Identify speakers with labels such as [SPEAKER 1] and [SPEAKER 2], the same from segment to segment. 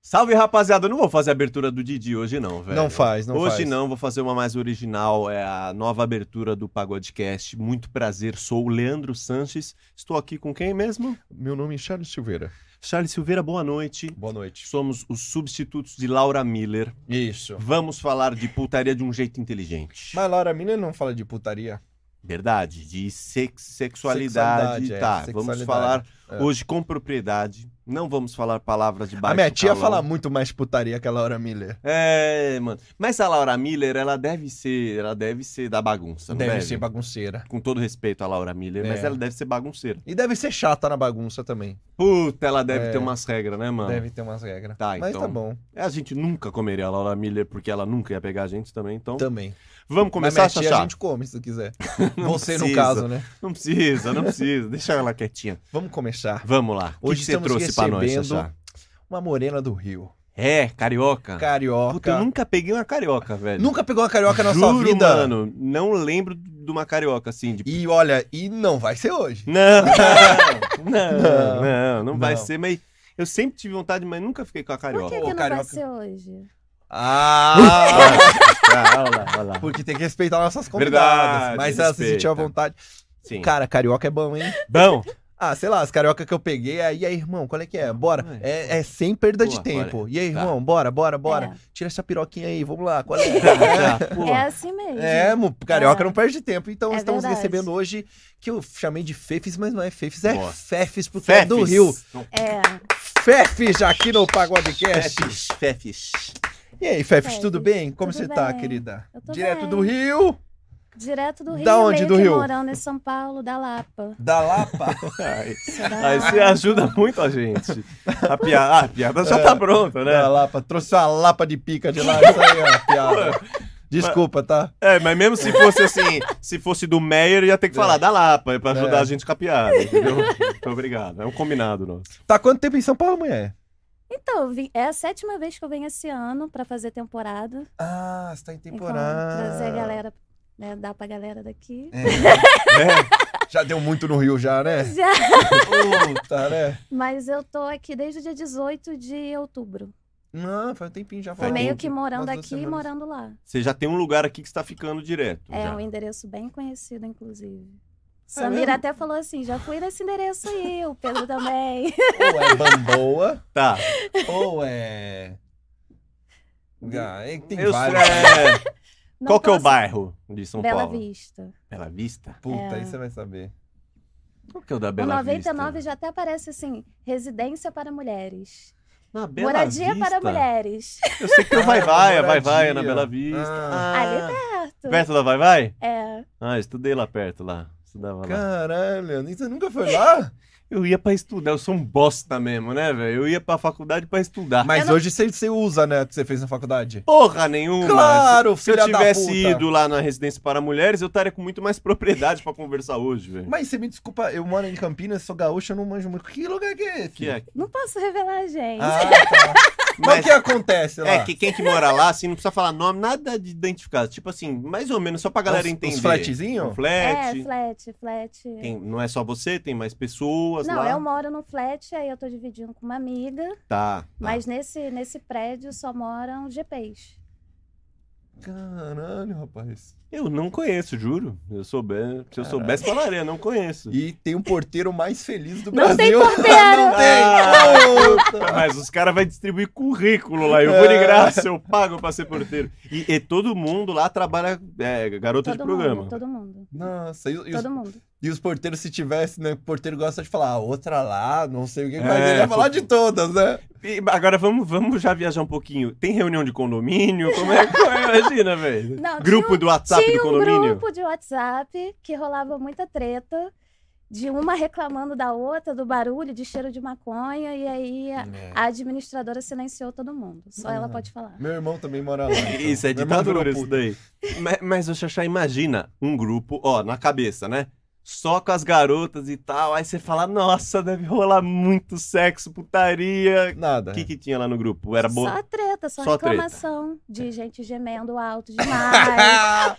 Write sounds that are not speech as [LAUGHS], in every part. [SPEAKER 1] Salve, rapaziada. Eu não vou fazer a abertura do Didi hoje, não, velho.
[SPEAKER 2] Não faz, não
[SPEAKER 1] hoje
[SPEAKER 2] faz.
[SPEAKER 1] não, vou fazer uma mais original. É a nova abertura do Pagodcast. Muito prazer, sou o Leandro Sanches. Estou aqui com quem mesmo?
[SPEAKER 2] Meu nome é Charles Silveira.
[SPEAKER 1] Charles Silveira, boa noite.
[SPEAKER 2] Boa noite.
[SPEAKER 1] Somos os substitutos de Laura Miller.
[SPEAKER 2] Isso.
[SPEAKER 1] Vamos falar de putaria de um jeito inteligente.
[SPEAKER 2] Mas Laura Miller não fala de putaria.
[SPEAKER 1] Verdade, de sex- sexualidade.
[SPEAKER 2] Sexualidade, é,
[SPEAKER 1] tá, vamos
[SPEAKER 2] sexualidade,
[SPEAKER 1] falar
[SPEAKER 2] é.
[SPEAKER 1] hoje com propriedade. Não vamos falar palavras de baixo
[SPEAKER 2] a minha tia
[SPEAKER 1] calão.
[SPEAKER 2] fala muito mais putaria que a Laura Miller.
[SPEAKER 1] É, mano. Mas a Laura Miller, ela deve ser, ela deve ser da bagunça, não
[SPEAKER 2] deve
[SPEAKER 1] deve?
[SPEAKER 2] ser bagunceira.
[SPEAKER 1] Com todo respeito à Laura Miller, mas
[SPEAKER 2] É.
[SPEAKER 1] ela deve ser bagunceira.
[SPEAKER 2] E deve ser chata na bagunça também.
[SPEAKER 1] Puta, ela deve
[SPEAKER 2] É.
[SPEAKER 1] ter umas regras, né, mano?
[SPEAKER 2] Deve ter umas regras.
[SPEAKER 1] Tá,
[SPEAKER 2] Mas
[SPEAKER 1] então.
[SPEAKER 2] tá bom.
[SPEAKER 1] A gente nunca comeria a Laura Miller porque ela nunca ia pegar a gente também, então.
[SPEAKER 2] Também.
[SPEAKER 1] Vamos começar,
[SPEAKER 2] Mas minha tia,
[SPEAKER 1] Xaxá?
[SPEAKER 2] a gente come se
[SPEAKER 1] [LAUGHS]
[SPEAKER 2] tu quiser. Você no
[SPEAKER 1] precisa.
[SPEAKER 2] caso, né?
[SPEAKER 1] Não precisa, não precisa. Deixa ela quietinha.
[SPEAKER 2] Vamos começar.
[SPEAKER 1] Vamos lá. O que
[SPEAKER 2] Hoje
[SPEAKER 1] que você
[SPEAKER 2] estamos
[SPEAKER 1] trouxe pra nós,
[SPEAKER 2] recebendo-
[SPEAKER 1] Xaxá?
[SPEAKER 2] Uma morena do Rio.
[SPEAKER 1] É, carioca.
[SPEAKER 2] Carioca.
[SPEAKER 1] Puta, eu nunca peguei uma carioca, velho.
[SPEAKER 2] Nunca pegou uma carioca na sua
[SPEAKER 1] Juro,
[SPEAKER 2] vida?
[SPEAKER 1] mano. Não lembro de uma carioca, assim, de
[SPEAKER 2] E olha, e não vai ser hoje.
[SPEAKER 1] Não, não, não,
[SPEAKER 2] Não.
[SPEAKER 1] não, vai
[SPEAKER 2] Não.
[SPEAKER 1] ser, mas eu sempre tive vontade, mas nunca fiquei com a
[SPEAKER 3] Por que,
[SPEAKER 1] carioca.
[SPEAKER 3] que
[SPEAKER 2] Ô,
[SPEAKER 3] não
[SPEAKER 2] carioca.
[SPEAKER 3] vai ser hoje?
[SPEAKER 2] Ah!
[SPEAKER 1] Ah, olha lá, olha lá.
[SPEAKER 2] Porque tem que respeitar nossas convidadas.
[SPEAKER 1] Verdade,
[SPEAKER 2] mas ela se sentiu
[SPEAKER 1] respeita.
[SPEAKER 2] à vontade.
[SPEAKER 1] Sim.
[SPEAKER 2] Cara, carioca é bom, hein?
[SPEAKER 1] Bom,
[SPEAKER 2] Ah, sei lá, as carioca que eu peguei, aí, aí, irmão, qual é que é? Bora.
[SPEAKER 1] Ué.
[SPEAKER 2] É, é sem perda de
[SPEAKER 1] Boa,
[SPEAKER 2] tempo. E aí,
[SPEAKER 1] Tá.
[SPEAKER 2] irmão, bora, bora, bora.
[SPEAKER 3] É.
[SPEAKER 2] Tira essa piroquinha aí, vamos lá. Qual é?
[SPEAKER 3] [LAUGHS]
[SPEAKER 1] tá, tá, pô.
[SPEAKER 3] É assim mesmo.
[SPEAKER 2] É, mo- carioca
[SPEAKER 3] É.
[SPEAKER 2] não perde tempo. Então
[SPEAKER 3] É
[SPEAKER 2] estamos
[SPEAKER 3] verdade.
[SPEAKER 2] recebendo hoje, que eu chamei de Fefes, mas não é Fefes, é
[SPEAKER 1] Boa.
[SPEAKER 2] Fefes, porque é
[SPEAKER 1] Fefes.
[SPEAKER 2] do Rio.
[SPEAKER 3] É.
[SPEAKER 2] Fefes aqui no Pagodecast.
[SPEAKER 1] Fefes, Fefes.
[SPEAKER 2] E aí, Fefes,
[SPEAKER 3] Fefes,
[SPEAKER 2] tudo bem? Como
[SPEAKER 3] tudo
[SPEAKER 2] você tá,
[SPEAKER 3] bem.
[SPEAKER 2] querida?
[SPEAKER 3] Eu tô
[SPEAKER 2] Direto
[SPEAKER 3] bem.
[SPEAKER 2] do Rio,
[SPEAKER 3] Direto do Rio.
[SPEAKER 2] Da onde
[SPEAKER 3] meio
[SPEAKER 2] do
[SPEAKER 3] que
[SPEAKER 2] Rio?
[SPEAKER 3] Morando em São Paulo,
[SPEAKER 2] [LAUGHS]
[SPEAKER 3] da Lapa.
[SPEAKER 2] da Lapa.
[SPEAKER 1] Ai,
[SPEAKER 3] Sou
[SPEAKER 2] Ah,
[SPEAKER 3] da
[SPEAKER 1] ai, você
[SPEAKER 2] é.
[SPEAKER 3] Lapa.
[SPEAKER 1] ajuda muito a gente. A piada, a piada já tá pronta,
[SPEAKER 2] Da
[SPEAKER 1] [LAUGHS] né?
[SPEAKER 2] Lapa, trouxe uma lapa de pica de lá, isso aí é uma
[SPEAKER 1] [LAUGHS]
[SPEAKER 2] piada. Desculpa, tá?
[SPEAKER 1] É, mas mesmo se fosse assim, se fosse do Meyer, ia ter que falar da Lapa, pra ajudar
[SPEAKER 2] É.
[SPEAKER 1] a gente com a piada, entendeu? Muito obrigado, é um combinado [LAUGHS] nosso.
[SPEAKER 2] Tá quanto tempo em São Paulo, mulher?
[SPEAKER 3] Então, eu vim- é a sétima vez que eu venho esse ano pra fazer temporada.
[SPEAKER 2] Ah, você tá em
[SPEAKER 3] Então,
[SPEAKER 2] temporada.
[SPEAKER 3] Trazer a galera, né? Dar pra galera daqui.
[SPEAKER 2] É,
[SPEAKER 1] É,
[SPEAKER 2] já deu muito no Rio já, né?
[SPEAKER 3] [LAUGHS] Já.
[SPEAKER 2] Puta, né?
[SPEAKER 3] Mas eu tô aqui desde o dia 18 de outubro.
[SPEAKER 2] Não, faz um tempinho já.
[SPEAKER 3] Tô
[SPEAKER 1] Faz
[SPEAKER 3] meio
[SPEAKER 1] tempo,
[SPEAKER 3] que morando
[SPEAKER 2] umas duas
[SPEAKER 3] aqui e
[SPEAKER 2] semanas.
[SPEAKER 3] morando lá.
[SPEAKER 1] você já tem um lugar aqui que está ficando direto.
[SPEAKER 3] É
[SPEAKER 1] já.
[SPEAKER 3] um endereço bem conhecido, inclusive. Samira
[SPEAKER 2] É mesmo?
[SPEAKER 3] até falou assim: já fui nesse endereço aí, o
[SPEAKER 2] [LAUGHS]
[SPEAKER 3] Pedro também.
[SPEAKER 2] Ou é
[SPEAKER 3] [LAUGHS]
[SPEAKER 2] Bamboa,
[SPEAKER 1] Tá.
[SPEAKER 2] ou é... Ah, é que tem
[SPEAKER 1] Eu
[SPEAKER 2] vários.
[SPEAKER 1] sei- é,
[SPEAKER 3] Não
[SPEAKER 1] Qual que é o
[SPEAKER 3] posso-
[SPEAKER 1] bairro de São
[SPEAKER 3] Bela
[SPEAKER 1] Paulo?
[SPEAKER 3] Vista.
[SPEAKER 1] Bela Vista?
[SPEAKER 2] Puta,
[SPEAKER 3] É.
[SPEAKER 2] aí você vai saber.
[SPEAKER 1] Qual que é o da
[SPEAKER 3] O
[SPEAKER 1] Bela
[SPEAKER 3] 99
[SPEAKER 1] Vista?
[SPEAKER 3] já até aparece assim: residência para mulheres.
[SPEAKER 1] Na Bela
[SPEAKER 3] Moradia
[SPEAKER 1] Vista?
[SPEAKER 3] para mulheres.
[SPEAKER 1] Eu sei que tem o
[SPEAKER 2] Ah,
[SPEAKER 1] Vai Vai, a Vai Vai é na
[SPEAKER 2] moradia.
[SPEAKER 1] Bela Vista.
[SPEAKER 2] Ah.
[SPEAKER 3] Ali
[SPEAKER 1] perto.
[SPEAKER 3] perto.
[SPEAKER 1] da Vai Vai?
[SPEAKER 3] É.
[SPEAKER 1] Ah, eu estudei lá perto, lá. Estudava lá.
[SPEAKER 2] Caralho, Leandro, você nunca foi lá?
[SPEAKER 1] Eu ia pra estudar, eu sou um bosta mesmo, né, velho? Eu ia pra faculdade pra estudar.
[SPEAKER 2] Mas
[SPEAKER 3] Eu não-
[SPEAKER 2] hoje você, você usa, né, o que você fez na faculdade?
[SPEAKER 1] Porra nenhuma!
[SPEAKER 2] Claro,
[SPEAKER 1] Se eu
[SPEAKER 2] filha da
[SPEAKER 1] tivesse
[SPEAKER 2] puta.
[SPEAKER 1] ido lá na residência para mulheres, eu estaria com muito mais propriedade pra conversar hoje, velho.
[SPEAKER 2] Mas você me desculpa, eu moro em Campinas, sou gaúcho, eu não manjo muito. Que lugar que é esse?
[SPEAKER 1] Que é,
[SPEAKER 3] Não posso revelar, gente.
[SPEAKER 2] Ah,
[SPEAKER 3] [LAUGHS]
[SPEAKER 2] tá. Mas o
[SPEAKER 1] Mas-
[SPEAKER 2] que acontece lá?
[SPEAKER 1] é que quem que mora lá, assim, não precisa falar nome, nada de identificado. Tipo assim, mais ou menos, só pra galera
[SPEAKER 2] Os- os
[SPEAKER 1] entender.
[SPEAKER 2] flatzinho?
[SPEAKER 1] Um flat.
[SPEAKER 3] É, flat, flat.
[SPEAKER 1] Tem- não é só você, tem mais pessoas
[SPEAKER 3] Não,
[SPEAKER 1] lá.
[SPEAKER 3] é eu moro num flat, aí eu tô dividindo com uma amiga,
[SPEAKER 1] Tá, tá.
[SPEAKER 3] mas nesse, nesse prédio só moram GPs.
[SPEAKER 2] Caralho, rapaz.
[SPEAKER 1] Eu não conheço, juro. Eu souber, se eu
[SPEAKER 2] Caralho.
[SPEAKER 1] soubesse, falaria, não conheço.
[SPEAKER 2] E tem um porteiro mais feliz do
[SPEAKER 3] Não tem
[SPEAKER 2] Brasil. [LAUGHS]
[SPEAKER 3] porteiro!
[SPEAKER 2] não tem!
[SPEAKER 1] Ah, Mas os caras vão distribuir currículo lá. Eu vou de
[SPEAKER 2] É.
[SPEAKER 1] graça, eu pago pra ser porteiro. E, e todo mundo lá trabalha é, garota de
[SPEAKER 3] Todo
[SPEAKER 1] programa.
[SPEAKER 3] mundo, todo mundo.
[SPEAKER 2] Nossa, e, e os,
[SPEAKER 3] Todo mundo.
[SPEAKER 2] e os porteiros, se tivesse, né? O porteiro gosta de falar, "Ah, outra lá, não sei o que,
[SPEAKER 1] É,
[SPEAKER 2] mas ele ia falar
[SPEAKER 1] fofo.
[SPEAKER 2] de todas, né?
[SPEAKER 1] E agora vamos, vamos já viajar um pouquinho. Tem reunião de condomínio? Como é que
[SPEAKER 3] [LAUGHS]
[SPEAKER 1] imagina, velho?
[SPEAKER 3] Não,
[SPEAKER 1] Grupo do WhatsApp
[SPEAKER 3] Tinha
[SPEAKER 1] do
[SPEAKER 3] um
[SPEAKER 1] condomínio?
[SPEAKER 3] grupo de WhatsApp que rolava muita treta, de uma reclamando da outra, do barulho, de cheiro de maconha, e aí a-
[SPEAKER 1] É.
[SPEAKER 3] a administradora silenciou todo mundo. Só ela
[SPEAKER 2] Ah.
[SPEAKER 3] pode falar.
[SPEAKER 2] Meu irmão também mora lá. então.
[SPEAKER 1] Isso é
[SPEAKER 2] Meu irmão virou
[SPEAKER 1] ditadura isso
[SPEAKER 2] puto.
[SPEAKER 1] daí. mas, mas, ô Xaxá, imagina um grupo, ó, na cabeça, né? Só com as garotas e tal. Aí você fala, nossa, deve rolar muito sexo, putaria.
[SPEAKER 2] Nada.
[SPEAKER 1] O
[SPEAKER 3] É.
[SPEAKER 1] que que tinha lá no grupo? Era bo...
[SPEAKER 3] Só treta, só,
[SPEAKER 1] Só treta. [LAUGHS]
[SPEAKER 2] Ah!
[SPEAKER 3] reclamação de gente gemendo alto demais.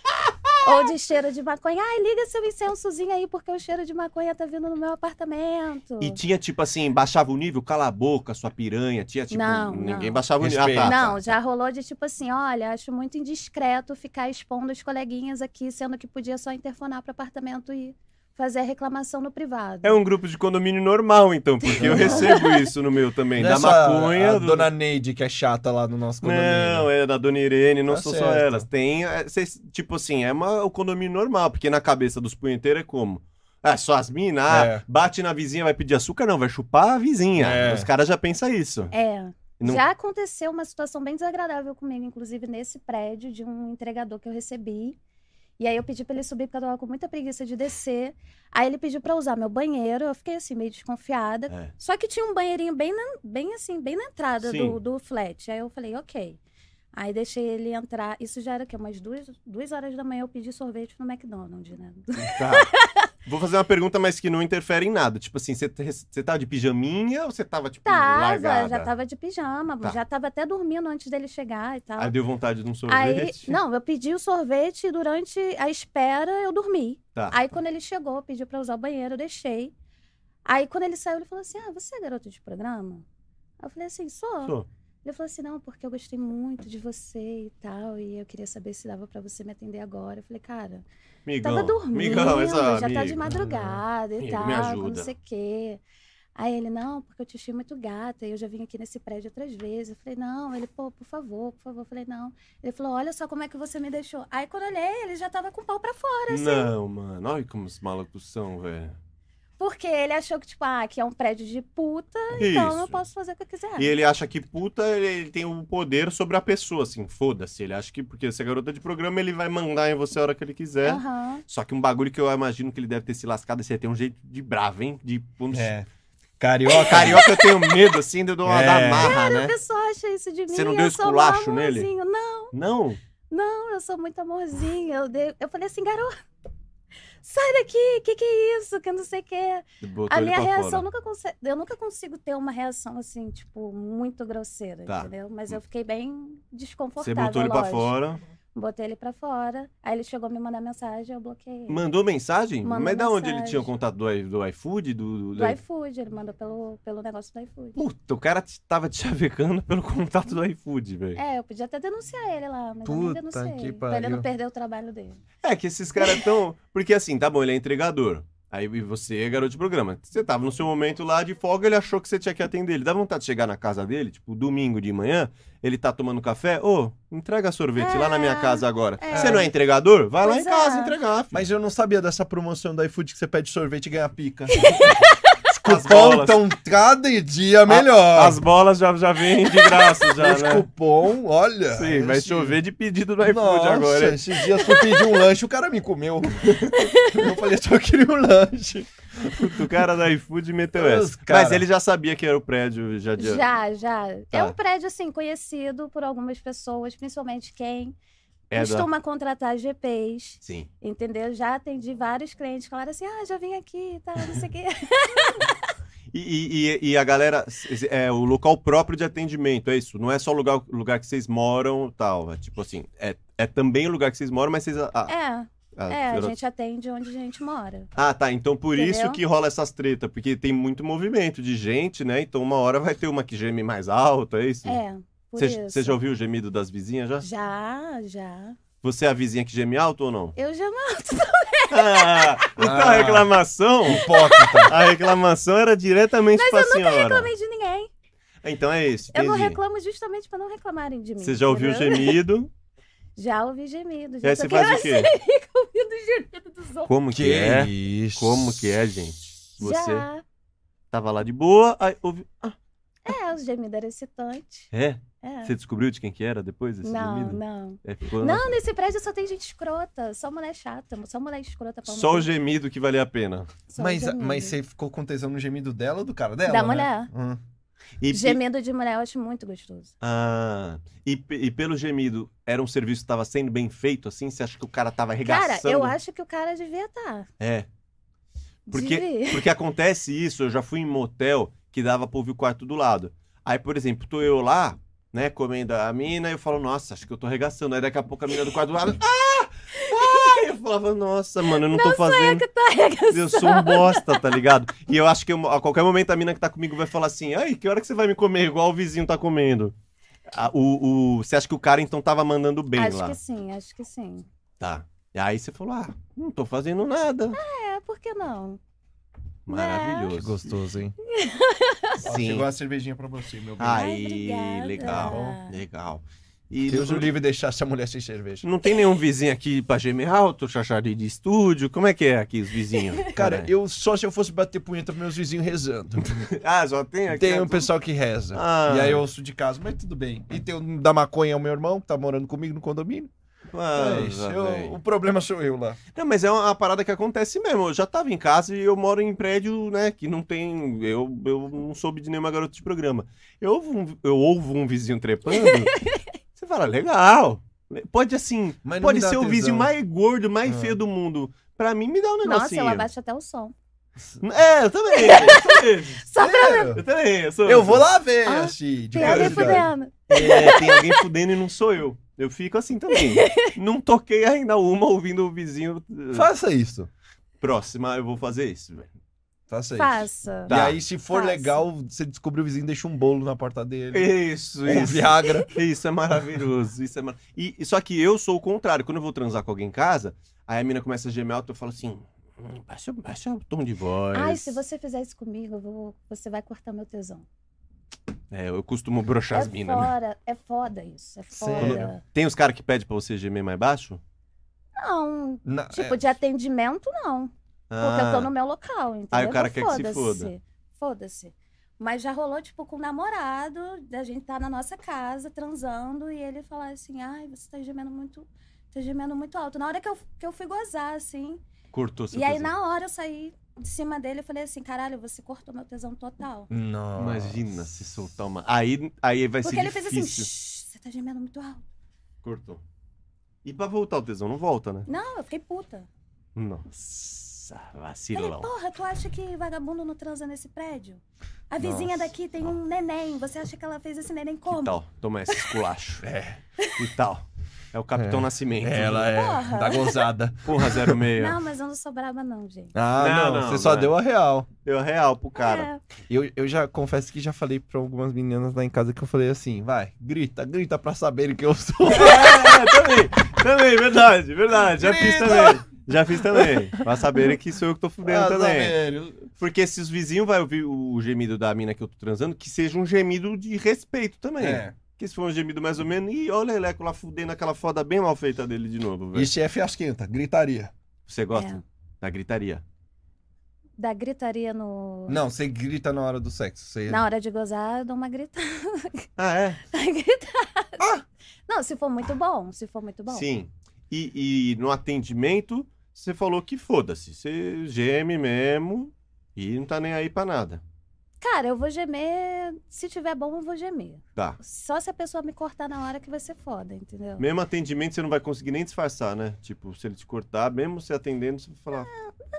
[SPEAKER 3] Ou de cheiro de maconha. Ai, liga seu incensozinho aí, porque o cheiro de maconha tá vindo no meu apartamento.
[SPEAKER 1] E tinha tipo assim, baixava o nível, cala a boca, sua piranha. Tinha tipo.
[SPEAKER 3] Não,
[SPEAKER 1] ninguém
[SPEAKER 3] não.
[SPEAKER 1] baixava o nível. Ah, tá,
[SPEAKER 2] Respeito.
[SPEAKER 1] tá.
[SPEAKER 3] Não, já rolou de tipo assim, olha, acho muito indiscreto ficar expondo os coleguinhas aqui, sendo que podia só interfonar pro apartamento e fazer a reclamação no privado.
[SPEAKER 1] É um grupo de condomínio normal, então, porque
[SPEAKER 2] [LAUGHS]
[SPEAKER 1] eu recebo isso no meu também.
[SPEAKER 2] Nessa,
[SPEAKER 1] da maconha.
[SPEAKER 2] é a
[SPEAKER 1] do-
[SPEAKER 2] dona Neide, que é chata lá no nosso condomínio. né?
[SPEAKER 1] Não, é da Dona Irene, não
[SPEAKER 2] Tá
[SPEAKER 1] sou só
[SPEAKER 2] certo.
[SPEAKER 1] elas. Tem, é, cês- tipo assim, é uma, o condomínio normal, porque na cabeça dos punheteiros é como? Ah, só as minas, ah,
[SPEAKER 2] É.
[SPEAKER 1] bate na vizinha, vai pedir açúcar? Não, vai chupar a vizinha.
[SPEAKER 2] É.
[SPEAKER 1] Os caras já pensam isso.
[SPEAKER 3] É.
[SPEAKER 1] Não-
[SPEAKER 3] Já aconteceu uma situação bem desagradável comigo, inclusive nesse prédio de um entregador que eu recebi. E aí eu pedi pra ele subir porque eu tava com muita preguiça de descer. Aí ele pediu pra usar meu banheiro, eu fiquei assim meio desconfiada.
[SPEAKER 1] É.
[SPEAKER 3] Só que tinha um banheirinho bem, na- bem assim, bem na entrada
[SPEAKER 1] Sim.
[SPEAKER 3] do, do flat. Aí eu falei, ok. Aí deixei ele entrar. Isso já era o quê? Umas duas, duas horas da manhã eu pedi sorvete no McDonald's, né?
[SPEAKER 1] Tá. Vou fazer uma pergunta, mas que não interfere em nada. Tipo assim, você tava de pijaminha ou você tava, tipo,
[SPEAKER 3] Tava,
[SPEAKER 1] [LAUGHS] largada?
[SPEAKER 3] já tava de pijama,
[SPEAKER 1] Tá.
[SPEAKER 3] já tava até dormindo antes dele chegar e tal.
[SPEAKER 1] Aí deu vontade de um
[SPEAKER 3] Aí,
[SPEAKER 1] sorvete?
[SPEAKER 3] não, eu pedi o sorvete e durante a espera eu dormi.
[SPEAKER 1] Tá.
[SPEAKER 3] Aí quando ele chegou, pediu pra usar o banheiro, eu deixei. Aí quando ele saiu, ele falou assim: "Ah, você é garoto de programa?" Aí eu falei assim: "Sou".
[SPEAKER 1] Sou.
[SPEAKER 3] Ele falou assim: "Não, porque eu gostei muito de você e tal, e eu queria saber se dava pra você me atender agora". Eu falei: "Cara,
[SPEAKER 1] Migão.
[SPEAKER 3] tava dormindo,
[SPEAKER 1] Migão, essa
[SPEAKER 3] já tá de
[SPEAKER 1] amiga.
[SPEAKER 3] madrugada e
[SPEAKER 1] Amigo,
[SPEAKER 3] tal,
[SPEAKER 1] me
[SPEAKER 3] com não
[SPEAKER 1] ajuda.
[SPEAKER 3] sei o quê. Aí ele, não, porque eu te achei muito gata, e eu já vim aqui nesse prédio outras vezes. Eu falei, não, ele, pô, por favor, por favor. Eu falei, não. Ele falou, olha só como é que você me deixou. Aí quando eu olhei, ele já tava com o pau pra fora, assim.
[SPEAKER 1] Não, mano. Olha como os malucos são, velho.
[SPEAKER 3] Porque ele achou que, tipo, ah, aqui é um prédio de puta, então eu
[SPEAKER 1] Isso.
[SPEAKER 3] posso fazer o que eu quiser.
[SPEAKER 1] E ele acha que puta, ele, ele tem o poder sobre a pessoa, assim, foda-se. Ele acha que, porque você é garota de programa, ele vai mandar em você a hora que ele quiser.
[SPEAKER 3] Aham.
[SPEAKER 1] Só que um bagulho que eu imagino que ele deve ter se lascado, você tem um jeito de bravo, hein? De um dos-
[SPEAKER 2] É. Carioca.
[SPEAKER 1] Carioca eu tenho medo, assim, de eu dar uma
[SPEAKER 2] É.
[SPEAKER 1] da marra,
[SPEAKER 3] A
[SPEAKER 1] né?
[SPEAKER 3] pessoa acha isso de mim.
[SPEAKER 1] Você não
[SPEAKER 3] eu
[SPEAKER 1] deu
[SPEAKER 3] sou um
[SPEAKER 1] esculacho nele?
[SPEAKER 3] amorzinho. Não,
[SPEAKER 1] Não.
[SPEAKER 3] não, eu sou muito amorzinho. Eu, dei... eu falei assim, garoto, sai daqui, que que é isso, que não sei o que.
[SPEAKER 1] Botou
[SPEAKER 3] A
[SPEAKER 1] ele
[SPEAKER 3] minha
[SPEAKER 1] pra
[SPEAKER 3] reação
[SPEAKER 1] fora.
[SPEAKER 3] nunca conse- eu nunca consigo ter uma reação assim, tipo, muito grosseira,
[SPEAKER 1] Tá.
[SPEAKER 3] entendeu? Mas eu fiquei bem
[SPEAKER 1] Você
[SPEAKER 3] desconfortável.
[SPEAKER 1] botou ele pra
[SPEAKER 3] lógico.
[SPEAKER 1] fora.
[SPEAKER 3] Botei ele pra fora. Aí ele chegou a me mandar mensagem, eu bloqueei. ele.
[SPEAKER 1] Mandou mensagem?
[SPEAKER 3] Mandou
[SPEAKER 1] Mas da onde ele
[SPEAKER 3] mensagem.
[SPEAKER 1] tinha o contato do, i- do iFood? Do, do-
[SPEAKER 3] Do iFood, ele mandou pelo, pelo negócio do iFood.
[SPEAKER 1] Puta, o cara te- tava te chavecando pelo [LAUGHS] contato do iFood, velho.
[SPEAKER 3] É, eu podia até denunciar ele lá, mas eu nem
[SPEAKER 2] Puta
[SPEAKER 3] denunciei.
[SPEAKER 2] que
[SPEAKER 3] pra ele não
[SPEAKER 2] pariu.
[SPEAKER 3] perder o trabalho dele.
[SPEAKER 1] É que esses caras tão. Porque assim, tá bom, ele é entregador. Aí e você é garoto de programa. Você tava no seu momento lá de folga, ele achou que você tinha que atender ele. Dá vontade de chegar na casa dele, tipo, domingo de manhã, ele tá tomando café. Ô, entrega sorvete lá na minha
[SPEAKER 3] É,
[SPEAKER 1] casa agora.
[SPEAKER 3] é.
[SPEAKER 1] Você não é entregador? Vai lá
[SPEAKER 3] Pois
[SPEAKER 1] em casa
[SPEAKER 3] é.
[SPEAKER 1] entregar. filho.
[SPEAKER 2] Mas eu não sabia dessa promoção do iFood que você pede sorvete e
[SPEAKER 1] [LAUGHS]
[SPEAKER 2] ganha pica.
[SPEAKER 1] as
[SPEAKER 2] Cupom,
[SPEAKER 1] bolas,
[SPEAKER 2] então, cada dia melhor.
[SPEAKER 1] as bolas já, já vêm de graça, já,
[SPEAKER 2] Esse
[SPEAKER 1] né?
[SPEAKER 2] cupom, olha.
[SPEAKER 1] Sim, vai
[SPEAKER 2] esse-
[SPEAKER 1] chover de pedido do iFood
[SPEAKER 2] Nossa,
[SPEAKER 1] agora. hein?
[SPEAKER 2] esses dias fui pedir um lanche, o cara me
[SPEAKER 1] [LAUGHS]
[SPEAKER 2] comeu. Eu falei, só queria um lanche.
[SPEAKER 1] Puta, O cara do iFood meteu
[SPEAKER 2] Os
[SPEAKER 1] essa.
[SPEAKER 2] cara.
[SPEAKER 1] Mas ele já sabia que era o prédio já de.
[SPEAKER 3] Já, já. É
[SPEAKER 1] Tá.
[SPEAKER 3] um prédio, assim, conhecido por algumas pessoas, principalmente quem
[SPEAKER 1] É da-
[SPEAKER 3] costuma contratar GPs.
[SPEAKER 1] Sim.
[SPEAKER 3] Entendeu? Já atendi vários clientes que falaram assim: ah, já vim aqui e tal, não sei o quê.
[SPEAKER 1] E, e- e- e a galera, s- é o local próprio de atendimento, é isso? Não é só o lugar, lugar que vocês moram e tal. É tipo assim, é, é também o lugar que vocês moram, mas vocês. ah, a- a-
[SPEAKER 3] É,
[SPEAKER 1] a-
[SPEAKER 3] é, a gente atende onde a gente mora.
[SPEAKER 1] Ah, tá. Então por isso
[SPEAKER 3] Entendeu?
[SPEAKER 1] que rola essas treta, porque tem muito movimento de gente, né? Então uma hora vai ter uma que geme mais alto, é isso?
[SPEAKER 3] É, por
[SPEAKER 1] Você
[SPEAKER 3] isso.
[SPEAKER 1] você já ouviu o gemido das vizinhas já?
[SPEAKER 3] Já, já.
[SPEAKER 1] Você é a vizinha que geme alto ou
[SPEAKER 3] [LAUGHS]
[SPEAKER 1] não?
[SPEAKER 3] Eu já
[SPEAKER 1] Ah, então a
[SPEAKER 2] Ah.
[SPEAKER 1] reclamação.
[SPEAKER 2] [LAUGHS] Hipócrita.
[SPEAKER 1] A reclamação era diretamente pra senhora.
[SPEAKER 3] reclamei de ninguém.
[SPEAKER 1] Então é isso.
[SPEAKER 3] Eu não
[SPEAKER 1] entendi.
[SPEAKER 3] reclamo justamente pra não reclamarem de mim.
[SPEAKER 1] Você já ouviu o
[SPEAKER 3] entendeu?
[SPEAKER 1] gemido?
[SPEAKER 3] [LAUGHS] Já ouvi gemido.
[SPEAKER 1] E
[SPEAKER 3] Já
[SPEAKER 1] aí
[SPEAKER 3] tô
[SPEAKER 1] você faz o
[SPEAKER 3] querendo [LAUGHS]
[SPEAKER 1] quê?
[SPEAKER 3] ouvindo o gemido dos outros.
[SPEAKER 1] Como que, é?
[SPEAKER 2] isso?
[SPEAKER 1] Como que é, gente? Você
[SPEAKER 3] Já.
[SPEAKER 1] tava lá de boa, aí ouvi... Ah,
[SPEAKER 3] É, o gemido era excitante.
[SPEAKER 1] é?
[SPEAKER 3] É.
[SPEAKER 1] Você descobriu de quem que era depois desse
[SPEAKER 3] Não,
[SPEAKER 1] gemido?
[SPEAKER 3] não.
[SPEAKER 1] É, ficou-
[SPEAKER 3] Não, nesse prédio só tem gente escrota. Só mulher chata. Só mulher escrota pra
[SPEAKER 1] Só o gemido que valia a pena.
[SPEAKER 3] Só um o
[SPEAKER 2] Mas,
[SPEAKER 3] gemido.
[SPEAKER 2] mas você ficou com tesão no gemido dela ou do cara dela?
[SPEAKER 3] Da
[SPEAKER 2] né?
[SPEAKER 3] mulher.
[SPEAKER 2] Hum.
[SPEAKER 1] E, e,
[SPEAKER 3] Gemido de mulher eu acho muito gostoso.
[SPEAKER 1] ah, e, pe- e pelo gemido, era um serviço que tava sendo bem feito, assim? Você acha que o cara tava
[SPEAKER 3] Cara,
[SPEAKER 1] arregaçando?
[SPEAKER 3] eu acho que o cara devia estar.
[SPEAKER 1] É, Porque-
[SPEAKER 3] Devia. [LAUGHS]
[SPEAKER 1] Porque acontece isso, eu já fui em motel que dava pra ouvir o quarto do lado. Aí, por exemplo, tô eu lá, né, comendo a mina, eu falo, nossa, acho que eu tô arregaçando. Aí daqui a pouco a mina do quarto do lado. Ah! Ah! Eu falava, nossa, mano, eu não,
[SPEAKER 3] é
[SPEAKER 1] tô fazendo.
[SPEAKER 3] Tá,
[SPEAKER 1] Eu sou um bosta, tá ligado? E eu acho que eu- a qualquer momento a mina que tá comigo vai falar assim: ai, que hora que você vai me comer? Igual o vizinho tá comendo. Ah, o, o- você acha que o cara então tava mandando bem
[SPEAKER 3] acho
[SPEAKER 1] lá?
[SPEAKER 3] que sim, acho que sim.
[SPEAKER 1] Tá. E aí você falou: ah, não tô fazendo nada.
[SPEAKER 3] É, por que não?
[SPEAKER 2] Que
[SPEAKER 1] Maravilhoso.
[SPEAKER 2] gostoso, hein? Ah,
[SPEAKER 4] Ó,
[SPEAKER 1] Sim.
[SPEAKER 4] Chegou a cervejinha pra você, meu bem.
[SPEAKER 3] Ai,
[SPEAKER 1] Aí,
[SPEAKER 3] obrigada.
[SPEAKER 2] Tá
[SPEAKER 1] legal, legal. E
[SPEAKER 2] Deus o livre deixasse a mulher sem cerveja.
[SPEAKER 1] não tem nenhum vizinho aqui pra gemer Ah, alto, chachari de estúdio? Como é que é aqui os vizinhos?
[SPEAKER 2] Cara,
[SPEAKER 1] Caralho.
[SPEAKER 2] eu só se eu fosse bater punheta pros meus vizinhos rezando.
[SPEAKER 1] Ah, só tem aqui.
[SPEAKER 2] Tem um pessoal que reza.
[SPEAKER 1] Ah.
[SPEAKER 2] E aí eu sou de casa, mas tudo bem. E tem o da maconha, o meu irmão, que tá morando comigo no condomínio.
[SPEAKER 1] Ah,
[SPEAKER 2] é isso.
[SPEAKER 1] já
[SPEAKER 2] Eu-
[SPEAKER 1] vem.
[SPEAKER 2] o problema sou eu lá.
[SPEAKER 1] Não, mas é uma parada que acontece mesmo. Eu já tava em casa e eu moro em prédio, né, que não tem. Eu, eu não soube de nenhuma garota de programa. Eu, ouvo um- eu ouvo um vizinho
[SPEAKER 3] [LAUGHS]
[SPEAKER 1] trepando, você fala, legal. Pode assim,
[SPEAKER 2] Mas não
[SPEAKER 1] pode
[SPEAKER 2] me dá
[SPEAKER 1] ser o
[SPEAKER 2] tesão.
[SPEAKER 1] vizinho
[SPEAKER 2] [LAUGHS]
[SPEAKER 1] mais gordo, mais
[SPEAKER 2] Ah.
[SPEAKER 1] feio do mundo. Pra mim me dá um
[SPEAKER 3] Nossa,
[SPEAKER 1] negocinho.
[SPEAKER 3] eu abaixo até o som.
[SPEAKER 1] É, eu também. Eu também.
[SPEAKER 3] Só pra
[SPEAKER 1] Eu também. Eu, sou-
[SPEAKER 2] É. Eu vou lá ver,
[SPEAKER 3] Ah,
[SPEAKER 2] assim, de
[SPEAKER 3] ter alguém
[SPEAKER 2] curiosidade.
[SPEAKER 3] fudendo.
[SPEAKER 1] É, tem alguém fudendo e não sou eu. Eu fico assim também. não toquei ainda uma ouvindo o vizinho.
[SPEAKER 2] Faça isso.
[SPEAKER 1] Próxima, eu vou fazer isso, velho.
[SPEAKER 2] Faça isso.
[SPEAKER 3] Faça.
[SPEAKER 1] Tá.
[SPEAKER 2] E aí, se for
[SPEAKER 3] Faça.
[SPEAKER 2] legal, você descobre o vizinho, deixa um bolo na porta dele.
[SPEAKER 1] Isso,
[SPEAKER 2] Um
[SPEAKER 1] isso.
[SPEAKER 2] Viagra.
[SPEAKER 1] Isso é maravilhoso. Isso é mar... e, e só que eu sou o contrário. Quando eu vou transar com alguém em casa, aí a mina começa a gemer alto, eu falo assim: "Hum, baixa, baixa o tom de voz.
[SPEAKER 3] Ai, se você fizer isso comigo, eu vou- você vai cortar meu tesão.
[SPEAKER 1] É, eu costumo broxar
[SPEAKER 3] É
[SPEAKER 1] as minas, né?
[SPEAKER 3] fora, é foda isso, é foda.
[SPEAKER 2] Sério?
[SPEAKER 1] Tem os caras que pedem pra você gemer mais baixo?
[SPEAKER 3] Não,
[SPEAKER 2] Na-
[SPEAKER 3] tipo, de atendimento, não. Porque
[SPEAKER 1] Ah,
[SPEAKER 3] eu tô no meu local, entendeu?
[SPEAKER 1] Aí o cara
[SPEAKER 3] Mas
[SPEAKER 1] quer que se
[SPEAKER 3] foda-se,
[SPEAKER 1] foda.
[SPEAKER 3] Foda-se. Mas já rolou, tipo, com um namorado, da gente tá na nossa casa, transando, e ele falar assim, ai, você tá gemendo muito, tá gemendo muito alto. Na hora que eu, que eu fui gozar, assim,
[SPEAKER 1] Cortou seu
[SPEAKER 3] e aí
[SPEAKER 1] tesão.
[SPEAKER 3] na hora eu saí de cima dele e falei assim, caralho, você cortou meu tesão total.
[SPEAKER 2] é, Nossa.
[SPEAKER 1] Imagina se soltar uma. Aí, aí vai
[SPEAKER 3] Porque
[SPEAKER 1] ser
[SPEAKER 3] ele fez
[SPEAKER 1] é difícil.
[SPEAKER 3] assim, "Shh, você tá gemendo muito alto.
[SPEAKER 1] Cortou. E pra voltar o tesão, não volta, né?
[SPEAKER 3] Não, eu fiquei puta.
[SPEAKER 1] Nossa,
[SPEAKER 3] Falei,
[SPEAKER 1] vacilão.
[SPEAKER 3] porra, tu acha que vagabundo não transa nesse prédio? A vizinha
[SPEAKER 2] Nossa,
[SPEAKER 3] daqui tem
[SPEAKER 1] não.
[SPEAKER 3] um neném, você acha que ela fez esse neném
[SPEAKER 1] Que
[SPEAKER 3] como?
[SPEAKER 1] tal? Toma esse esculacho.
[SPEAKER 2] É.
[SPEAKER 1] E tal. É o Capitão
[SPEAKER 2] É.
[SPEAKER 1] Nascimento. né?
[SPEAKER 2] Ela é
[SPEAKER 3] Porra.
[SPEAKER 2] da
[SPEAKER 1] [LAUGHS]
[SPEAKER 2] gozada.
[SPEAKER 1] Porra, 06.
[SPEAKER 3] Não, mas eu não sou braba não, gente.
[SPEAKER 2] Ah,
[SPEAKER 1] Não,
[SPEAKER 2] não.
[SPEAKER 1] não,
[SPEAKER 2] você só
[SPEAKER 1] não é.
[SPEAKER 2] deu a real.
[SPEAKER 1] Deu real pro cara.
[SPEAKER 3] É,
[SPEAKER 2] Eu, eu já confesso que já falei pra algumas meninas lá em casa que eu falei assim: vai, grita, grita pra saberem que
[SPEAKER 1] [LAUGHS]
[SPEAKER 2] eu sou.
[SPEAKER 1] É, é, também. Também, verdade, verdade. Já fiz
[SPEAKER 2] Grita!
[SPEAKER 1] também. Já fiz também. Pra saberem que sou eu que tô fudendo
[SPEAKER 2] Ah,
[SPEAKER 1] também.
[SPEAKER 2] velho.
[SPEAKER 1] Porque se os vizinhos vai ouvir o gemido da mina que eu tô transando, que seja um gemido de respeito também.
[SPEAKER 4] É.
[SPEAKER 1] Porque se for um gemido mais ou menos, ih, olha o Leleco lá fudendo aquela foda bem mal feita dele de novo, velho.
[SPEAKER 2] Isso é fiasquenta, gritaria.
[SPEAKER 1] Você gosta?
[SPEAKER 3] É.
[SPEAKER 1] Da gritaria.
[SPEAKER 3] da gritaria no...
[SPEAKER 2] Não, você grita na hora do sexo. Você...
[SPEAKER 3] Na hora de gozar, eu dou uma gritada. [LAUGHS]
[SPEAKER 1] Ah, é?
[SPEAKER 3] gritada. Não, se for muito bom, se for muito bom.
[SPEAKER 1] Ah! Sim. E, e no atendimento, você falou que foda-se. Você geme mesmo e não tá nem aí pra nada.
[SPEAKER 3] Cara, eu vou gemer, se tiver bom, eu vou gemer.
[SPEAKER 1] Tá.
[SPEAKER 3] Só se a pessoa me cortar na hora que vai ser foda, entendeu?
[SPEAKER 1] Mesmo atendimento, você não vai conseguir nem disfarçar, né? Tipo, se ele te cortar, mesmo você atendendo, você vai falar.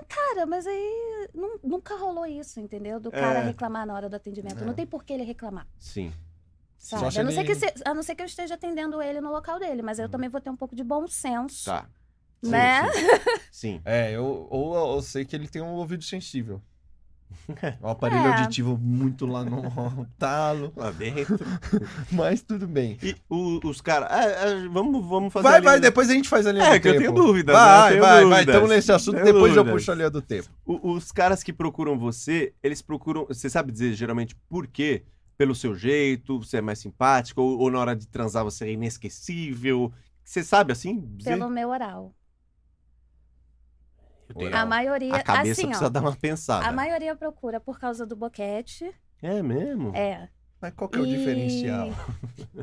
[SPEAKER 3] Cara, mas aí nu- nunca rolou isso, entendeu? Do cara
[SPEAKER 1] É.
[SPEAKER 3] reclamar na hora do atendimento.
[SPEAKER 2] É.
[SPEAKER 3] Não tem por que ele reclamar,
[SPEAKER 1] Sim.
[SPEAKER 3] sabe?
[SPEAKER 2] se
[SPEAKER 3] A não, ser que
[SPEAKER 2] ele-
[SPEAKER 3] se- a não ser que eu esteja atendendo ele no local dele, mas eu também vou ter um pouco de bom senso,
[SPEAKER 1] Hum. Tá. Sim,
[SPEAKER 3] né? [LAUGHS]
[SPEAKER 1] Sim. sim.
[SPEAKER 2] É, eu, ou eu sei que ele tem um ouvido sensível.
[SPEAKER 1] [LAUGHS]
[SPEAKER 2] Um aparelho
[SPEAKER 3] É.
[SPEAKER 2] auditivo muito lá no [LAUGHS] talo,
[SPEAKER 1] Lá dentro.
[SPEAKER 2] mas tudo bem.
[SPEAKER 1] E o- os caras. É, é, vamos, vamos fazer.
[SPEAKER 2] Vai,
[SPEAKER 1] ali-
[SPEAKER 2] vai, depois a gente faz a linha
[SPEAKER 1] É,
[SPEAKER 2] do
[SPEAKER 1] que eu
[SPEAKER 2] tempo.
[SPEAKER 1] tenho dúvidas, né? Eu
[SPEAKER 2] Vai,
[SPEAKER 1] tenho
[SPEAKER 2] vai, vai.
[SPEAKER 1] dúvidas.
[SPEAKER 2] Estamos nesse assunto,
[SPEAKER 1] Tenho
[SPEAKER 2] depois eu
[SPEAKER 1] dúvidas.
[SPEAKER 2] puxo a linha do tempo.
[SPEAKER 1] O- os caras que procuram você, eles procuram. Você sabe dizer geralmente por quê? Pelo seu jeito, você é mais simpático, ou, ou na hora de transar você é inesquecível. Você sabe assim? dizer?
[SPEAKER 3] Pelo meu oral.
[SPEAKER 1] Eu tenho-
[SPEAKER 3] A maioria,
[SPEAKER 1] A cabeça
[SPEAKER 3] assim,
[SPEAKER 1] precisa
[SPEAKER 3] ó.
[SPEAKER 1] dar uma pensada.
[SPEAKER 3] A maioria procura por causa do boquete.
[SPEAKER 1] É
[SPEAKER 3] [LAUGHS]
[SPEAKER 1] mesmo?
[SPEAKER 3] É.
[SPEAKER 2] Mas qual que é o
[SPEAKER 3] E-
[SPEAKER 2] diferencial?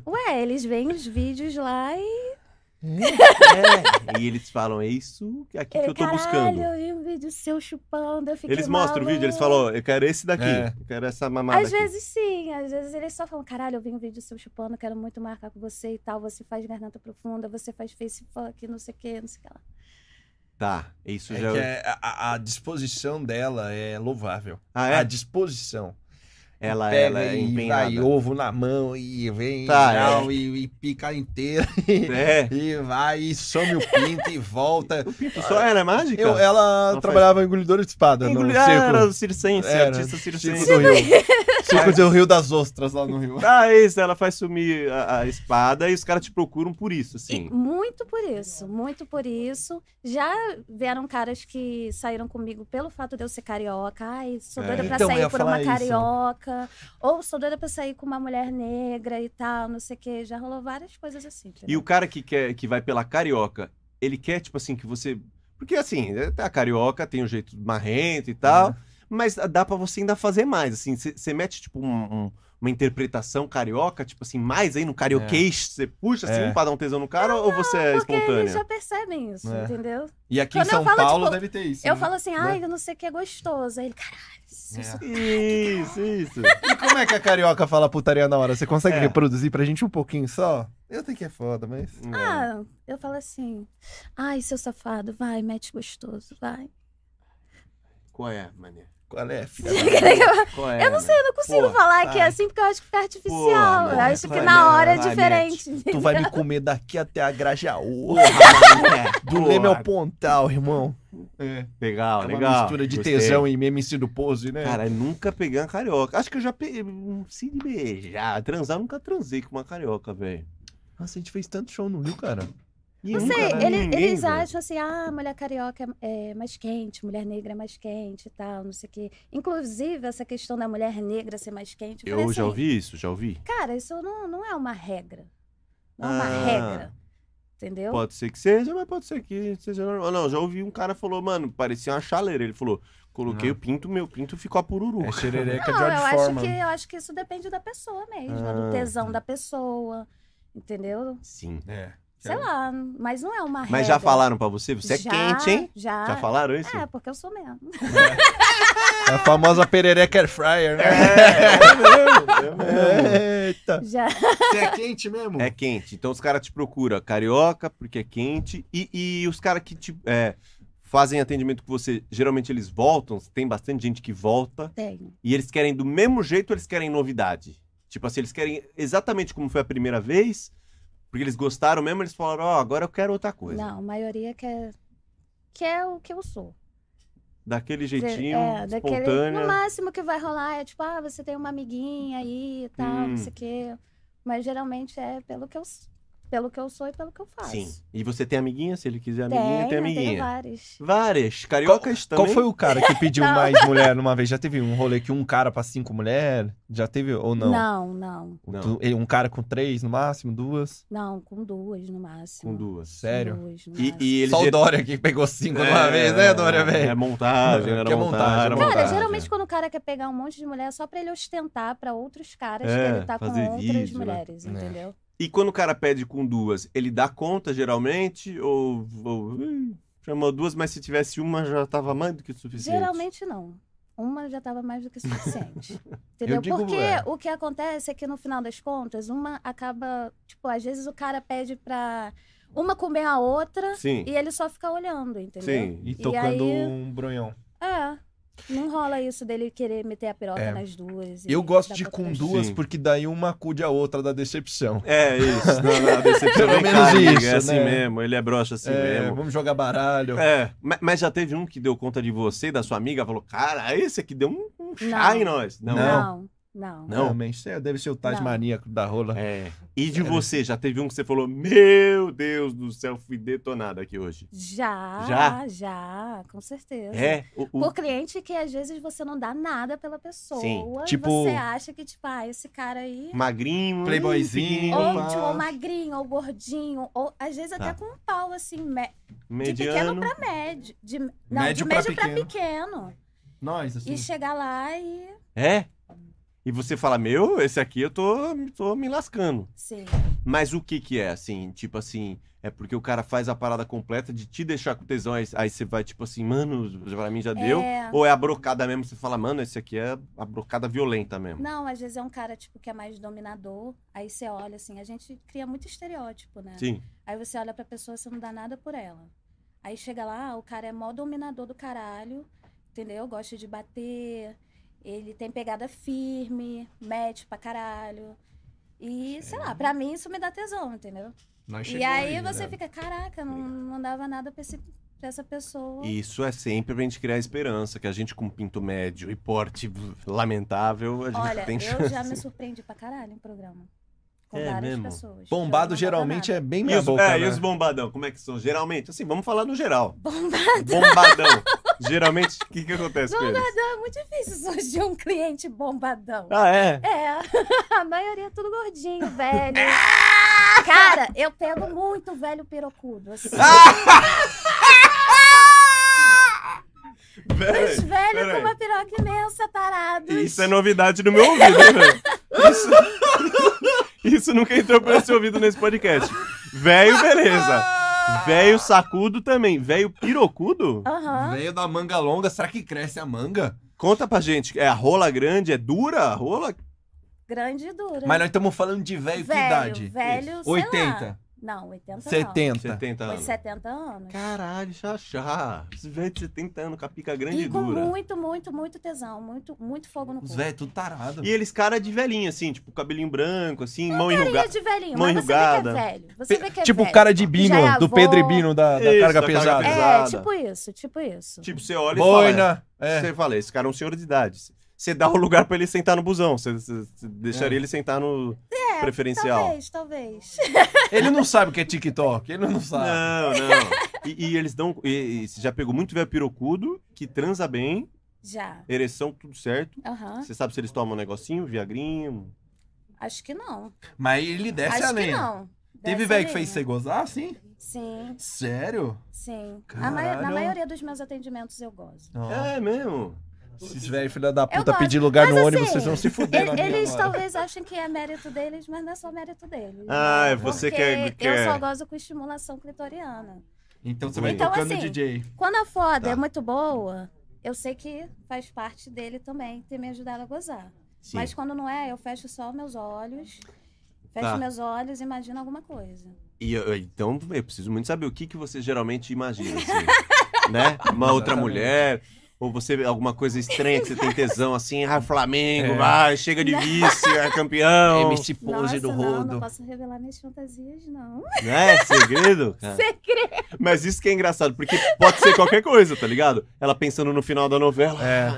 [SPEAKER 3] Ué, eles veem os vídeos lá e.
[SPEAKER 1] É, E eles falam, é isso aqui que eu tô
[SPEAKER 3] Caralho,
[SPEAKER 1] buscando.
[SPEAKER 3] eu vi um vídeo seu chupando. Eu fiquei
[SPEAKER 1] Eles mostram o vídeo, eles falam, ó, eu quero esse daqui,
[SPEAKER 2] É.
[SPEAKER 1] eu quero essa mamada
[SPEAKER 3] Às
[SPEAKER 1] aqui.
[SPEAKER 3] vezes sim, às vezes eles só falam: caralho, eu vi um vídeo seu chupando, quero muito marcar com você e tal. Você faz garganta profunda, você faz face fuck, não sei o que, não sei o que lá.
[SPEAKER 1] Tá, isso
[SPEAKER 2] É
[SPEAKER 1] já...
[SPEAKER 2] que é- a, a disposição dela é louvável.
[SPEAKER 1] Ah,
[SPEAKER 2] A
[SPEAKER 1] é?
[SPEAKER 2] disposição.
[SPEAKER 1] Ela,
[SPEAKER 2] pega
[SPEAKER 1] ela é
[SPEAKER 2] e
[SPEAKER 1] empenhada.
[SPEAKER 2] vai é. ovo na mão e vem
[SPEAKER 1] Tá,
[SPEAKER 2] e, tal, e- e pica inteira [LAUGHS]
[SPEAKER 1] É.
[SPEAKER 2] e vai e some o pinto e [LAUGHS] volta.
[SPEAKER 1] O pinto É? só era mágica?
[SPEAKER 2] Eu- ela
[SPEAKER 1] Não
[SPEAKER 2] trabalhava em engolidora de espada
[SPEAKER 1] Engoli-
[SPEAKER 2] no
[SPEAKER 1] Ah,
[SPEAKER 2] circo.
[SPEAKER 1] era circense,
[SPEAKER 2] Era,
[SPEAKER 1] artista circense.
[SPEAKER 2] Circo do
[SPEAKER 3] Tipo
[SPEAKER 2] Rio. circo do Rio das Ostras lá no Rio. [LAUGHS]
[SPEAKER 1] Ah, é isso, ela faz sumir a, a espada e os caras te procuram por isso,
[SPEAKER 3] E
[SPEAKER 1] assim.
[SPEAKER 3] [LAUGHS] Muito por isso, muito por isso. Já vieram caras que saíram comigo pelo fato de eu ser carioca. Ai, sou
[SPEAKER 1] É.
[SPEAKER 3] doida pra
[SPEAKER 2] Então, eu ia
[SPEAKER 3] sair por uma
[SPEAKER 2] falar isso.
[SPEAKER 3] carioca. Ou sou doida pra sair com uma mulher negra e tal, não sei o quê. Já rolou várias coisas assim.
[SPEAKER 1] E
[SPEAKER 3] entendeu?
[SPEAKER 1] o cara que quer que vai pela carioca, ele quer, tipo assim, que você. Porque assim, é, tá a carioca tem um jeito marrento e
[SPEAKER 2] Tá?
[SPEAKER 1] tal, mas dá pra você ainda fazer mais. Assim, você mete, tipo, um- um- uma interpretação carioca, tipo assim, mais aí no carioquês, você puxa assim
[SPEAKER 2] É.
[SPEAKER 1] pra dar um tesão no cara, ou você é
[SPEAKER 3] Ah, Porque eles já
[SPEAKER 1] espontânea?
[SPEAKER 3] percebem isso,
[SPEAKER 2] É.
[SPEAKER 3] entendeu?
[SPEAKER 2] E aqui
[SPEAKER 3] Quando
[SPEAKER 2] em
[SPEAKER 3] eu
[SPEAKER 2] São
[SPEAKER 3] falo,
[SPEAKER 2] Paulo
[SPEAKER 3] tipo,
[SPEAKER 2] deve ter isso.
[SPEAKER 3] Eu
[SPEAKER 2] né? É.
[SPEAKER 3] falo assim, ai, eu não sei o que é gostoso. Aí ele, caralho, isso, isso.
[SPEAKER 1] [LAUGHS] Isso, isso.
[SPEAKER 2] E como é que a carioca fala putaria na hora? Você consegue
[SPEAKER 1] É.
[SPEAKER 2] reproduzir pra gente um pouquinho só? Eu sei que é foda, mas.
[SPEAKER 3] [LAUGHS] Ah,
[SPEAKER 1] É.
[SPEAKER 3] eu falo assim, ai, seu safado, vai, mete gostoso, vai.
[SPEAKER 1] Qual é, mané?
[SPEAKER 3] [LAUGHS]
[SPEAKER 2] Qual é? filha?
[SPEAKER 1] Qual é? Eu não sei,
[SPEAKER 3] Eu não consigo
[SPEAKER 1] Pô,
[SPEAKER 3] falar que é
[SPEAKER 2] vai.
[SPEAKER 3] assim, porque eu acho que fica artificial.
[SPEAKER 1] mano,
[SPEAKER 3] eu acho
[SPEAKER 1] vai,
[SPEAKER 3] que na hora é
[SPEAKER 1] vai,
[SPEAKER 3] diferente.
[SPEAKER 2] tu vai me comer daqui até
[SPEAKER 1] [LAUGHS]
[SPEAKER 2] a Grajaú. [LAUGHS] Do
[SPEAKER 1] Porra.
[SPEAKER 2] Leme ao Pontal, irmão.
[SPEAKER 4] É.
[SPEAKER 1] Legal,
[SPEAKER 2] É uma
[SPEAKER 1] legal.
[SPEAKER 2] mistura de
[SPEAKER 1] Gostei.
[SPEAKER 2] tesão e meme do pose, né?
[SPEAKER 1] Cara, eu nunca peguei uma carioca. Acho que eu já peguei. Se de beijar, transar, eu nunca transei com uma carioca, velho.
[SPEAKER 2] Nossa, a gente fez tanto show no Rio, cara.
[SPEAKER 1] E
[SPEAKER 3] Não
[SPEAKER 1] nunca
[SPEAKER 3] sei,
[SPEAKER 1] vi
[SPEAKER 3] ele-
[SPEAKER 1] ninguém,
[SPEAKER 3] eles
[SPEAKER 1] velho.
[SPEAKER 3] acham assim, ah, mulher carioca é é mais quente, mulher negra é mais quente e tal, não sei o quê. Inclusive, essa questão da mulher negra ser mais quente.
[SPEAKER 1] Eu
[SPEAKER 3] falei assim,
[SPEAKER 1] já ouvi isso, já ouvi.
[SPEAKER 3] Cara, isso não, não é uma regra. Não é
[SPEAKER 1] Ah.
[SPEAKER 3] uma regra. Entendeu?
[SPEAKER 1] Pode ser que seja, mas pode ser que seja normal. Não, já ouvi um cara falou, mano, parecia uma chaleira. Ele falou, coloquei
[SPEAKER 2] Ah.
[SPEAKER 1] o pinto, meu pinto ficou a pururuca.
[SPEAKER 2] É xerereca
[SPEAKER 3] Não, eu
[SPEAKER 2] George
[SPEAKER 3] acho,
[SPEAKER 2] Foreman.
[SPEAKER 3] que, eu acho que isso depende da pessoa mesmo,
[SPEAKER 1] Ah.
[SPEAKER 3] do tesão da pessoa, entendeu?
[SPEAKER 1] Sim.
[SPEAKER 4] É.
[SPEAKER 3] Sei lá, mas não é uma regra.
[SPEAKER 1] Mas já falaram pra você? Você
[SPEAKER 3] Já,
[SPEAKER 1] é quente, hein?
[SPEAKER 3] Já.
[SPEAKER 1] Já falaram isso?
[SPEAKER 3] É, porque eu sou mesmo.
[SPEAKER 2] É a famosa perereca air fryer, né?
[SPEAKER 1] É, mesmo, é mesmo.
[SPEAKER 2] [LAUGHS] Eita.
[SPEAKER 3] [LAUGHS] Já.
[SPEAKER 4] Você é quente mesmo?
[SPEAKER 1] É quente. Então os caras te procuram carioca, porque é quente. E, e os caras que te, é, fazem atendimento com você, geralmente eles voltam. Tem bastante gente que volta.
[SPEAKER 3] Tenho.
[SPEAKER 1] E eles querem, do mesmo jeito, eles querem novidade. Tipo assim, eles querem exatamente como foi a primeira vez. Porque eles gostaram mesmo, eles falaram, ó, agora eu quero outra coisa.
[SPEAKER 3] Não, a maioria quer, quer o que eu sou.
[SPEAKER 1] Daquele
[SPEAKER 3] Quer dizer,
[SPEAKER 1] jeitinho,
[SPEAKER 3] é, daquele-
[SPEAKER 1] espontâneo.
[SPEAKER 3] No máximo que vai rolar é tipo, ah, você tem uma amiguinha aí e tal,
[SPEAKER 1] Hum.
[SPEAKER 3] não sei o quê. Mas geralmente é pelo que eu, s- pelo que eu sou e pelo que eu faço.
[SPEAKER 1] Sim. E você tem amiguinha? Se ele quiser amiguinha, tem
[SPEAKER 3] Tenho, tenho
[SPEAKER 1] amiguinha.
[SPEAKER 3] várias.
[SPEAKER 1] Várias. Cariocas
[SPEAKER 2] Qual
[SPEAKER 1] também.
[SPEAKER 2] foi o cara que pediu
[SPEAKER 3] Não.
[SPEAKER 2] mais mulher numa vez? Já teve um rolê que um cara pra cinco mulheres? Já teve ou não?
[SPEAKER 3] Não, não,
[SPEAKER 1] Não,
[SPEAKER 2] Tu- Um cara com três no máximo, duas?
[SPEAKER 3] não, com duas no máximo.
[SPEAKER 1] com duas.
[SPEAKER 2] Sério?
[SPEAKER 3] Com duas no
[SPEAKER 1] E,
[SPEAKER 3] máximo.
[SPEAKER 1] e eles
[SPEAKER 2] Só o
[SPEAKER 1] ger-
[SPEAKER 2] Dória que pegou cinco de uma vez, né, Dória, velho?
[SPEAKER 1] É montagem, era
[SPEAKER 2] Que é
[SPEAKER 1] montagem.
[SPEAKER 2] montagem,
[SPEAKER 1] era
[SPEAKER 2] é
[SPEAKER 3] Cara,
[SPEAKER 1] montagem.
[SPEAKER 3] geralmente quando o cara quer pegar um monte de mulher é só pra ele ostentar pra outros caras
[SPEAKER 1] É,
[SPEAKER 3] que ele tá com
[SPEAKER 1] fazer
[SPEAKER 3] outras
[SPEAKER 1] vídeo, né?
[SPEAKER 3] mulheres,
[SPEAKER 2] É.
[SPEAKER 3] entendeu?
[SPEAKER 1] E quando o cara pede com duas, ele dá conta geralmente? Ou, ou, "Ih, chamou duas, mas se tivesse uma já tava mais do que o suficiente?
[SPEAKER 3] Geralmente não. Uma já tava mais do que suficiente. entendeu?
[SPEAKER 2] digo,
[SPEAKER 3] Porque
[SPEAKER 2] é.
[SPEAKER 3] o que acontece é que no final das contas, uma acaba. Tipo, às vezes o cara pede pra uma comer a outra
[SPEAKER 1] Sim.
[SPEAKER 3] e ele só fica olhando, entendeu?
[SPEAKER 1] Sim.
[SPEAKER 2] E
[SPEAKER 1] E-
[SPEAKER 2] tocando
[SPEAKER 3] aí-
[SPEAKER 2] um bronhão.
[SPEAKER 3] É. Não rola isso dele querer meter a piroca
[SPEAKER 2] É.
[SPEAKER 3] nas duas. e
[SPEAKER 2] Eu gosto
[SPEAKER 3] dar
[SPEAKER 2] de
[SPEAKER 3] pra
[SPEAKER 2] com
[SPEAKER 3] trás.
[SPEAKER 2] duas,
[SPEAKER 1] Sim.
[SPEAKER 2] porque daí uma acude a outra da decepção.
[SPEAKER 1] É isso. Não, não, a decepção
[SPEAKER 2] Pelo
[SPEAKER 1] vem
[SPEAKER 2] menos
[SPEAKER 1] cá, amiga,
[SPEAKER 2] isso,
[SPEAKER 1] É assim
[SPEAKER 2] né?
[SPEAKER 1] mesmo, ele é broxa assim
[SPEAKER 2] É,
[SPEAKER 1] mesmo.
[SPEAKER 2] vamos jogar baralho.
[SPEAKER 1] É, ma- mas já teve um que deu conta de você, e da sua amiga, falou, cara, esse aqui deu um, um chá
[SPEAKER 3] Não.
[SPEAKER 1] em nós. Não, não.
[SPEAKER 3] Não, não.
[SPEAKER 1] Não.
[SPEAKER 2] Também, isso é- deve ser o Tais
[SPEAKER 3] Não.
[SPEAKER 2] maníaco da rola.
[SPEAKER 1] É. E de você, já teve um que você falou, meu Deus do céu, fui detonado aqui hoje.
[SPEAKER 3] Já,
[SPEAKER 1] Já?
[SPEAKER 3] já, com certeza.
[SPEAKER 1] É, o, o-
[SPEAKER 3] Por cliente que às vezes você não dá nada pela pessoa.
[SPEAKER 1] Sim,
[SPEAKER 2] tipo-
[SPEAKER 3] Você acha que, tipo, ah, esse cara aí.
[SPEAKER 1] magrinho,
[SPEAKER 2] Playboyzinho.
[SPEAKER 1] pequenininho,
[SPEAKER 3] Ou, tipo, ou magrinho, ou gordinho, ou às vezes
[SPEAKER 1] Tá.
[SPEAKER 3] até com um pau, assim, me- de pequeno
[SPEAKER 1] mediano.
[SPEAKER 3] pra médio. De, não,
[SPEAKER 4] Médio
[SPEAKER 3] de
[SPEAKER 4] pra
[SPEAKER 3] médio pra
[SPEAKER 4] pequeno.
[SPEAKER 3] pequeno.
[SPEAKER 4] Nós, assim.
[SPEAKER 3] E chegar lá e.
[SPEAKER 1] É? E você fala, meu, esse aqui eu tô, tô me lascando.
[SPEAKER 3] Sim.
[SPEAKER 1] Mas o que que é, assim, tipo assim, é porque o cara faz a parada completa de te deixar com tesão, aí, aí você vai tipo assim, mano, pra mim já deu.
[SPEAKER 3] É,
[SPEAKER 1] Ou é a brocada mesmo, você fala, mano, esse aqui é a brocada violenta mesmo.
[SPEAKER 3] Não, às vezes é um cara, tipo, que é mais dominador. Aí você olha, assim, a gente cria muito estereótipo, né?
[SPEAKER 1] Sim.
[SPEAKER 3] Aí você olha pra pessoa, você não dá nada por ela. ah, Aí chega lá, o cara é mó dominador do caralho, entendeu? Gosta de bater. Ele tem pegada firme, mete pra caralho. E, sei lá, pra mim isso me dá tesão, entendeu?
[SPEAKER 2] Nós
[SPEAKER 3] E aí
[SPEAKER 2] né?
[SPEAKER 3] né? você fica, caraca, não, não dava nada pra, esse- pra essa pessoa.
[SPEAKER 1] Isso é sempre pra gente criar esperança, que a gente com pinto médio e porte lamentável, a gente
[SPEAKER 2] [LAUGHS]
[SPEAKER 3] Olha,
[SPEAKER 1] tem
[SPEAKER 3] eu
[SPEAKER 1] chance.
[SPEAKER 3] já
[SPEAKER 2] assim.
[SPEAKER 3] me surpreendi pra caralho em programa. Com
[SPEAKER 1] É
[SPEAKER 3] várias
[SPEAKER 1] mesmo?
[SPEAKER 3] pessoas.
[SPEAKER 2] Bombado geralmente é bem
[SPEAKER 1] E
[SPEAKER 2] meia
[SPEAKER 1] os,
[SPEAKER 2] boca,
[SPEAKER 1] é,
[SPEAKER 2] né?
[SPEAKER 1] e os bombadão, como é que são? Geralmente, assim, vamos falar no geral.
[SPEAKER 2] [LAUGHS]
[SPEAKER 3] Bombado [LAUGHS]
[SPEAKER 1] Bombadão. Geralmente, o que, que acontece com eles?
[SPEAKER 3] é muito difícil surgir um cliente bombadão.
[SPEAKER 1] Ah, é?
[SPEAKER 3] É, [LAUGHS] a maioria é tudo gordinho, velho. Cara, eu pego muito velho pirocudo, assim.
[SPEAKER 2] Ah,
[SPEAKER 1] Peraí,
[SPEAKER 3] Os velhos
[SPEAKER 1] peraí.
[SPEAKER 3] com uma piroca imensa, tarados.
[SPEAKER 1] Isso é novidade no meu ouvido, hein, velho? Isso... Isso [LAUGHS] nunca entrou pelo seu ouvido nesse podcast. Velho, beleza. Velho sacudo também. Velho pirocudo?
[SPEAKER 3] Aham.
[SPEAKER 2] Veio da manga longa, será que cresce a manga?
[SPEAKER 1] Conta pra gente. É a rola grande? É dura a rola?
[SPEAKER 3] Grande e dura.
[SPEAKER 2] Mas é nós estamos falando de velho, que
[SPEAKER 3] Hum. Velho,
[SPEAKER 2] idade?
[SPEAKER 3] velho, sei
[SPEAKER 2] 80,
[SPEAKER 3] lá. Não, 80
[SPEAKER 2] 70.
[SPEAKER 1] 70
[SPEAKER 3] não. Foi
[SPEAKER 1] anos.
[SPEAKER 3] 70 anos.
[SPEAKER 1] Caralho, chachá. Esse velho de 70 anos com a pica grande e,
[SPEAKER 3] E com
[SPEAKER 1] dura.
[SPEAKER 3] muito, muito, muito tesão. Muito, muito fogo no
[SPEAKER 2] Os
[SPEAKER 3] cu.
[SPEAKER 2] velhos tudo tarado.
[SPEAKER 1] E eles cara de velhinho, assim, tipo, cabelinho branco, assim, mão enrugada.
[SPEAKER 3] Carinha de velhinho,
[SPEAKER 1] mão
[SPEAKER 3] mas você vê que
[SPEAKER 1] enrugada.
[SPEAKER 3] é velho. Você vê que é
[SPEAKER 2] tipo
[SPEAKER 3] velho.
[SPEAKER 2] o cara de Bino,
[SPEAKER 3] Já é
[SPEAKER 2] do
[SPEAKER 3] avô.
[SPEAKER 2] Pedro e Bino da, da
[SPEAKER 1] Isso,
[SPEAKER 2] carga
[SPEAKER 1] da carga pesada.
[SPEAKER 2] pesada.
[SPEAKER 3] É,
[SPEAKER 1] pesada.
[SPEAKER 3] tipo isso, tipo isso.
[SPEAKER 1] Tipo, você olha e fala...
[SPEAKER 2] Boina. É.
[SPEAKER 1] Você fala, esse cara é um senhor de idade. Você dá o lugar pra ele sentar no busão. Você, você- você deixaria
[SPEAKER 2] É.
[SPEAKER 1] ele sentar no preferencial.
[SPEAKER 3] É, Talvez, talvez. [LAUGHS]
[SPEAKER 2] Ele não sabe o que é TikTok, ele não sabe.
[SPEAKER 1] Não, não. E, e eles dão. E, e você já pegou muito velho pirocudo, que transa bem,
[SPEAKER 3] Já.
[SPEAKER 1] ereção, tudo certo.
[SPEAKER 3] Aham.
[SPEAKER 1] Você sabe se eles tomam um negocinho, viagrinho.
[SPEAKER 3] Acho que não.
[SPEAKER 2] Mas ele desce
[SPEAKER 3] Acho
[SPEAKER 2] é a
[SPEAKER 3] que
[SPEAKER 2] lenha.
[SPEAKER 3] não.
[SPEAKER 2] Teve
[SPEAKER 3] Dessa
[SPEAKER 2] velho que fez
[SPEAKER 3] linha.
[SPEAKER 2] você gozar assim?
[SPEAKER 3] Sim,
[SPEAKER 2] Sério?
[SPEAKER 3] sim. A mai- na
[SPEAKER 2] Caralho.
[SPEAKER 3] maioria dos meus atendimentos eu gozo.
[SPEAKER 2] Ah.
[SPEAKER 1] É mesmo.
[SPEAKER 2] Esses velhos filha da
[SPEAKER 3] Eu
[SPEAKER 2] puta
[SPEAKER 3] gosto,
[SPEAKER 2] pedir lugar no
[SPEAKER 3] mas
[SPEAKER 2] ônibus,
[SPEAKER 3] assim,
[SPEAKER 2] vocês vão se fuder
[SPEAKER 3] Ele-
[SPEAKER 2] na minha
[SPEAKER 3] eles
[SPEAKER 2] agora.
[SPEAKER 3] talvez achem que é mérito deles, mas não é só mérito deles.
[SPEAKER 1] Ah, é você
[SPEAKER 3] Porque
[SPEAKER 1] que é- que é-
[SPEAKER 3] Eu só gozo com estimulação clitoriana.
[SPEAKER 2] Então você vai
[SPEAKER 3] Então,
[SPEAKER 2] tocando
[SPEAKER 3] assim,
[SPEAKER 2] DJ.
[SPEAKER 3] Quando a foda
[SPEAKER 2] Tá.
[SPEAKER 3] é muito boa, eu sei que faz parte dele também ter me ajudado a gozar.
[SPEAKER 1] Sim.
[SPEAKER 3] Mas quando não é, eu fecho só meus olhos. Fecho
[SPEAKER 1] Tá.
[SPEAKER 3] meus olhos e imagino alguma coisa.
[SPEAKER 1] E eu- eu- então eu preciso muito saber o que, que você geralmente imagina, assim, [LAUGHS] né? Uma outra
[SPEAKER 2] Exatamente.
[SPEAKER 1] mulher, ou você alguma coisa estranha que você tem tesão, assim, ah, Flamengo,
[SPEAKER 2] É.
[SPEAKER 1] vai, chega de vice, é
[SPEAKER 3] [LAUGHS]
[SPEAKER 1] campeão.
[SPEAKER 3] Nossa, não, não posso revelar minhas fantasias, não.
[SPEAKER 1] Não é segredo, cara?
[SPEAKER 3] [LAUGHS] Segredo.
[SPEAKER 1] Mas isso que é engraçado, porque pode ser qualquer coisa, tá ligado? Ela pensando no final da novela.
[SPEAKER 2] É.
[SPEAKER 1] "Ah,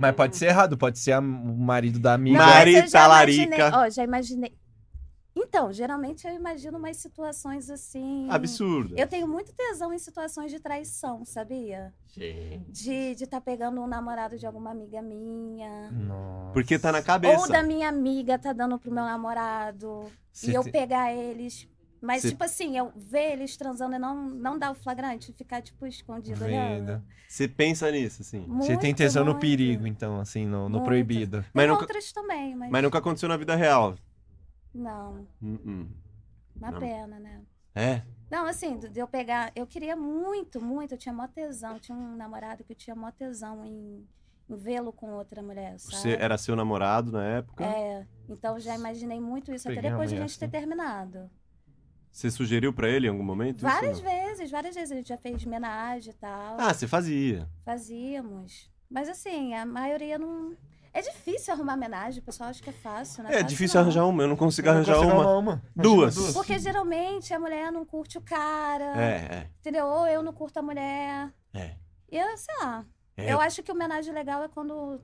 [SPEAKER 2] Mas pode ser errado, pode ser a- o marido da amiga.
[SPEAKER 3] Não,
[SPEAKER 1] Mas- Mari
[SPEAKER 3] essa eu já
[SPEAKER 1] Talarica.
[SPEAKER 3] imaginei- Ó, já imaginei. Então, geralmente eu imagino umas situações assim.
[SPEAKER 1] Absurdo.
[SPEAKER 3] Eu tenho muito tesão em situações de traição, sabia? De estar tá pegando um namorado de alguma amiga minha.
[SPEAKER 2] Nossa.
[SPEAKER 1] Porque tá na
[SPEAKER 3] Ou
[SPEAKER 1] cabeça.
[SPEAKER 3] da minha amiga tá dando pro meu namorado.
[SPEAKER 2] Você
[SPEAKER 3] e eu
[SPEAKER 2] te-
[SPEAKER 3] pegar eles. Mas,
[SPEAKER 1] Cê-
[SPEAKER 3] tipo assim, eu ver eles transando e não, não dar o flagrante, ficar, tipo, escondido olhando.
[SPEAKER 2] Vendo.
[SPEAKER 1] Você pensa nisso, assim.
[SPEAKER 2] Você tem
[SPEAKER 3] Muito,
[SPEAKER 2] tesão no
[SPEAKER 3] muito.
[SPEAKER 2] perigo, então, assim, no, no
[SPEAKER 3] Muito.
[SPEAKER 2] proibido.
[SPEAKER 3] Tem
[SPEAKER 1] Mas nunca-
[SPEAKER 3] outras também, mas.
[SPEAKER 1] Mas nunca aconteceu na vida real.
[SPEAKER 3] Não,
[SPEAKER 1] Hum, hum.
[SPEAKER 3] uma
[SPEAKER 1] Não.
[SPEAKER 3] pena, né?
[SPEAKER 1] É?
[SPEAKER 3] Não, assim, do- de eu pegar. Eu queria muito, muito, eu tinha mó tesão. Tinha um namorado que eu tinha mó tesão em, em vê-lo com outra mulher, sabe?
[SPEAKER 1] Você era seu namorado na época? né?
[SPEAKER 3] É, então eu já imaginei muito isso,
[SPEAKER 2] Peguei
[SPEAKER 3] até
[SPEAKER 2] uma
[SPEAKER 3] depois de a
[SPEAKER 2] mulher
[SPEAKER 3] gente ter
[SPEAKER 2] assim.
[SPEAKER 3] terminado.
[SPEAKER 1] Você sugeriu pra ele em algum momento? isso,
[SPEAKER 3] Várias
[SPEAKER 1] não?
[SPEAKER 3] vezes, várias vezes. A gente já fez homenagem e tal.
[SPEAKER 1] Ah, você fazia.
[SPEAKER 3] Fazíamos. Mas assim, a maioria não. É difícil arrumar homenagem, o pessoal acha que é fácil, né?
[SPEAKER 1] É difícil arranjar uma, eu não consigo
[SPEAKER 2] Eu não
[SPEAKER 1] arranjar
[SPEAKER 2] consigo
[SPEAKER 1] uma.
[SPEAKER 2] arrumar uma.
[SPEAKER 1] Duas.
[SPEAKER 2] Imagina
[SPEAKER 3] Porque geralmente a mulher não curte o cara,
[SPEAKER 1] É, é.
[SPEAKER 3] entendeu? Ou eu não curto a mulher.
[SPEAKER 1] É.
[SPEAKER 3] E eu, sei lá.
[SPEAKER 1] É.
[SPEAKER 3] Eu acho que homenagem legal é quando,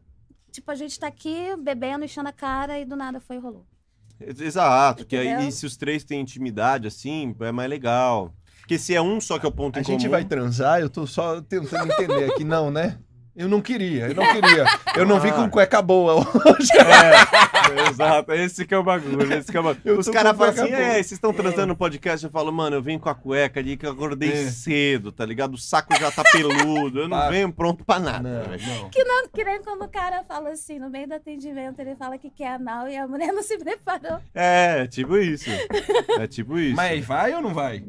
[SPEAKER 3] tipo, a gente tá aqui bebendo, enchendo a cara e do nada foi e rolou.
[SPEAKER 1] Exato, que aí
[SPEAKER 3] Entendeu?
[SPEAKER 1] se os três têm intimidade, assim, é mais legal. Porque se é um só que é o ponto
[SPEAKER 2] A
[SPEAKER 1] em
[SPEAKER 2] gente
[SPEAKER 1] comum,
[SPEAKER 2] vai transar, eu tô só tentando entender aqui. Não, né? Eu não queria, eu não queria. Eu não vim com
[SPEAKER 1] Claro.
[SPEAKER 2] cueca boa hoje.
[SPEAKER 1] É, exato. Esse que é o bagulho. Esse que é o bagulho.
[SPEAKER 2] Eu
[SPEAKER 1] Os
[SPEAKER 2] tô
[SPEAKER 1] caras
[SPEAKER 2] com
[SPEAKER 1] falam assim:
[SPEAKER 2] cueca boa.
[SPEAKER 1] é, vocês estão transando no podcast? Eu falo, mano, eu vim com a cueca ali que eu acordei
[SPEAKER 2] É.
[SPEAKER 1] cedo, tá ligado? O saco já tá peludo. Eu não
[SPEAKER 2] Para.
[SPEAKER 1] venho pronto pra nada.
[SPEAKER 2] Não,
[SPEAKER 1] velho.
[SPEAKER 2] não.
[SPEAKER 3] Que nem quando o cara fala assim, no meio do atendimento, ele fala que quer anal e a mulher não se preparou.
[SPEAKER 1] É, tipo isso. É tipo isso.
[SPEAKER 2] Mas vai ou não vai?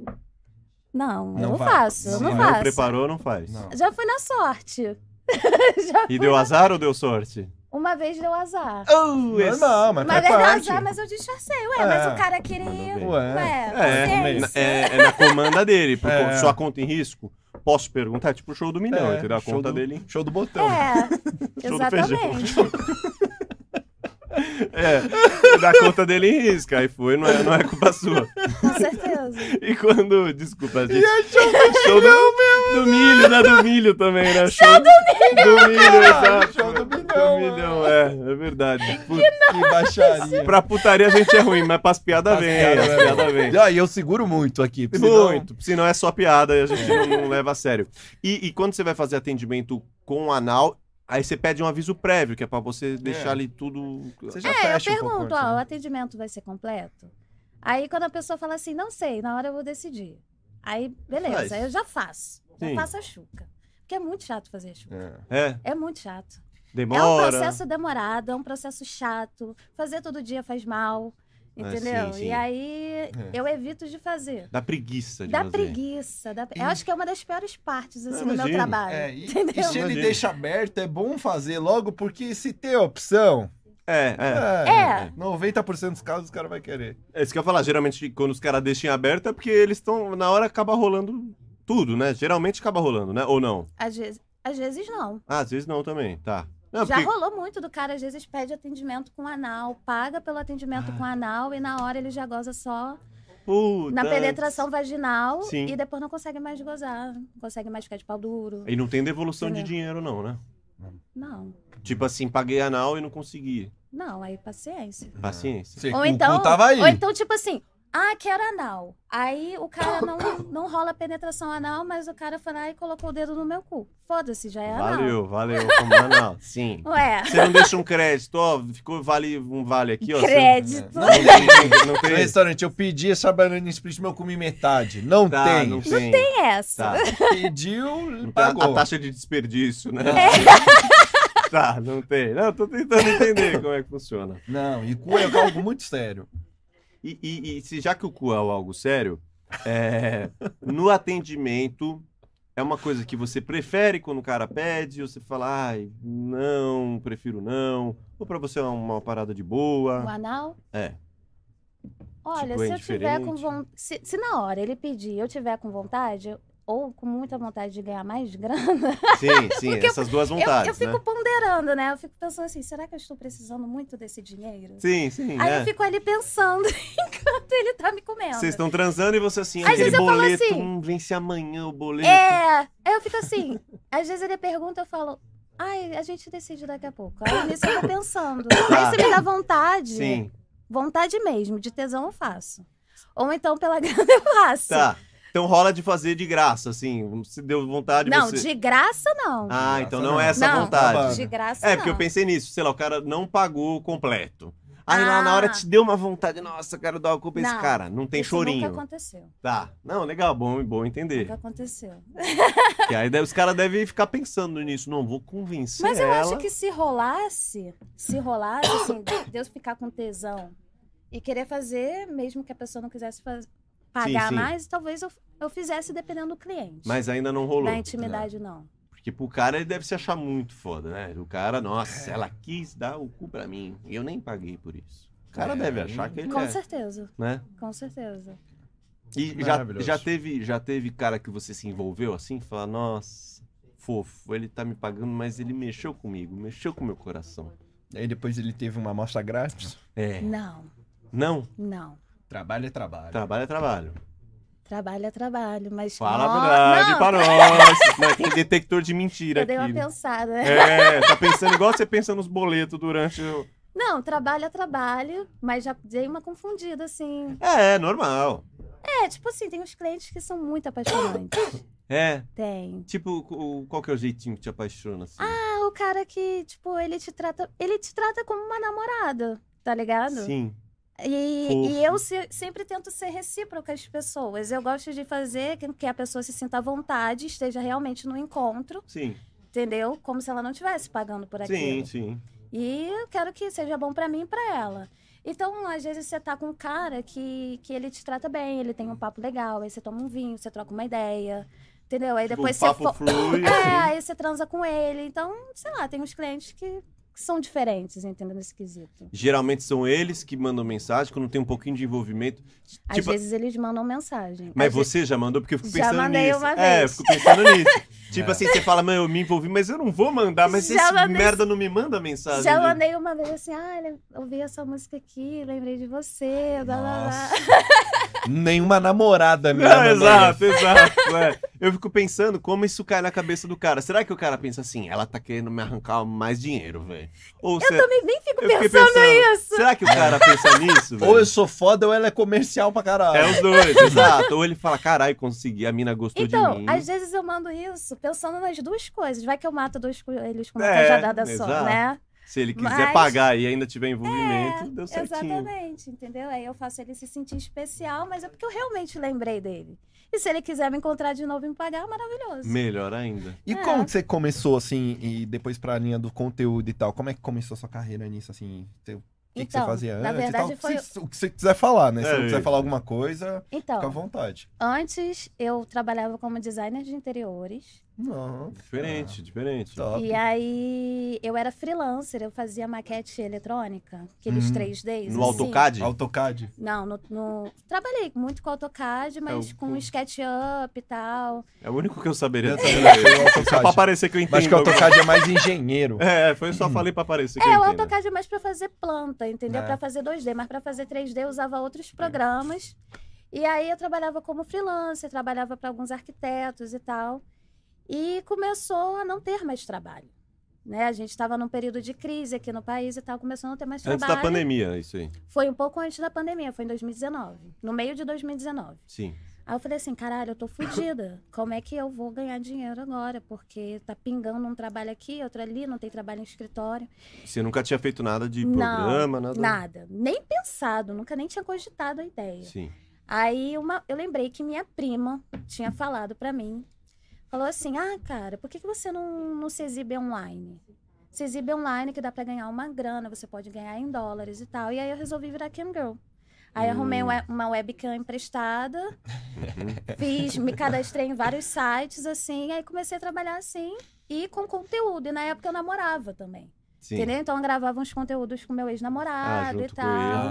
[SPEAKER 3] Não, eu
[SPEAKER 2] Não
[SPEAKER 3] não
[SPEAKER 2] vai.
[SPEAKER 3] faço, eu
[SPEAKER 1] se
[SPEAKER 3] não,
[SPEAKER 1] não
[SPEAKER 3] faço.
[SPEAKER 1] preparou, não faz.
[SPEAKER 2] Não.
[SPEAKER 3] Já fui
[SPEAKER 1] [LAUGHS]
[SPEAKER 3] na sorte. Já
[SPEAKER 1] E
[SPEAKER 3] fui
[SPEAKER 1] deu azar ou deu sorte?
[SPEAKER 3] Uma vez deu azar.
[SPEAKER 2] Normal,
[SPEAKER 1] Ah, tá
[SPEAKER 2] mas, faz
[SPEAKER 3] Uma vez deu
[SPEAKER 2] parte.
[SPEAKER 3] azar, mas eu disfarcei. Ué,
[SPEAKER 2] É.
[SPEAKER 3] mas o cara
[SPEAKER 1] Mandou
[SPEAKER 3] queria.
[SPEAKER 1] bem.
[SPEAKER 2] Ué.
[SPEAKER 3] Ué,
[SPEAKER 1] É,
[SPEAKER 3] paciência.
[SPEAKER 1] na- é, é na comanda dele, por
[SPEAKER 2] É.
[SPEAKER 1] sua conta em risco. posso perguntar? É tipo o show do milhão,
[SPEAKER 2] É,
[SPEAKER 1] entendeu? A
[SPEAKER 2] show
[SPEAKER 1] conta
[SPEAKER 2] do-
[SPEAKER 1] dele.
[SPEAKER 2] Show do botão.
[SPEAKER 3] [LAUGHS] É,
[SPEAKER 1] Show do feijão.
[SPEAKER 3] exatamente.
[SPEAKER 1] [LAUGHS] É, da conta dele em risco. Aí foi, não é, não é culpa sua.
[SPEAKER 3] Com certeza.
[SPEAKER 1] E quando. Desculpa, gente. show do, show do, do milho, né? Do milho também, né? Show, do milho! Do milho,
[SPEAKER 2] caralho,
[SPEAKER 1] exato.
[SPEAKER 2] show do milhão,
[SPEAKER 1] Do
[SPEAKER 2] mano.
[SPEAKER 1] milhão, é, é verdade. Putz,
[SPEAKER 2] Que baixaria.
[SPEAKER 1] pra putaria a gente é ruim, mas pras piadas vem, as piadas vem.
[SPEAKER 2] Ah, e eu seguro muito aqui. porque senão-
[SPEAKER 1] Muito, senão é só piada e a gente não, não leva a sério. E, e quando você vai fazer atendimento com anal, aí você pede um aviso prévio, que é pra você deixar ali tudo.
[SPEAKER 2] Você já
[SPEAKER 3] É, eu
[SPEAKER 2] fecha um pouco
[SPEAKER 3] pergunto,
[SPEAKER 2] antes,
[SPEAKER 3] ó, o
[SPEAKER 2] né?
[SPEAKER 3] atendimento vai ser completo? Aí quando a pessoa fala assim, não sei, na hora eu vou decidir. Aí, beleza,
[SPEAKER 1] Faz.
[SPEAKER 3] aí eu já faço. Já
[SPEAKER 1] Sim.
[SPEAKER 3] faço a chuca. Porque é muito chato fazer a chuca.
[SPEAKER 2] É.
[SPEAKER 1] É,
[SPEAKER 3] É muito chato. É um
[SPEAKER 1] demora.
[SPEAKER 3] processo demorado, é um processo chato. Fazer todo dia faz mal, entendeu?
[SPEAKER 1] Ah, sim, sim.
[SPEAKER 3] E aí
[SPEAKER 4] É.
[SPEAKER 3] eu evito de fazer.
[SPEAKER 1] Dá preguiça de
[SPEAKER 3] Dá
[SPEAKER 1] fazer.
[SPEAKER 3] preguiça. Dá... Eu acho que é uma das piores partes assim,
[SPEAKER 1] Eu
[SPEAKER 3] do meu
[SPEAKER 1] imagino.
[SPEAKER 3] trabalho.
[SPEAKER 4] É, e,
[SPEAKER 3] Entendeu?
[SPEAKER 4] e se ele
[SPEAKER 1] Imagina.
[SPEAKER 4] deixa aberto, é bom fazer logo, porque se
[SPEAKER 2] Tem opção?
[SPEAKER 1] É,
[SPEAKER 3] É.
[SPEAKER 2] 90% dos casos o cara vai querer.
[SPEAKER 1] é. É isso que eu ia falar. Geralmente, quando os caras deixam em aberto, é porque eles estão. Na hora acaba rolando tudo, né? Geralmente acaba rolando, né? Ou não?
[SPEAKER 3] Às vezes, às vezes não.
[SPEAKER 1] Ah, às vezes não também, tá. Não,
[SPEAKER 3] Já
[SPEAKER 1] porque-
[SPEAKER 3] rolou muito do cara, às vezes pede atendimento com anal, paga pelo atendimento com anal e na hora ele já goza só
[SPEAKER 1] Puta. é.
[SPEAKER 3] na penetração vaginal
[SPEAKER 1] Sim.
[SPEAKER 3] e depois não consegue mais gozar, não consegue mais ficar de pau duro.
[SPEAKER 1] E não tem devolução de
[SPEAKER 3] Entendeu?
[SPEAKER 1] dinheiro, não, né?
[SPEAKER 3] Não,
[SPEAKER 1] Tipo assim, paguei anal e não consegui.
[SPEAKER 3] não, aí paciência.
[SPEAKER 1] Paciência.
[SPEAKER 2] Você,
[SPEAKER 3] Ou
[SPEAKER 2] o
[SPEAKER 3] então,
[SPEAKER 2] cu tava aí.
[SPEAKER 3] ou então tipo assim, ah, quero anal. Aí o cara não, não rola penetração anal, mas o cara foi lá e colocou o dedo no meu cu. Foda-se, já é anal.
[SPEAKER 1] Valeu, valeu. Como anal. Sim.
[SPEAKER 3] Ué,
[SPEAKER 1] Você não deixa um crédito, ó, ficou vale, um vale aqui, ó. você-
[SPEAKER 3] [LAUGHS]
[SPEAKER 2] É.
[SPEAKER 3] crédito.
[SPEAKER 2] Tá.
[SPEAKER 1] Não,
[SPEAKER 2] [LAUGHS]
[SPEAKER 1] tem, não
[SPEAKER 2] No
[SPEAKER 1] tem.
[SPEAKER 2] restaurante, eu pedi essa banana split, meu comi metade. Não
[SPEAKER 1] Tá,
[SPEAKER 2] tem.
[SPEAKER 1] não tem.
[SPEAKER 3] É essa.
[SPEAKER 1] Tá.
[SPEAKER 2] Pediu,
[SPEAKER 1] Não tem a-
[SPEAKER 2] pagou.
[SPEAKER 1] A taxa de desperdício, né?
[SPEAKER 3] É.
[SPEAKER 1] [LAUGHS] Tá, não tem. Não, tô tentando entender como é que funciona.
[SPEAKER 2] Não, e cu é algo muito sério.
[SPEAKER 1] E, e- e se já que o cu é algo sério, é, no atendimento é uma coisa que você prefere quando o cara pede, ou você fala, ai, não, prefiro não. Ou pra você é uma parada de
[SPEAKER 3] O
[SPEAKER 1] boa.
[SPEAKER 3] anal?
[SPEAKER 1] É.
[SPEAKER 3] Olha,
[SPEAKER 1] Tipo, é
[SPEAKER 3] se eu tiver com
[SPEAKER 1] indiferente?
[SPEAKER 3] vontade. Se, se na hora ele pedir e eu tiver com vontade, ou com muita vontade de ganhar mais grana,
[SPEAKER 1] Sim, sim,
[SPEAKER 3] Porque eu-
[SPEAKER 1] essas duas
[SPEAKER 3] [LAUGHS] eu-
[SPEAKER 1] vontades,
[SPEAKER 3] eu, fico
[SPEAKER 1] né?
[SPEAKER 3] ponderando, né? Eu fico pensando assim, será que eu estou precisando muito desse dinheiro?
[SPEAKER 1] Sim, sim,
[SPEAKER 3] Aí
[SPEAKER 1] é.
[SPEAKER 3] eu fico ali pensando [LAUGHS] enquanto ele tá me comendo.
[SPEAKER 1] Vocês estão transando e você assim,
[SPEAKER 3] Às
[SPEAKER 1] aquele
[SPEAKER 3] vezes eu falo
[SPEAKER 1] boleto,
[SPEAKER 3] assim,
[SPEAKER 1] hum, vence amanhã o boleto.
[SPEAKER 3] É, aí eu fico assim. às vezes ele pergunta, eu falo. Ai, a gente decide daqui a pouco. Aí nisso eu tô pensando.
[SPEAKER 1] Tá.
[SPEAKER 3] Aí se me dá vontade,
[SPEAKER 1] Sim,
[SPEAKER 3] vontade mesmo, de tesão eu faço. Ou então pela [LAUGHS] grana eu faço.
[SPEAKER 1] tá. Então rola de fazer de graça, assim, se deu vontade
[SPEAKER 3] não,
[SPEAKER 1] você...
[SPEAKER 3] de graça não.
[SPEAKER 1] Ah, então não é
[SPEAKER 2] Não.
[SPEAKER 1] essa
[SPEAKER 3] Não.
[SPEAKER 1] vontade.
[SPEAKER 3] de graça
[SPEAKER 1] É,
[SPEAKER 3] não.
[SPEAKER 1] porque eu pensei nisso, sei lá, o cara não pagou o completo. Aí lá na
[SPEAKER 3] Ah.
[SPEAKER 1] hora te deu uma vontade, nossa, quero dar uma culpa a esse
[SPEAKER 3] Não,
[SPEAKER 1] cara. Não tem
[SPEAKER 3] Isso
[SPEAKER 1] chorinho.
[SPEAKER 3] Nunca aconteceu.
[SPEAKER 1] Tá. Não, legal, bom, bom entender.
[SPEAKER 3] Nunca aconteceu.
[SPEAKER 1] que aí deve- os caras devem ficar pensando nisso. Não, vou convencer
[SPEAKER 3] Mas eu
[SPEAKER 1] é ela.
[SPEAKER 3] acho que se rolasse, se rolasse, assim, [COUGHS] Deus ficar com tesão e querer fazer, mesmo que a pessoa não quisesse faz- pagar
[SPEAKER 1] sim.
[SPEAKER 3] mais, talvez eu, eu fizesse dependendo do cliente.
[SPEAKER 1] Mas ainda não rolou. Tá.
[SPEAKER 3] Na intimidade, não.
[SPEAKER 1] Porque pro cara ele deve se achar muito foda, né? O cara, nossa, ela quis dar o cu pra mim. E eu nem paguei por isso. O cara
[SPEAKER 2] É,
[SPEAKER 1] deve achar que ele
[SPEAKER 3] Com
[SPEAKER 1] é,
[SPEAKER 3] certeza,
[SPEAKER 1] né?
[SPEAKER 3] com certeza.
[SPEAKER 1] E já,
[SPEAKER 2] Maravilhoso.
[SPEAKER 1] já, teve, já teve cara que você se envolveu assim? Falar, nossa, fofo, ele tá me pagando, mas ele mexeu comigo, mexeu com meu coração.
[SPEAKER 2] Aí depois ele teve uma amostra grátis.
[SPEAKER 1] É.
[SPEAKER 3] Não,
[SPEAKER 1] Não,
[SPEAKER 3] não.
[SPEAKER 2] Trabalho é trabalho.
[SPEAKER 1] trabalho é trabalho.
[SPEAKER 3] Trabalho é trabalho, mas.
[SPEAKER 1] Fala
[SPEAKER 3] Nó-
[SPEAKER 1] a verdade
[SPEAKER 3] não,
[SPEAKER 1] pra nós. [LAUGHS] Não, é tem detector de mentira
[SPEAKER 3] Eu dei uma
[SPEAKER 1] aqui.
[SPEAKER 3] pensada.
[SPEAKER 1] É, tá pensando igual você pensa nos boletos durante o.
[SPEAKER 3] Não, trabalho é trabalho, mas já dei uma confundida, assim.
[SPEAKER 1] É, é normal.
[SPEAKER 3] É, tipo assim, tem uns clientes que são muito
[SPEAKER 1] [COUGHS]
[SPEAKER 3] apaixonantes.
[SPEAKER 1] É,
[SPEAKER 3] Tem.
[SPEAKER 1] Tipo, o- o- qual que é o jeitinho que te apaixona, assim?
[SPEAKER 3] Ah, o cara que, tipo, ele te trata. Ele te trata como uma namorada, tá ligado?
[SPEAKER 1] Sim.
[SPEAKER 3] E,
[SPEAKER 1] Fofo.
[SPEAKER 3] e eu se- sempre tento ser recíproca às pessoas. Eu gosto de fazer com que a pessoa se sinta à vontade, esteja realmente no encontro,
[SPEAKER 1] Sim,
[SPEAKER 3] entendeu? Como se ela não estivesse pagando por aquilo.
[SPEAKER 1] sim, sim.
[SPEAKER 3] E eu quero que seja bom pra mim e pra ela. Então, às vezes você tá com um cara que, que ele te trata bem, ele tem um papo legal, aí você toma um vinho, você troca uma ideia, entendeu? Aí
[SPEAKER 1] Tipo,
[SPEAKER 3] depois
[SPEAKER 1] o
[SPEAKER 3] você
[SPEAKER 1] papo flui,
[SPEAKER 3] É,
[SPEAKER 1] assim.
[SPEAKER 3] aí você transa com ele. Então, sei lá, tem uns clientes que que são diferentes, entendeu? Nesse quesito.
[SPEAKER 1] Geralmente são eles que mandam mensagem, quando tem um pouquinho de envolvimento.
[SPEAKER 3] Às
[SPEAKER 1] Tipo,
[SPEAKER 3] vezes eles mandam mensagem.
[SPEAKER 1] Mas
[SPEAKER 3] Às ve-
[SPEAKER 1] você já mandou, porque eu fico
[SPEAKER 3] Já
[SPEAKER 1] pensando
[SPEAKER 3] mandei
[SPEAKER 1] nisso.
[SPEAKER 3] uma
[SPEAKER 1] É, eu
[SPEAKER 3] vez.
[SPEAKER 1] fico pensando
[SPEAKER 3] [LAUGHS]
[SPEAKER 1] nisso. tipo assim, você fala, mano, eu me envolvi, mas eu não vou mandar, mas
[SPEAKER 3] Já
[SPEAKER 1] esse
[SPEAKER 3] mandei-
[SPEAKER 1] merda não me manda mensagem.
[SPEAKER 3] Já
[SPEAKER 1] gente.
[SPEAKER 3] mandei uma vez assim, ah, le- ouvi essa música aqui, lembrei de você, blá blá blá.
[SPEAKER 2] Nenhuma namorada
[SPEAKER 1] [LAUGHS]
[SPEAKER 2] minha.
[SPEAKER 1] Não,
[SPEAKER 2] mandou
[SPEAKER 1] exato, exato. é. Eu fico pensando como isso cai na cabeça do cara. Será que o cara pensa assim, ela tá querendo me arrancar mais dinheiro, velho? Ou
[SPEAKER 3] Eu
[SPEAKER 1] se-
[SPEAKER 3] também nem fico
[SPEAKER 1] eu fiquei
[SPEAKER 3] pensando, isso.
[SPEAKER 1] Será que o cara pensa nisso,
[SPEAKER 2] Ou eu
[SPEAKER 1] velho?
[SPEAKER 2] sou foda ou ela é comercial pra caralho.
[SPEAKER 1] É os dois, exato. Ou ele fala, caralho, consegui, a mina gostou de
[SPEAKER 3] Então,
[SPEAKER 1] mim.
[SPEAKER 3] às vezes eu mando isso pensando nas duas coisas. Vai que eu mato dois coelhos com uma
[SPEAKER 1] É,
[SPEAKER 3] cajadada só,
[SPEAKER 1] exato.
[SPEAKER 3] né?
[SPEAKER 1] Se ele quiser
[SPEAKER 3] mas-
[SPEAKER 1] pagar e ainda tiver envolvimento,
[SPEAKER 3] É,
[SPEAKER 1] deu certinho.
[SPEAKER 3] Exatamente, entendeu? Aí eu faço ele se sentir especial, mas é porque eu realmente lembrei dele. E se ele quiser me encontrar de novo e me pagar, maravilhoso.
[SPEAKER 1] Melhor ainda.
[SPEAKER 2] E
[SPEAKER 3] É.
[SPEAKER 2] como que você começou, assim, e depois pra linha do conteúdo e tal? Como é que começou sua carreira nisso, assim? Você- O que, que você
[SPEAKER 3] Então,
[SPEAKER 2] fazia
[SPEAKER 3] na
[SPEAKER 2] antes e
[SPEAKER 3] verdade,
[SPEAKER 2] tal?
[SPEAKER 3] foi-
[SPEAKER 2] Se- o que você quiser falar, né? Se
[SPEAKER 1] É
[SPEAKER 2] você quiser
[SPEAKER 1] isso.
[SPEAKER 2] falar alguma coisa, fica à
[SPEAKER 3] Então,
[SPEAKER 2] vontade.
[SPEAKER 3] antes eu trabalhava como designer de interiores.
[SPEAKER 2] Não,
[SPEAKER 1] Diferente, diferente.
[SPEAKER 2] Ah, top.
[SPEAKER 3] E aí eu era freelancer, eu fazia maquete eletrônica, aqueles
[SPEAKER 2] Hum.
[SPEAKER 3] 3Ds.
[SPEAKER 1] Uhum. No
[SPEAKER 3] assim.
[SPEAKER 1] AutoCAD?
[SPEAKER 2] AutoCAD.
[SPEAKER 3] Não, no, no- trabalhei muito com AutoCAD, mas
[SPEAKER 1] É, o-
[SPEAKER 3] com SketchUp e tal.
[SPEAKER 1] É o único que eu saberia.
[SPEAKER 2] Eu
[SPEAKER 1] também.
[SPEAKER 2] também não sei
[SPEAKER 1] [LAUGHS]
[SPEAKER 2] o
[SPEAKER 1] só pra
[SPEAKER 2] AutoCAD.
[SPEAKER 1] parecer que eu entendo.
[SPEAKER 2] Mas que o AutoCAD é mais engenheiro.
[SPEAKER 1] É, foi só falei pra parecer que
[SPEAKER 3] É,
[SPEAKER 1] eu
[SPEAKER 3] o
[SPEAKER 1] entendo.
[SPEAKER 3] AutoCAD é mais pra fazer planta, entendeu?
[SPEAKER 2] É.
[SPEAKER 3] Pra fazer 2D, mas pra fazer 3D eu usava outros
[SPEAKER 1] É.
[SPEAKER 3] programas. E aí eu trabalhava como freelancer, trabalhava pra alguns arquitetos e tal. E começou a não ter mais trabalho. Né? A gente estava num período de crise aqui no país e tal, começou a não ter mais
[SPEAKER 1] Antes da
[SPEAKER 3] trabalho.
[SPEAKER 1] pandemia, isso aí.
[SPEAKER 3] Foi um pouco antes da pandemia, foi em 2019, no meio de 2019.
[SPEAKER 1] Sim.
[SPEAKER 3] Aí eu falei assim, caralho, eu tô fodida. Como é que eu vou ganhar dinheiro agora? Porque tá pingando um trabalho aqui, outro ali, não tem trabalho em escritório.
[SPEAKER 1] Você nunca tinha feito nada de
[SPEAKER 3] Não,
[SPEAKER 1] programa, nada.
[SPEAKER 3] Nada. Nem pensado, nunca nem tinha cogitado a ideia.
[SPEAKER 1] Sim.
[SPEAKER 3] Aí uma, eu lembrei que minha prima tinha falado pra mim. Falou assim: Ah, cara, por que, que você não, não se exibe online? Se exibe online que dá pra ganhar uma grana, você pode ganhar em dólares e tal. E aí eu resolvi virar cam girl. Aí eu
[SPEAKER 1] Hum.
[SPEAKER 3] arrumei uma- uma
[SPEAKER 1] [LAUGHS]
[SPEAKER 3] webcam emprestada, fiz, me cadastrei em vários sites, assim, aí comecei a trabalhar assim e com conteúdo. E na época eu namorava também.
[SPEAKER 1] Sim.
[SPEAKER 3] Entendeu? Então eu gravava uns conteúdos com meu
[SPEAKER 1] Ah,
[SPEAKER 3] ex-namorado e
[SPEAKER 1] junto com
[SPEAKER 3] tal.
[SPEAKER 1] ele.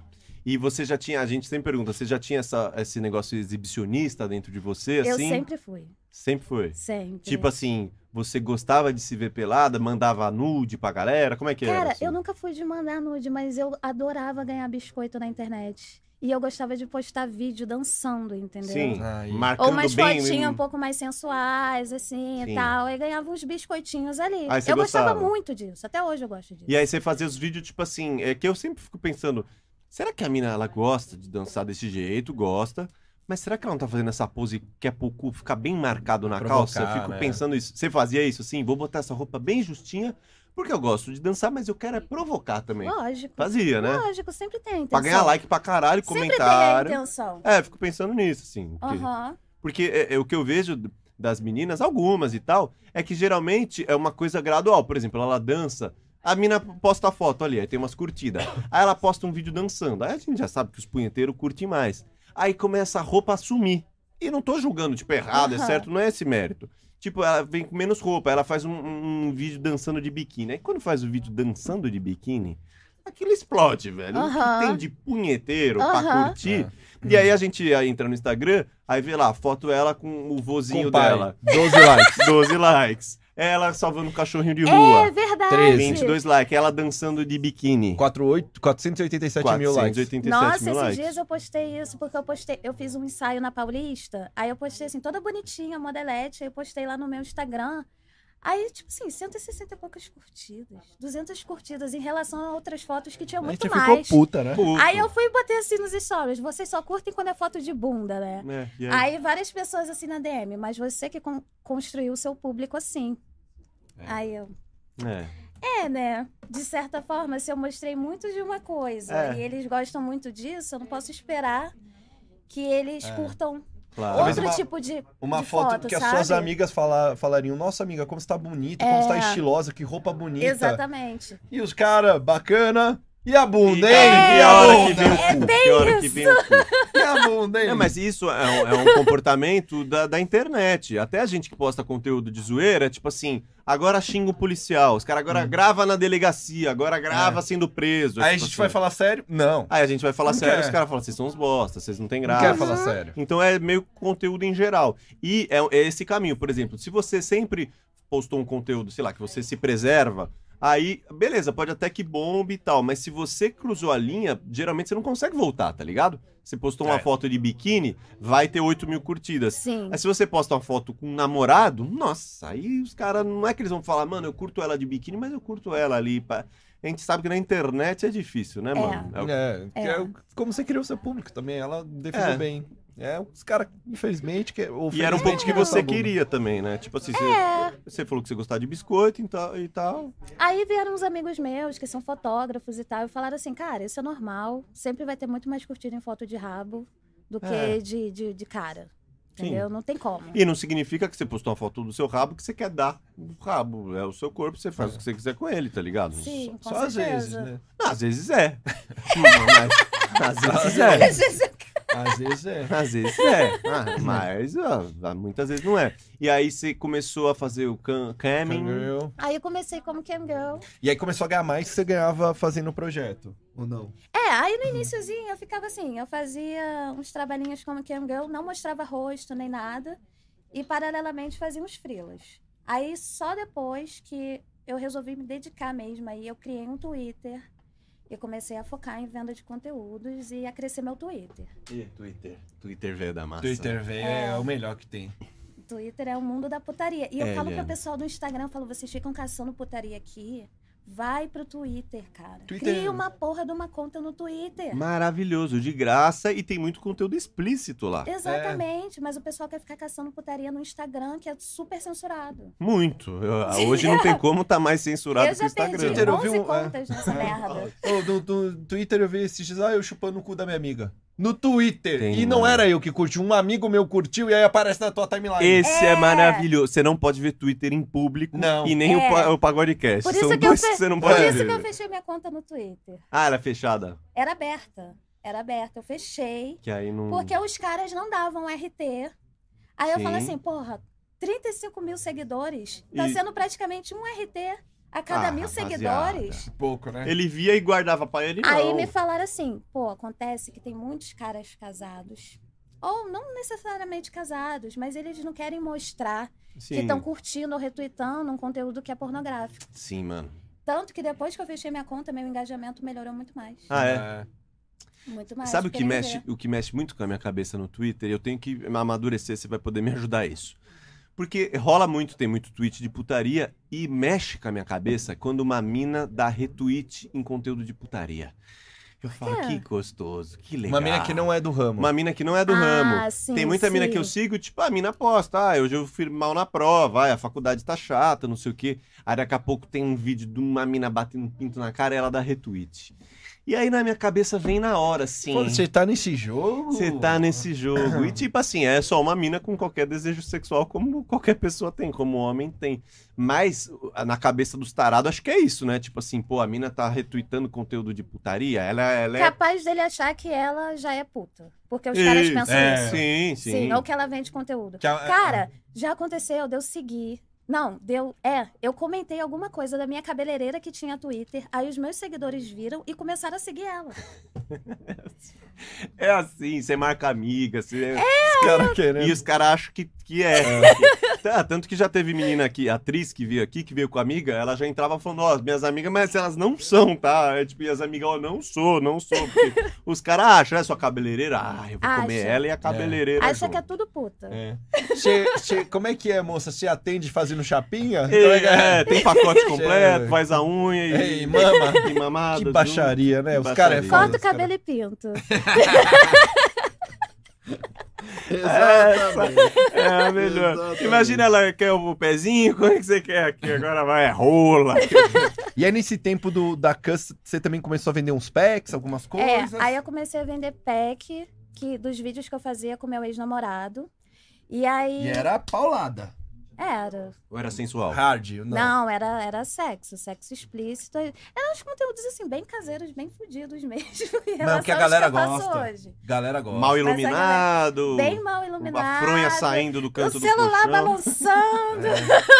[SPEAKER 1] [LAUGHS] Tá. E você já tinha, a gente sempre pergunta, você já tinha essa, esse negócio exibicionista dentro de você,
[SPEAKER 3] Eu
[SPEAKER 1] assim?
[SPEAKER 3] sempre fui.
[SPEAKER 1] Sempre foi.
[SPEAKER 3] Sempre.
[SPEAKER 1] Tipo assim, você gostava de se ver pelada, mandava nude pra galera? Como é que era?
[SPEAKER 3] Cara,
[SPEAKER 1] assim?
[SPEAKER 3] eu nunca fui de mandar nude, mas eu adorava ganhar biscoito na internet. E eu gostava de postar vídeo dançando, entendeu?
[SPEAKER 1] Sim,
[SPEAKER 2] Ai.
[SPEAKER 1] marcando
[SPEAKER 3] Ou umas
[SPEAKER 1] bem.
[SPEAKER 3] fotinhas um pouco mais sensuais, assim,
[SPEAKER 1] Sim.
[SPEAKER 3] e tal. E ganhava uns biscoitinhos ali.
[SPEAKER 1] Aí você
[SPEAKER 3] eu gostava.
[SPEAKER 1] gostava.
[SPEAKER 3] muito disso. Até hoje eu gosto disso.
[SPEAKER 1] E aí você fazia os vídeos, tipo assim, é que eu sempre fico pensando, será que a mina, ela gosta de dançar desse jeito? Gosta. Mas será que ela não tá fazendo essa pose que daqui a pouco ficar bem marcado na
[SPEAKER 2] Provocar,
[SPEAKER 1] calça? Eu fico
[SPEAKER 2] né?
[SPEAKER 1] pensando isso. Você fazia isso assim? Vou botar essa roupa bem justinha, porque eu gosto de dançar, mas eu quero é provocar também.
[SPEAKER 3] Lógico.
[SPEAKER 1] Fazia, né?
[SPEAKER 3] Lógico, sempre tem a intenção.
[SPEAKER 1] Pra ganhar like pra caralho,
[SPEAKER 3] Sempre tem a
[SPEAKER 1] comentário.
[SPEAKER 3] intenção.
[SPEAKER 1] É, fico pensando nisso, assim. porque-
[SPEAKER 3] Aham.
[SPEAKER 1] porque é, é o que eu vejo d- das meninas, algumas e tal, é que geralmente é uma coisa gradual. Por exemplo, ela dança, a mina posta a foto ali, aí tem umas curtidas. Aí ela posta um vídeo dançando. Aí a gente já sabe que os punheteiros curtem mais. Aí começa a roupa a sumir. E não tô julgando, tipo, errado, é
[SPEAKER 3] Aham.
[SPEAKER 1] certo, não é esse mérito. Tipo, ela vem com menos roupa, ela faz um, um vídeo dançando de biquíni. Aí quando faz o vídeo dançando de biquíni, aquilo explode, velho. O que
[SPEAKER 3] Aham.
[SPEAKER 1] tem de punheteiro pra
[SPEAKER 3] Aham.
[SPEAKER 1] curtir,
[SPEAKER 2] É.
[SPEAKER 1] e aí a gente aí entra no Instagram, aí vê lá, foto ela com o vozinho
[SPEAKER 2] Compare.
[SPEAKER 1] dela.
[SPEAKER 2] 12 likes.
[SPEAKER 1] 12 likes. Ela salvando um cachorrinho de
[SPEAKER 3] É
[SPEAKER 1] rua.
[SPEAKER 3] verdade.
[SPEAKER 2] Treze.
[SPEAKER 1] 22 likes. Ela dançando de biquíni.
[SPEAKER 2] 48, 487 mil likes.
[SPEAKER 1] 487
[SPEAKER 3] Nossa,
[SPEAKER 1] mil
[SPEAKER 3] esses
[SPEAKER 1] likes.
[SPEAKER 3] dias eu postei isso, porque eu postei, eu fiz um ensaio na Paulista, aí eu postei assim, toda bonitinha, modelete, aí eu postei lá no meu Instagram. Aí, tipo assim, 160 e poucas curtidas, 200 curtidas em relação a outras fotos que tinha
[SPEAKER 2] A
[SPEAKER 3] muito
[SPEAKER 2] gente ficou
[SPEAKER 3] mais.
[SPEAKER 2] puta, né?
[SPEAKER 1] Puto.
[SPEAKER 3] Aí eu fui e botei assim nos stories, vocês só curtem quando é foto de bunda, né?
[SPEAKER 1] É, e aí?
[SPEAKER 3] Aí várias pessoas assim na DM, mas você que con- construiu o seu público assim. Aí eu,
[SPEAKER 1] É.
[SPEAKER 3] é, né? De certa forma, se eu mostrei muito de uma coisa
[SPEAKER 1] É.
[SPEAKER 3] e eles gostam muito disso, eu não posso esperar que eles curtam
[SPEAKER 1] Claro.
[SPEAKER 2] Talvez
[SPEAKER 3] outro
[SPEAKER 2] É. Ah, uma-
[SPEAKER 3] tipo de,
[SPEAKER 2] Uma
[SPEAKER 3] de
[SPEAKER 2] foto,
[SPEAKER 3] foto,
[SPEAKER 2] que as
[SPEAKER 3] sabe?
[SPEAKER 2] suas amigas fala- falariam, nossa amiga, como você tá bonita, como
[SPEAKER 3] É.
[SPEAKER 2] você tá estilosa, que roupa bonita.
[SPEAKER 3] Exatamente.
[SPEAKER 2] E os caras, bacana.
[SPEAKER 4] E a bunda, hein?
[SPEAKER 1] É,
[SPEAKER 4] E a
[SPEAKER 1] hora que
[SPEAKER 4] bunda?
[SPEAKER 1] vem
[SPEAKER 3] É,
[SPEAKER 1] o cu. Que hora que vem o cu.
[SPEAKER 4] E a bunda, hein?
[SPEAKER 1] É, mas isso é um, é um comportamento da, da internet. Até a gente que posta conteúdo de zoeira, é tipo assim, agora xinga o policial, os caras agora grava na delegacia, agora grava sendo preso. é
[SPEAKER 4] Aí a
[SPEAKER 1] tipo
[SPEAKER 4] gente
[SPEAKER 1] assim.
[SPEAKER 4] vai falar sério? Não.
[SPEAKER 1] Aí a gente vai falar
[SPEAKER 4] Não
[SPEAKER 1] sério,
[SPEAKER 4] quer.
[SPEAKER 1] os caras falam, vocês são uns bosta, vocês não têm
[SPEAKER 4] Não
[SPEAKER 1] graça.
[SPEAKER 4] quer falar sério.
[SPEAKER 1] Então é meio conteúdo em geral. E é, é esse caminho, por exemplo, se você sempre postou um conteúdo, sei lá, que você se preserva, aí, beleza, pode até que bombe e tal, mas se você cruzou a linha, geralmente você não consegue voltar, tá ligado? Você postou uma
[SPEAKER 4] É.
[SPEAKER 1] foto de biquíni, vai ter 8 mil curtidas.
[SPEAKER 3] Sim.
[SPEAKER 1] Aí se você posta uma foto com um namorado, nossa, aí os caras, não é que eles vão falar, mano, eu curto ela de biquíni, mas eu curto ela ali. pá." A gente sabe que na internet é difícil, né, mano? É o-
[SPEAKER 2] É,
[SPEAKER 3] É.
[SPEAKER 2] que é o- como você criou seu público também, ela definiu
[SPEAKER 1] É.
[SPEAKER 2] bem. É, os caras, infelizmente, que, tá ou
[SPEAKER 1] E era um pouco
[SPEAKER 2] felizmente,
[SPEAKER 1] que
[SPEAKER 2] criou
[SPEAKER 1] você
[SPEAKER 2] essa bunda.
[SPEAKER 1] queria também, né? Tipo assim,
[SPEAKER 3] É.
[SPEAKER 1] você, você falou que você gostava de biscoito e tal. E tal.
[SPEAKER 3] Aí vieram uns amigos meus que são fotógrafos e tal, e falaram assim, cara, isso é normal. Sempre vai ter muito mais curtida em foto de rabo do que
[SPEAKER 1] É.
[SPEAKER 3] de, de, de cara.
[SPEAKER 1] Sim.
[SPEAKER 3] Entendeu? Não tem como.
[SPEAKER 1] E não significa que você postou uma foto do seu rabo que você quer dar o rabo. É o seu corpo, você faz o que você quiser com ele, tá ligado?
[SPEAKER 3] Sim, com
[SPEAKER 2] Só às vezes,
[SPEAKER 3] certeza.
[SPEAKER 2] né?
[SPEAKER 1] Não, às vezes é. [LAUGHS] Mas- às vezes é.
[SPEAKER 2] Às
[SPEAKER 4] [LAUGHS]
[SPEAKER 2] vezes é.
[SPEAKER 1] Às vezes é. Ah, mas ó, muitas vezes não é. E aí você começou a fazer o cam camming.
[SPEAKER 2] Entendeu?
[SPEAKER 3] [LAUGHS] Aí eu comecei como cam girl.
[SPEAKER 2] E aí começou a ganhar mais que você ganhava fazendo o projeto, ou não?
[SPEAKER 3] É, aí
[SPEAKER 1] Hum.
[SPEAKER 3] no iníciozinho eu ficava assim, eu fazia uns trabalhinhos como cam girl, não mostrava rosto nem nada, e paralelamente fazia uns frilas. Aí só depois que eu resolvi me dedicar mesmo, aí eu criei um Twitter e comecei a focar em venda de conteúdos e a crescer meu Twitter.
[SPEAKER 1] E Twitter. Twitter veio da massa.
[SPEAKER 2] Twitter, velho, é o melhor que tem.
[SPEAKER 3] Twitter é o mundo da putaria. E eu
[SPEAKER 1] É,
[SPEAKER 3] falo
[SPEAKER 1] ele é.
[SPEAKER 3] pro pessoal do Instagram, eu falo, vocês ficam caçando putaria aqui, vai pro Twitter, cara.
[SPEAKER 2] Twitter-
[SPEAKER 1] é.
[SPEAKER 3] Cria uma porra de uma conta no Twitter.
[SPEAKER 1] Maravilhoso, de graça e tem muito conteúdo explícito lá.
[SPEAKER 3] Exatamente, mas o pessoal quer ficar caçando putaria no Instagram, que é super censurado.
[SPEAKER 1] Muito. Eu- ah, hoje não tem como tá mais censurado
[SPEAKER 3] eu
[SPEAKER 1] que o
[SPEAKER 3] já perdi
[SPEAKER 1] Instagram.
[SPEAKER 2] Twitter, eu vi
[SPEAKER 3] 11
[SPEAKER 2] um-
[SPEAKER 1] é. [LAUGHS]
[SPEAKER 3] contas nessa merda.
[SPEAKER 2] Ô, no, no Twitter eu vi esses dias, ah, eu chupando o cu da minha amiga. No Twitter.
[SPEAKER 1] Tem,
[SPEAKER 2] e não
[SPEAKER 1] mano.
[SPEAKER 2] era eu que curti, um amigo meu curtiu e aí aparece na tua timeline.
[SPEAKER 1] Esse é.
[SPEAKER 3] É.
[SPEAKER 1] maravilhoso. Você não pode ver Twitter em público
[SPEAKER 2] Não.
[SPEAKER 1] e nem o,
[SPEAKER 3] É.
[SPEAKER 1] pa- o Pagodecast.
[SPEAKER 3] Por isso
[SPEAKER 1] São
[SPEAKER 3] que eu
[SPEAKER 1] dois
[SPEAKER 3] fe-
[SPEAKER 1] que você não
[SPEAKER 3] Por
[SPEAKER 1] pode
[SPEAKER 3] isso que eu
[SPEAKER 1] ver.
[SPEAKER 3] fechei minha conta no Twitter.
[SPEAKER 1] Ah, era fechada.
[SPEAKER 3] Era aberta, era aberta, eu fechei,
[SPEAKER 1] Que aí não.
[SPEAKER 3] porque os caras não davam RT. Aí eu falo
[SPEAKER 1] Sim.
[SPEAKER 3] assim, porra, 35 mil seguidores, tá
[SPEAKER 1] E-
[SPEAKER 3] sendo praticamente um RT a cada
[SPEAKER 1] Ah,
[SPEAKER 3] mil
[SPEAKER 1] rapaziada.
[SPEAKER 3] seguidores.
[SPEAKER 2] Pouco, né?
[SPEAKER 1] Ele via e guardava pra ele. Não.
[SPEAKER 3] Aí me falaram assim, pô, acontece que tem muitos caras casados, ou não necessariamente casados, mas eles não querem mostrar que
[SPEAKER 1] Sim.
[SPEAKER 3] estão curtindo ou retweetando um conteúdo que é pornográfico.
[SPEAKER 1] Sim, mano.
[SPEAKER 3] Tanto que depois que eu fechei minha conta, meu engajamento melhorou muito mais.
[SPEAKER 1] Ah, é.
[SPEAKER 3] Muito mais.
[SPEAKER 1] Sabe o que
[SPEAKER 3] querem
[SPEAKER 1] mexe,
[SPEAKER 3] ver.
[SPEAKER 1] o que mexe muito com a minha cabeça no Twitter? Eu tenho que amadurecer, você vai poder me ajudar a isso. Porque rola muito, tem muito tweet de putaria e mexe com a minha cabeça quando uma mina dá retweet em conteúdo de putaria. Eu falo,
[SPEAKER 3] quê?
[SPEAKER 1] que gostoso, que legal.
[SPEAKER 2] Uma mina que não é do ramo.
[SPEAKER 1] Uma mina que não é do
[SPEAKER 3] ah,
[SPEAKER 1] ramo.
[SPEAKER 3] Sim,
[SPEAKER 1] Tem muita mina
[SPEAKER 3] sim.
[SPEAKER 1] que eu sigo, tipo, a mina aposta, ah, hoje eu fui mal na prova, ah, a faculdade tá chata, não sei o quê. Aí daqui a pouco tem um vídeo de uma mina batendo pinto na cara e ela dá retweet. E aí na minha cabeça vem na hora, assim.
[SPEAKER 2] Pô, Você tá nesse jogo?
[SPEAKER 1] Você tá nesse jogo. E tipo assim, é só uma mina com qualquer desejo sexual, como qualquer pessoa tem, como um homem tem. Mas na cabeça dos tarados, acho que é isso, né? Tipo assim, pô, a mina tá retweetando conteúdo de putaria, ela, ela é.
[SPEAKER 3] Capaz dele achar que ela já é puta. Porque os caras
[SPEAKER 1] Isso,
[SPEAKER 3] pensam
[SPEAKER 2] é.
[SPEAKER 3] isso.
[SPEAKER 1] Sim, sim.
[SPEAKER 3] Sim, ou que ela vende conteúdo.
[SPEAKER 2] Que a-
[SPEAKER 3] Cara, já aconteceu, deu seguir. Não, deu. É, eu comentei alguma coisa da minha cabeleireira que tinha Twitter, aí os meus seguidores viram e começaram a seguir ela.
[SPEAKER 1] É assim, você marca amiga,
[SPEAKER 3] É,
[SPEAKER 1] você.
[SPEAKER 2] Os caras querendo.
[SPEAKER 1] E os caras acham que, que é. [LAUGHS] Tá, tanto que já teve menina aqui, atriz que veio aqui, que veio com a amiga, ela já entrava falando, ó, minhas amigas, mas elas não são, tá? É, tipo, e as amigas, ó, não sou, não sou. Porque
[SPEAKER 2] [LAUGHS]
[SPEAKER 1] os caras acham, é sua cabeleireira, ah, eu vou comer
[SPEAKER 3] Acha.
[SPEAKER 1] ela e a cabeleireira.
[SPEAKER 3] Acha
[SPEAKER 1] junto."
[SPEAKER 3] que é tudo puta.
[SPEAKER 2] É. Cê- cê- como é que é, moça? Você atende fazendo chapinha?
[SPEAKER 1] É, é, tem
[SPEAKER 2] [LAUGHS]
[SPEAKER 1] pacote completo,
[SPEAKER 2] É.
[SPEAKER 1] faz a unha e,
[SPEAKER 2] Ei, mama.
[SPEAKER 1] [LAUGHS] e mamada.
[SPEAKER 2] Que
[SPEAKER 1] junto.
[SPEAKER 2] baixaria, né?
[SPEAKER 1] Que
[SPEAKER 2] os caras é
[SPEAKER 1] baixaria.
[SPEAKER 2] foda,
[SPEAKER 3] Corta o
[SPEAKER 2] os cara-
[SPEAKER 3] cabelo e pinto.
[SPEAKER 2] [LAUGHS] Exatamente.
[SPEAKER 1] [LAUGHS] É a melhor.
[SPEAKER 2] Exatamente.
[SPEAKER 1] Imagina ela quer o pezinho, [LAUGHS] como é que você quer aqui? Agora vai, é rola.
[SPEAKER 2] E aí, nesse tempo do, da Cuss, você também começou a vender uns packs, algumas
[SPEAKER 3] É,
[SPEAKER 2] coisas?
[SPEAKER 3] aí eu comecei a vender pack que, dos vídeos que eu fazia com meu ex-namorado. E aí.
[SPEAKER 4] E era paulada.
[SPEAKER 3] Era.
[SPEAKER 1] Ou era sensual?
[SPEAKER 2] Hard, não.
[SPEAKER 3] Não, era, era sexo, sexo explícito. Eram uns conteúdos, assim, bem caseiros, bem fodidos [LAUGHS] mesmo. em relação
[SPEAKER 2] que a
[SPEAKER 3] aos
[SPEAKER 2] galera
[SPEAKER 3] eu faço
[SPEAKER 2] gosta.
[SPEAKER 3] Hoje.
[SPEAKER 2] Galera gosta.
[SPEAKER 1] Mal
[SPEAKER 3] a galera-
[SPEAKER 1] iluminado.
[SPEAKER 3] é né, Bem mal
[SPEAKER 1] Uma
[SPEAKER 3] iluminado.
[SPEAKER 1] fronha saindo do canto
[SPEAKER 3] o
[SPEAKER 1] do
[SPEAKER 3] celular
[SPEAKER 1] colchão.
[SPEAKER 3] balançando.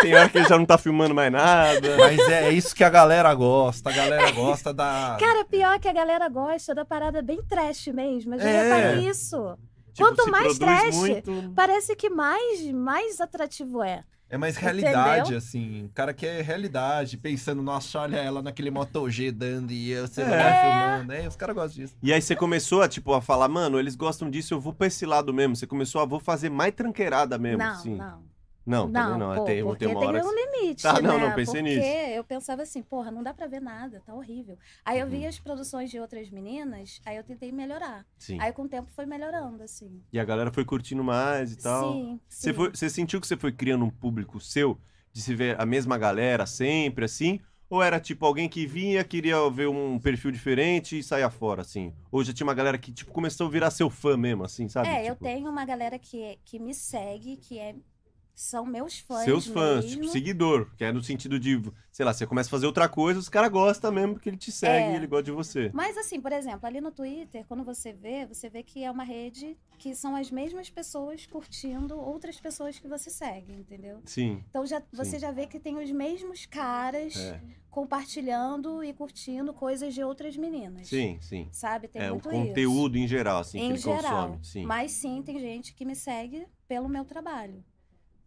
[SPEAKER 1] Tem hora que ele já não tá filmando mais
[SPEAKER 3] [LAUGHS]
[SPEAKER 1] nada.
[SPEAKER 2] Mas é isso que a galera gosta. A galera gosta da.
[SPEAKER 1] Ah,
[SPEAKER 3] Cara, pior que a galera gosta da parada bem trash mesmo. Eu já
[SPEAKER 2] É.
[SPEAKER 3] reparei isso.
[SPEAKER 1] Tipo,
[SPEAKER 3] Quanto
[SPEAKER 1] se
[SPEAKER 3] mais
[SPEAKER 1] produz
[SPEAKER 3] trash,
[SPEAKER 1] muito-
[SPEAKER 3] Parece que mais, mais atrativo é.
[SPEAKER 2] É mais
[SPEAKER 3] Entendeu?
[SPEAKER 2] realidade, assim. O cara quer realidade, pensando, nossa, olha ela naquele Moto G dando e eu, sei lá,
[SPEAKER 1] É.
[SPEAKER 2] filmando. É, os caras gostam disso.
[SPEAKER 1] E aí você começou a, tipo, a falar, mano, eles gostam disso, eu vou pra esse lado mesmo. Você começou a, vou fazer mais tranqueirada mesmo,
[SPEAKER 3] não,
[SPEAKER 1] assim.
[SPEAKER 3] não.
[SPEAKER 1] Não, também não. É
[SPEAKER 3] pô,
[SPEAKER 1] tem,
[SPEAKER 3] porque
[SPEAKER 1] tem uma hora...
[SPEAKER 3] um
[SPEAKER 1] que-
[SPEAKER 3] limite,
[SPEAKER 1] Tá, não,
[SPEAKER 3] né?
[SPEAKER 1] não, pensei
[SPEAKER 3] porque
[SPEAKER 1] nisso.
[SPEAKER 3] eu pensava assim, porra, não dá pra ver nada, tá horrível. Aí eu vi
[SPEAKER 1] Uhum.
[SPEAKER 3] as produções de outras meninas, aí eu tentei melhorar.
[SPEAKER 1] Sim.
[SPEAKER 3] Aí com o tempo foi melhorando, assim.
[SPEAKER 1] E a galera foi curtindo mais e tal.
[SPEAKER 3] Sim,
[SPEAKER 1] Então, Você,
[SPEAKER 3] sim.
[SPEAKER 1] foi- você sentiu que você foi criando um público seu? De se ver a mesma galera sempre, assim? Ou era tipo alguém que vinha, queria ver um perfil diferente e saia fora, assim? Ou já tinha uma galera que, tipo, começou a virar seu fã mesmo, assim, sabe?
[SPEAKER 3] É, eu
[SPEAKER 1] Tipo,
[SPEAKER 3] tenho uma galera que, é, que me segue, que é, são meus fãs
[SPEAKER 1] Seus fãs,
[SPEAKER 3] mesmo.
[SPEAKER 1] tipo, seguidor. Que é no sentido de, sei lá, você começa a fazer outra coisa, os caras gostam mesmo porque ele te segue
[SPEAKER 3] É.
[SPEAKER 1] e ele gosta de você.
[SPEAKER 3] Mas assim, por exemplo, ali no Twitter, quando você vê, você vê que é uma rede que são as mesmas pessoas curtindo outras pessoas que você segue, entendeu?
[SPEAKER 1] Sim.
[SPEAKER 3] Então já, você já vê que tem os mesmos caras
[SPEAKER 1] É.
[SPEAKER 3] compartilhando e curtindo coisas de outras meninas.
[SPEAKER 1] Sim, sim.
[SPEAKER 3] Sabe? Tem
[SPEAKER 1] é, o
[SPEAKER 3] muito
[SPEAKER 1] conteúdo em geral, assim,
[SPEAKER 3] isso.
[SPEAKER 1] que
[SPEAKER 3] em
[SPEAKER 1] ele
[SPEAKER 3] geral.
[SPEAKER 1] consome. Sim.
[SPEAKER 3] Mas sim, tem gente que me segue pelo meu trabalho.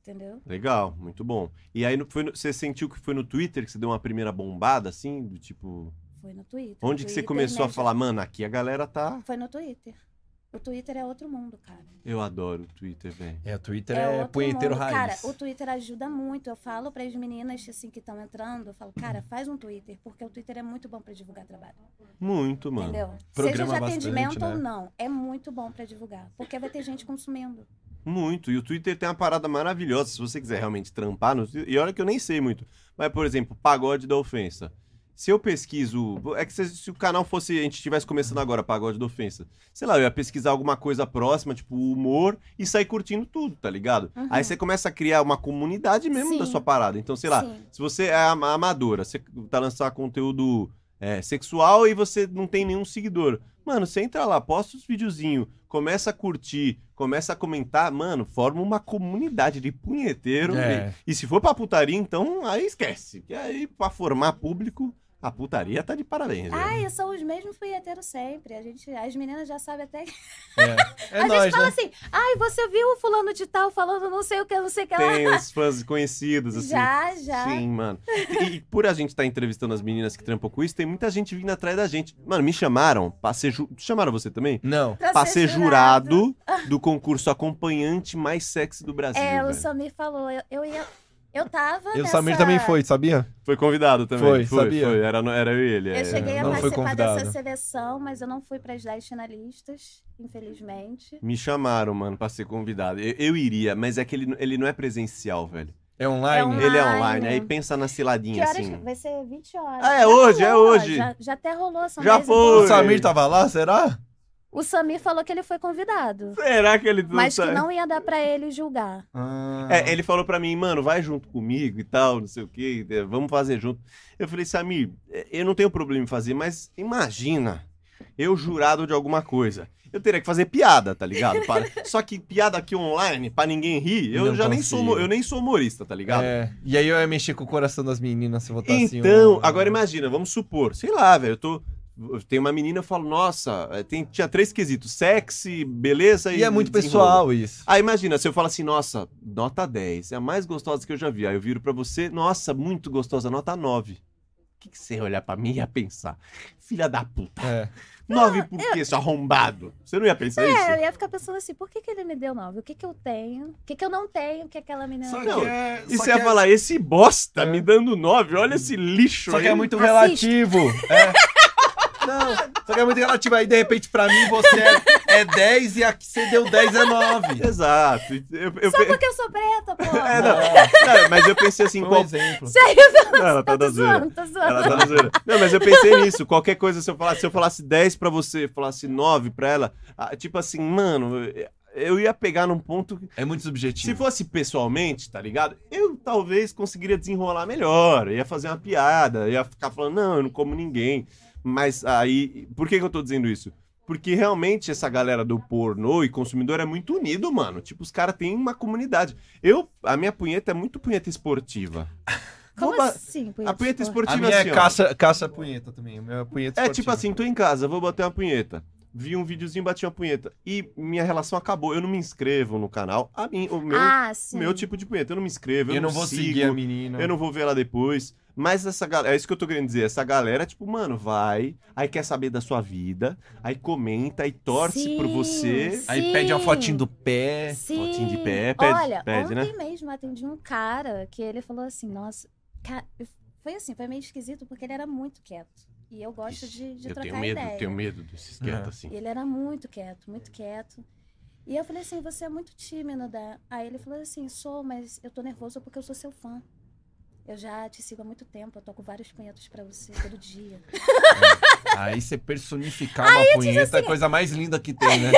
[SPEAKER 3] Entendeu?
[SPEAKER 1] Legal, muito bom. E aí, no- foi no- você sentiu que foi no Twitter que você deu uma primeira bombada, assim? Do tipo.
[SPEAKER 3] Foi no Twitter.
[SPEAKER 1] Onde
[SPEAKER 3] O
[SPEAKER 1] que você
[SPEAKER 3] Twitter
[SPEAKER 1] começou a
[SPEAKER 3] me
[SPEAKER 1] falar, mano, aqui a galera tá.
[SPEAKER 3] ajudou. Foi no Twitter. O Twitter é outro mundo, cara.
[SPEAKER 1] Eu adoro o Twitter, velho.
[SPEAKER 2] É, o Twitter
[SPEAKER 3] É
[SPEAKER 2] é,
[SPEAKER 3] outro
[SPEAKER 2] punheteiro
[SPEAKER 3] mundo. Cara,
[SPEAKER 2] raiz.
[SPEAKER 3] o Twitter ajuda muito. Eu falo para as meninas assim que estão entrando, eu falo, cara, faz um Twitter, porque o Twitter é muito bom para divulgar trabalho.
[SPEAKER 1] Muito, mano.
[SPEAKER 3] entendeu? Seja
[SPEAKER 2] programa
[SPEAKER 3] de
[SPEAKER 2] bastante,
[SPEAKER 3] atendimento
[SPEAKER 2] né?
[SPEAKER 3] ou não, é muito bom para divulgar, porque vai ter gente consumindo.
[SPEAKER 1] Muito. E o Twitter tem uma parada maravilhosa, se você quiser realmente trampar no Twitter. E olha que eu nem sei muito. Mas, por exemplo, pagode da ofensa. Se eu pesquiso. É que se, se o canal fosse. A gente estivesse começando agora, pagode da ofensa. Sei lá, eu ia pesquisar alguma coisa próxima, tipo humor, e sair curtindo tudo, tá ligado?
[SPEAKER 3] Uhum.
[SPEAKER 1] Aí você começa a criar uma comunidade mesmo
[SPEAKER 3] Sim.
[SPEAKER 1] da sua parada. Então, sei lá,
[SPEAKER 3] Sim.
[SPEAKER 1] Se você é ama- amadora, você tá lançando conteúdo é, sexual e você não tem nenhum seguidor. Mano, você entra lá, posta os videozinhos, começa a curtir, começa a comentar, mano, forma uma comunidade de punheteiro. né?
[SPEAKER 2] É.
[SPEAKER 1] E, e se for pra putaria, então aí esquece. Que aí, pra formar público, a putaria tá de parabéns. né?
[SPEAKER 3] Ai, são os mesmos punheteiros sempre. A gente, as meninas já sabem até que.
[SPEAKER 2] É
[SPEAKER 3] a
[SPEAKER 2] nóis,
[SPEAKER 3] gente fala
[SPEAKER 2] né?
[SPEAKER 3] assim, ai, você viu o fulano de tal falando não sei o que, não sei o que lá.
[SPEAKER 1] Tem
[SPEAKER 3] [LAUGHS]
[SPEAKER 1] os fãs conhecidos, assim.
[SPEAKER 3] Já, já.
[SPEAKER 1] Sim, mano. E, e por a gente estar entrevistando as meninas que trampam com isso, tem muita gente vindo atrás da gente. Mano, me chamaram pra ser. Ju... Chamaram você também?
[SPEAKER 2] Não.
[SPEAKER 3] Pra
[SPEAKER 1] pra ser jurado [LAUGHS] do concurso acompanhante mais sexy do Brasil.
[SPEAKER 3] É, o
[SPEAKER 1] velho.
[SPEAKER 3] Samir falou, eu, eu ia. Eu tava.
[SPEAKER 2] E o
[SPEAKER 3] nessa...
[SPEAKER 2] Samir também foi, sabia?
[SPEAKER 1] Foi convidado também.
[SPEAKER 2] Foi,
[SPEAKER 1] foi,
[SPEAKER 2] sabia?
[SPEAKER 1] foi. Era, no- era eu e ele. é.
[SPEAKER 3] Eu cheguei a
[SPEAKER 2] não foi
[SPEAKER 3] participar dessa
[SPEAKER 2] convidado.
[SPEAKER 3] seleção, mas eu não fui para as 10 finalistas, infelizmente.
[SPEAKER 1] Me chamaram, mano, pra ser convidado. Eu, eu iria, mas é que ele, ele não é presencial, velho.
[SPEAKER 2] É online?
[SPEAKER 3] online.
[SPEAKER 1] Ele é online, aí pensa na ciladinha,
[SPEAKER 3] que horas?
[SPEAKER 1] assim.
[SPEAKER 3] que- Vai ser 20 horas.
[SPEAKER 1] Ah, é
[SPEAKER 3] Já
[SPEAKER 1] hoje, é
[SPEAKER 3] rolou,
[SPEAKER 1] hoje.
[SPEAKER 3] Já, já até rolou, são
[SPEAKER 1] Já
[SPEAKER 3] 10 e pouco.
[SPEAKER 1] foi.
[SPEAKER 2] O Samir tava lá, será?
[SPEAKER 3] O Samir falou que ele foi convidado,
[SPEAKER 1] Será que ele não
[SPEAKER 3] mas que
[SPEAKER 1] sabe?
[SPEAKER 3] não ia dar para ele julgar.
[SPEAKER 2] Ah.
[SPEAKER 1] É, ele falou pra mim, mano, vai junto comigo e tal, não sei o quê, é, vamos fazer junto. Eu falei, Samir, é, eu não tenho problema em fazer, mas imagina eu jurado de alguma coisa. Eu teria que fazer piada, tá ligado? Para-
[SPEAKER 2] [LAUGHS]
[SPEAKER 1] Só que piada aqui online, pra ninguém rir, eu
[SPEAKER 2] Não
[SPEAKER 1] já nem sou,
[SPEAKER 2] consigo.
[SPEAKER 1] humo- eu nem sou humorista, tá ligado?
[SPEAKER 2] É, E aí eu ia mexer com o coração das meninas se eu votasse
[SPEAKER 1] Então,
[SPEAKER 2] um-
[SPEAKER 1] agora imagina, vamos supor, sei lá, velho, eu tô. eu- Tem uma menina, eu falo, nossa, é, tem, tinha três quesitos: sexy, beleza e.
[SPEAKER 2] E é muito
[SPEAKER 1] desenrolo.
[SPEAKER 2] pessoal isso.
[SPEAKER 1] Aí imagina, se eu falo assim, nossa, nota 10, é a mais gostosa que eu já vi. Aí eu viro pra você, nossa, muito gostosa, nota 9. O que, que você ia olhar pra mim e ia pensar? Filha da puta. [LAUGHS]
[SPEAKER 2] É.
[SPEAKER 1] 9 por quê, seu arrombado? Você não ia pensar
[SPEAKER 3] É,
[SPEAKER 1] isso?
[SPEAKER 3] eu ia ficar pensando assim, por que, que ele me deu 9? O que, que eu tenho? O que, que eu não tenho que aquela menina
[SPEAKER 1] que
[SPEAKER 3] tem?
[SPEAKER 1] Não,
[SPEAKER 2] é,
[SPEAKER 1] E você ia falar, esse bosta
[SPEAKER 2] É.
[SPEAKER 1] me dando 9, olha esse lixo
[SPEAKER 2] Só
[SPEAKER 1] aí.
[SPEAKER 2] que é muito
[SPEAKER 3] Assiste.
[SPEAKER 2] relativo. É. [LAUGHS] Não, só que é muito relativo. Aí, de repente, pra mim, você é, é 10 e a que você deu 10 é 9.
[SPEAKER 1] Exato. Eu, eu
[SPEAKER 3] Só
[SPEAKER 1] pe-
[SPEAKER 3] porque eu sou preta, pô.
[SPEAKER 1] [LAUGHS] É, não. Não, mas eu pensei assim,
[SPEAKER 2] Foi um
[SPEAKER 1] qual...
[SPEAKER 2] exemplo.
[SPEAKER 3] Sério,
[SPEAKER 1] Não, ela tá
[SPEAKER 3] tô
[SPEAKER 1] da zoeira.
[SPEAKER 3] zoando, tô
[SPEAKER 1] Ela
[SPEAKER 3] zoando.
[SPEAKER 1] tá zoando. Não, mas eu pensei nisso. Qualquer coisa, se eu falasse, se eu falasse 10 pra você, falasse 9 pra ela, ah, tipo assim, mano, eu ia pegar num ponto.
[SPEAKER 2] É muito subjetivo.
[SPEAKER 1] Se fosse pessoalmente, tá ligado? Eu talvez conseguiria desenrolar melhor. Eu ia fazer uma piada, eu ia ficar falando, não, eu não como ninguém. Mas aí. Por que, que eu tô dizendo isso? Porque realmente essa galera do pornô e consumidor é muito unido, mano. Tipo, os caras têm uma comunidade. Eu, a minha punheta é muito punheta esportiva.
[SPEAKER 3] Como
[SPEAKER 1] Vou ba-
[SPEAKER 3] assim, punheta
[SPEAKER 1] A punheta
[SPEAKER 3] esportiva?
[SPEAKER 1] esportiva
[SPEAKER 2] A minha
[SPEAKER 1] assim,
[SPEAKER 2] é
[SPEAKER 1] ó.
[SPEAKER 2] caça, caça punheta também. A minha é punheta
[SPEAKER 1] É tipo
[SPEAKER 2] esportiva.
[SPEAKER 1] assim, tô em casa, vou bater uma punheta. Vi um videozinho, bati uma punheta. E minha relação acabou. Eu não me inscrevo no canal. A mim, o meu,
[SPEAKER 3] Ah,
[SPEAKER 1] o
[SPEAKER 3] sim.
[SPEAKER 1] meu tipo de punheta. Eu não me inscrevo, eu,
[SPEAKER 2] Eu, não vou
[SPEAKER 1] sigo,
[SPEAKER 2] seguir a menina.
[SPEAKER 1] Eu não vou ver ela depois. Mas essa galera, é isso que eu tô querendo dizer. Essa galera, tipo, mano, vai, aí quer saber da sua vida, aí comenta, aí torce por
[SPEAKER 3] Sim,
[SPEAKER 1] você.
[SPEAKER 2] Aí
[SPEAKER 3] sim.
[SPEAKER 2] pede uma fotinho do pé.
[SPEAKER 3] Sim.
[SPEAKER 1] Fotinho de pé, pede-
[SPEAKER 3] Olha,
[SPEAKER 1] pede, né?
[SPEAKER 3] ontem mesmo eu atendi um cara que ele falou assim, nossa, ca- foi assim, foi meio esquisito porque ele era muito quieto. E eu gosto de, de trocar ideia.
[SPEAKER 1] medo desses
[SPEAKER 2] quietos,
[SPEAKER 1] assim.
[SPEAKER 3] E ele era muito quieto, muito quieto. E eu falei assim, você é muito tímido, da. Aí ele falou assim, sou, mas eu tô nervoso porque eu sou seu fã. Eu já te sigo há muito tempo, eu toco vários punhetos pra você todo dia.
[SPEAKER 2] Aí você personificar uma punheta
[SPEAKER 3] assim,
[SPEAKER 2] é a coisa mais linda que tem, né?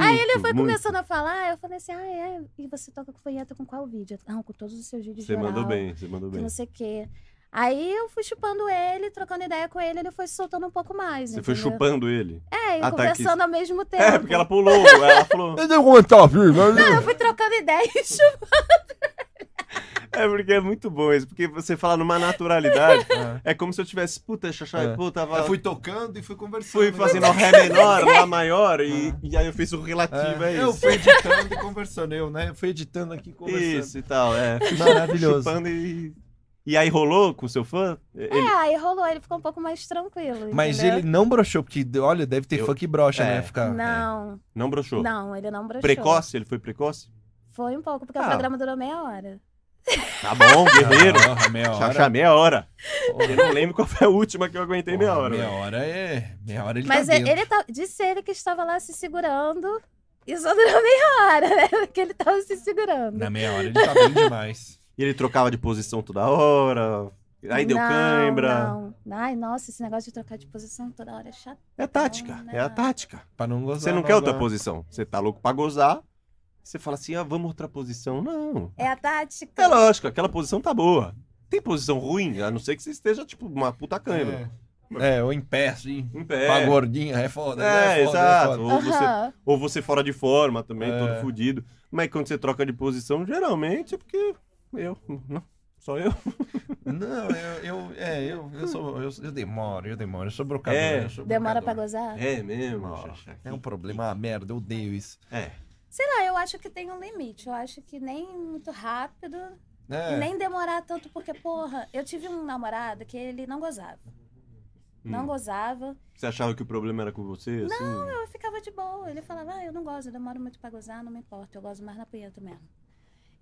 [SPEAKER 3] Aí ele foi começando a falar, eu falei assim, ah, é? E você toca com punheta com qual vídeo? Não, com todos os seus vídeos de
[SPEAKER 1] Você mandou
[SPEAKER 3] oral,
[SPEAKER 1] bem, você mandou
[SPEAKER 3] Que
[SPEAKER 1] bem.
[SPEAKER 3] não sei o quê. Aí eu fui chupando ele, trocando ideia com ele, ele foi se soltando um pouco mais.
[SPEAKER 1] Você foi
[SPEAKER 3] entendeu?
[SPEAKER 1] chupando ele.
[SPEAKER 3] É, e
[SPEAKER 1] Ah, tá,
[SPEAKER 3] conversando ao mesmo
[SPEAKER 1] [LAUGHS]
[SPEAKER 3] tempo. Ah,
[SPEAKER 1] É, porque ela pulou, ela falou.
[SPEAKER 4] Eu não aguentava, velho.
[SPEAKER 3] Eu fui trocando ideia e chupando.
[SPEAKER 1] É porque é muito bom isso, porque você fala numa naturalidade.
[SPEAKER 2] É.
[SPEAKER 1] É como se eu tivesse, puta, xaxá,
[SPEAKER 2] É.
[SPEAKER 1] puta,
[SPEAKER 2] Eu
[SPEAKER 1] tava.
[SPEAKER 2] fui tocando e fui conversando.
[SPEAKER 1] Fui fazendo o ré menor,
[SPEAKER 2] [LAUGHS]
[SPEAKER 1] o lá maior, e,
[SPEAKER 2] Ah.
[SPEAKER 1] e aí eu fiz o relativo,
[SPEAKER 2] É,
[SPEAKER 1] é,
[SPEAKER 2] eu
[SPEAKER 1] isso.
[SPEAKER 2] fui editando e conversando. Eu, né? Eu fui editando aqui e conversando.
[SPEAKER 1] Isso e tal, é.
[SPEAKER 2] Maravilhoso.
[SPEAKER 1] Chupando e. E aí rolou com o seu fã? Ele-
[SPEAKER 3] É, aí rolou, ele ficou um pouco mais tranquilo.
[SPEAKER 2] Mas
[SPEAKER 3] entendeu?
[SPEAKER 2] ele não broxou, porque, olha, deve ter
[SPEAKER 1] Eu-
[SPEAKER 2] funk broxa,
[SPEAKER 1] É.
[SPEAKER 2] né? Ficar...
[SPEAKER 3] Não,
[SPEAKER 1] Não broxou.
[SPEAKER 3] não, ele não broxou.
[SPEAKER 1] Precoce? Ele foi precoce?
[SPEAKER 3] Foi um pouco, porque
[SPEAKER 1] Ah.
[SPEAKER 3] o programa durou meia hora.
[SPEAKER 1] Tá bom, guerreiro.
[SPEAKER 2] Porra, Ah, meia hora.
[SPEAKER 1] Xaxá, meia hora.
[SPEAKER 2] Porra,
[SPEAKER 1] Eu não lembro qual foi a última que eu aguentei meia hora.
[SPEAKER 2] Meia
[SPEAKER 1] velho.
[SPEAKER 2] hora é... Meia hora ele
[SPEAKER 3] Mas
[SPEAKER 2] tá
[SPEAKER 3] ele,
[SPEAKER 2] dentro.
[SPEAKER 3] ele tá- disse ele que estava lá se segurando e só durou meia hora, né? [LAUGHS] Porque ele tava se segurando.
[SPEAKER 2] Na meia hora ele tá bem demais.
[SPEAKER 1] E ele trocava de posição toda hora. Aí deu
[SPEAKER 3] Não,
[SPEAKER 1] cãibra.
[SPEAKER 3] Não. Ai, nossa, esse negócio de trocar de posição toda hora é chato.
[SPEAKER 1] É tática, é a tática.
[SPEAKER 2] Pra não gozar.
[SPEAKER 1] Você não quer outra
[SPEAKER 2] dá.
[SPEAKER 1] posição. Você tá louco pra gozar. Você fala assim, ah, vamos outra posição. Não.
[SPEAKER 3] É a tática.
[SPEAKER 1] É lógico, aquela posição tá boa. Tem posição ruim, a não ser que você esteja, tipo, uma puta câimbra.
[SPEAKER 2] É, ou em pé, assim.
[SPEAKER 1] Em pé.
[SPEAKER 2] Pra gordinha, é foda.
[SPEAKER 1] É,
[SPEAKER 2] né? foda,
[SPEAKER 1] exato.
[SPEAKER 2] foda.
[SPEAKER 1] Ou, você,
[SPEAKER 3] Aham.
[SPEAKER 1] ou você fora de forma também,
[SPEAKER 2] É.
[SPEAKER 1] todo fudido. Mas quando você troca de posição, geralmente é porque eu, não, só eu.
[SPEAKER 2] Não, eu, eu, é, eu, eu sou, eu, eu demoro, eu demoro, eu sou brocador,
[SPEAKER 1] É.
[SPEAKER 2] eu sou
[SPEAKER 3] Demora pra
[SPEAKER 2] brocador.
[SPEAKER 3] gozar?
[SPEAKER 1] É mesmo.
[SPEAKER 2] Ó,
[SPEAKER 1] Xaxá.
[SPEAKER 2] É um problema, ah, merda, eu odeio isso.
[SPEAKER 1] É.
[SPEAKER 3] Sei lá, eu acho que tem um limite. Eu acho que nem muito rápido,
[SPEAKER 2] É,
[SPEAKER 3] nem demorar tanto, porque, porra, eu tive um namorado que ele não gozava. Não
[SPEAKER 1] Hum.
[SPEAKER 3] gozava.
[SPEAKER 1] Você achava que o problema era com você? Assim? Não,
[SPEAKER 3] Eu ficava de boa. Ele falava, ah, eu não gozo, eu demoro muito pra gozar, não me importa, eu gozo mais na punheta mesmo.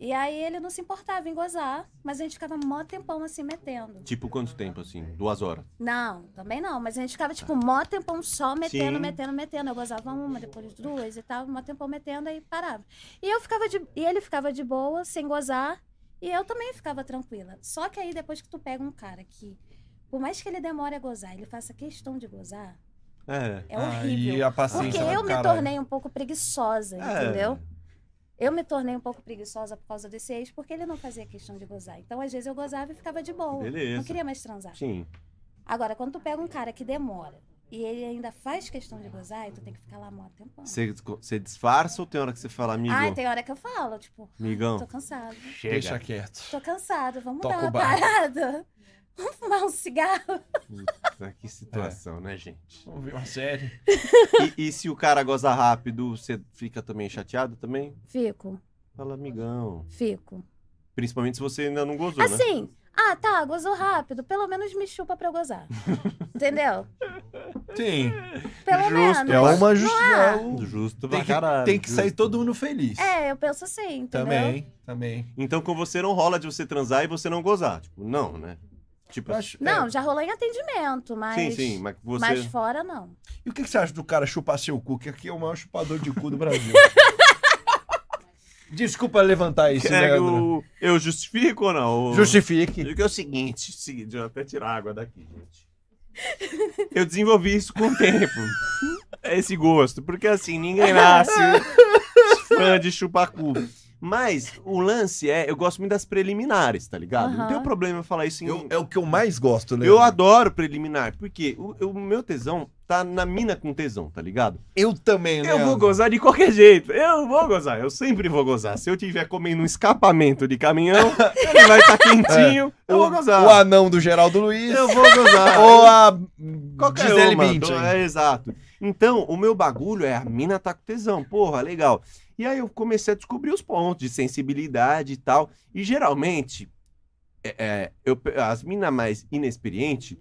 [SPEAKER 3] E aí ele não se importava em gozar, mas a gente ficava mó tempão assim metendo.
[SPEAKER 1] Tipo, quanto tempo, assim? Duas horas.
[SPEAKER 3] Não, também não, mas a gente ficava tipo mó tempão só metendo,
[SPEAKER 1] Sim.
[SPEAKER 3] metendo, metendo. Eu gozava uma, depois duas e tal, mó tempão metendo, aí parava. E eu ficava de. E ele ficava de boa, sem gozar, e eu também ficava tranquila. Só que aí depois que tu pega um cara que, por mais que ele demore a gozar, ele faça questão de gozar,
[SPEAKER 1] É.
[SPEAKER 3] é horrível.
[SPEAKER 2] aí a
[SPEAKER 3] Porque
[SPEAKER 2] paciência vai
[SPEAKER 3] eu
[SPEAKER 2] pro
[SPEAKER 3] me
[SPEAKER 2] caralho. É.
[SPEAKER 3] tornei um pouco preguiçosa, entendeu? Eu me tornei um pouco preguiçosa por causa desse ex, porque ele não fazia questão de gozar. Então, às vezes, eu gozava e ficava de boa. Não
[SPEAKER 1] Beleza.
[SPEAKER 3] queria mais transar.
[SPEAKER 1] Sim.
[SPEAKER 3] Agora, quando tu pega um cara que demora e ele ainda faz questão de gozar, e tu tem que ficar lá mó tempão.
[SPEAKER 1] Você, você disfarça ou tem hora que você fala, amigo?
[SPEAKER 3] Ai, tem hora que eu falo, tipo,
[SPEAKER 1] Migão.
[SPEAKER 3] tô cansado.
[SPEAKER 1] Chega.
[SPEAKER 2] Deixa quieto.
[SPEAKER 3] Tô cansado, vamos
[SPEAKER 2] Toca
[SPEAKER 3] dar
[SPEAKER 2] o
[SPEAKER 3] uma
[SPEAKER 2] barco.
[SPEAKER 3] parada. [LAUGHS] Vamos fumar um cigarro.
[SPEAKER 1] Puta,
[SPEAKER 2] [LAUGHS] É.
[SPEAKER 1] que situação, né, gente?
[SPEAKER 2] Vamos ver uma série.
[SPEAKER 1] E, e se o cara goza rápido, você fica também chateado também?
[SPEAKER 3] Fico,
[SPEAKER 1] Fala, amigão.
[SPEAKER 3] fico.
[SPEAKER 1] Principalmente se você ainda não gozou, né?
[SPEAKER 3] Assim, ah, tá, gozou rápido. Pelo menos me chupa pra eu gozar. Entendeu?
[SPEAKER 2] Sim.
[SPEAKER 3] Pelo
[SPEAKER 1] Justo,
[SPEAKER 3] menos.
[SPEAKER 4] É uma justiça.
[SPEAKER 1] Justo
[SPEAKER 2] um Tem
[SPEAKER 1] pra
[SPEAKER 2] que,
[SPEAKER 1] caralho.
[SPEAKER 2] tem que
[SPEAKER 1] justo.
[SPEAKER 2] sair todo mundo feliz.
[SPEAKER 3] É, eu penso assim, entendeu?
[SPEAKER 2] Também, também.
[SPEAKER 1] Então com você não rola de você transar e você não gozar. Tipo, não, né? Tipo,
[SPEAKER 2] Eu acho-
[SPEAKER 3] Não,
[SPEAKER 2] é.
[SPEAKER 3] já rolou em atendimento,
[SPEAKER 1] sim,
[SPEAKER 3] mas.
[SPEAKER 1] sim, mas você...
[SPEAKER 3] Mas fora, não.
[SPEAKER 2] E o que, que você acha do cara chupar seu cu? Que aqui é o maior chupador de cu do
[SPEAKER 3] [LAUGHS]
[SPEAKER 2] Brasil. Desculpa levantar isso,
[SPEAKER 1] É,
[SPEAKER 2] Leandro.
[SPEAKER 1] eu, eu justifico ou não?
[SPEAKER 2] Justifique. [LAUGHS]
[SPEAKER 1] Porque é o seguinte, o seguinte, deixa eu até tirar a água daqui, gente. Eu É
[SPEAKER 2] [LAUGHS]
[SPEAKER 1] desenvolvi isso com o tempo. Esse gosto. Porque assim, ninguém nasce fã de chupacu. Mas o lance é, eu gosto muito das preliminares, tá ligado? Não
[SPEAKER 3] Aham.
[SPEAKER 1] tem problema eu falar isso em. um-
[SPEAKER 2] Eu- é o que eu mais gosto, né?
[SPEAKER 1] Eu adoro preliminar, porque o, o meu tesão tá na mina com tesão, tá ligado?
[SPEAKER 2] Eu também, né?
[SPEAKER 1] Eu vou gozar de qualquer jeito. Eu vou gozar, eu sempre vou gozar. Se eu tiver comendo um escapamento de caminhão,
[SPEAKER 2] [LAUGHS]
[SPEAKER 1] ele vai estar quentinho, eu vou
[SPEAKER 2] É. O
[SPEAKER 1] gozar.
[SPEAKER 2] anão do Geraldo Luiz.
[SPEAKER 1] Eu vou gozar.
[SPEAKER 2] Ou a
[SPEAKER 1] Qualquer
[SPEAKER 2] Gisele
[SPEAKER 1] uma.
[SPEAKER 2] Bündchen.
[SPEAKER 1] É, exato. Então, o meu bagulho é a mina tá com tesão, porra, legal. E aí eu comecei a descobrir os pontos de sensibilidade e tal. E geralmente, é, é, eu pe- as minas mais inexperientes,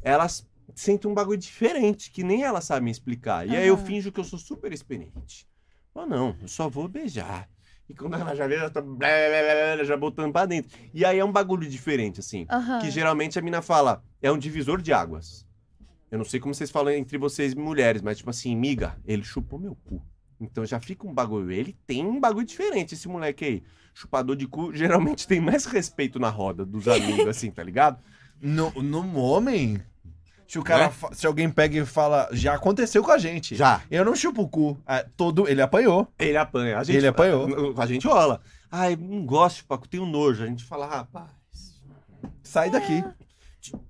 [SPEAKER 1] elas sentem um bagulho diferente, que nem elas sabem explicar. E aí eu
[SPEAKER 3] Aham.
[SPEAKER 1] finjo que eu sou super experiente. Ou não, eu só vou beijar. E quando ela já vê, ela tá blá, blá, blá, blá, já botando pra dentro. E aí é um bagulho diferente, assim
[SPEAKER 3] Aham.
[SPEAKER 1] que geralmente a mina fala, é um divisor de águas. Eu não sei como vocês falam entre vocês mulheres, mas tipo assim, miga, ele chupou meu cu. Então já fica um bagulho. Ele tem um bagulho diferente, esse moleque aí. Chupador de cu [LAUGHS] geralmente tem mais respeito na roda dos amigos, assim, tá [LAUGHS] ligado?
[SPEAKER 2] No, no homem? Se o cara.
[SPEAKER 1] Né?
[SPEAKER 2] fa- Se alguém pega e fala. Já aconteceu com a gente.
[SPEAKER 1] Já.
[SPEAKER 2] Eu não chupo o cu. Ah, todo, ele apanhou.
[SPEAKER 1] Ele apanha. A gente,
[SPEAKER 2] Ele apanhou.
[SPEAKER 1] A, gente rola. Ai, não gosto, Paco, tenho nojo. A gente fala, rapaz.
[SPEAKER 2] Sai daqui.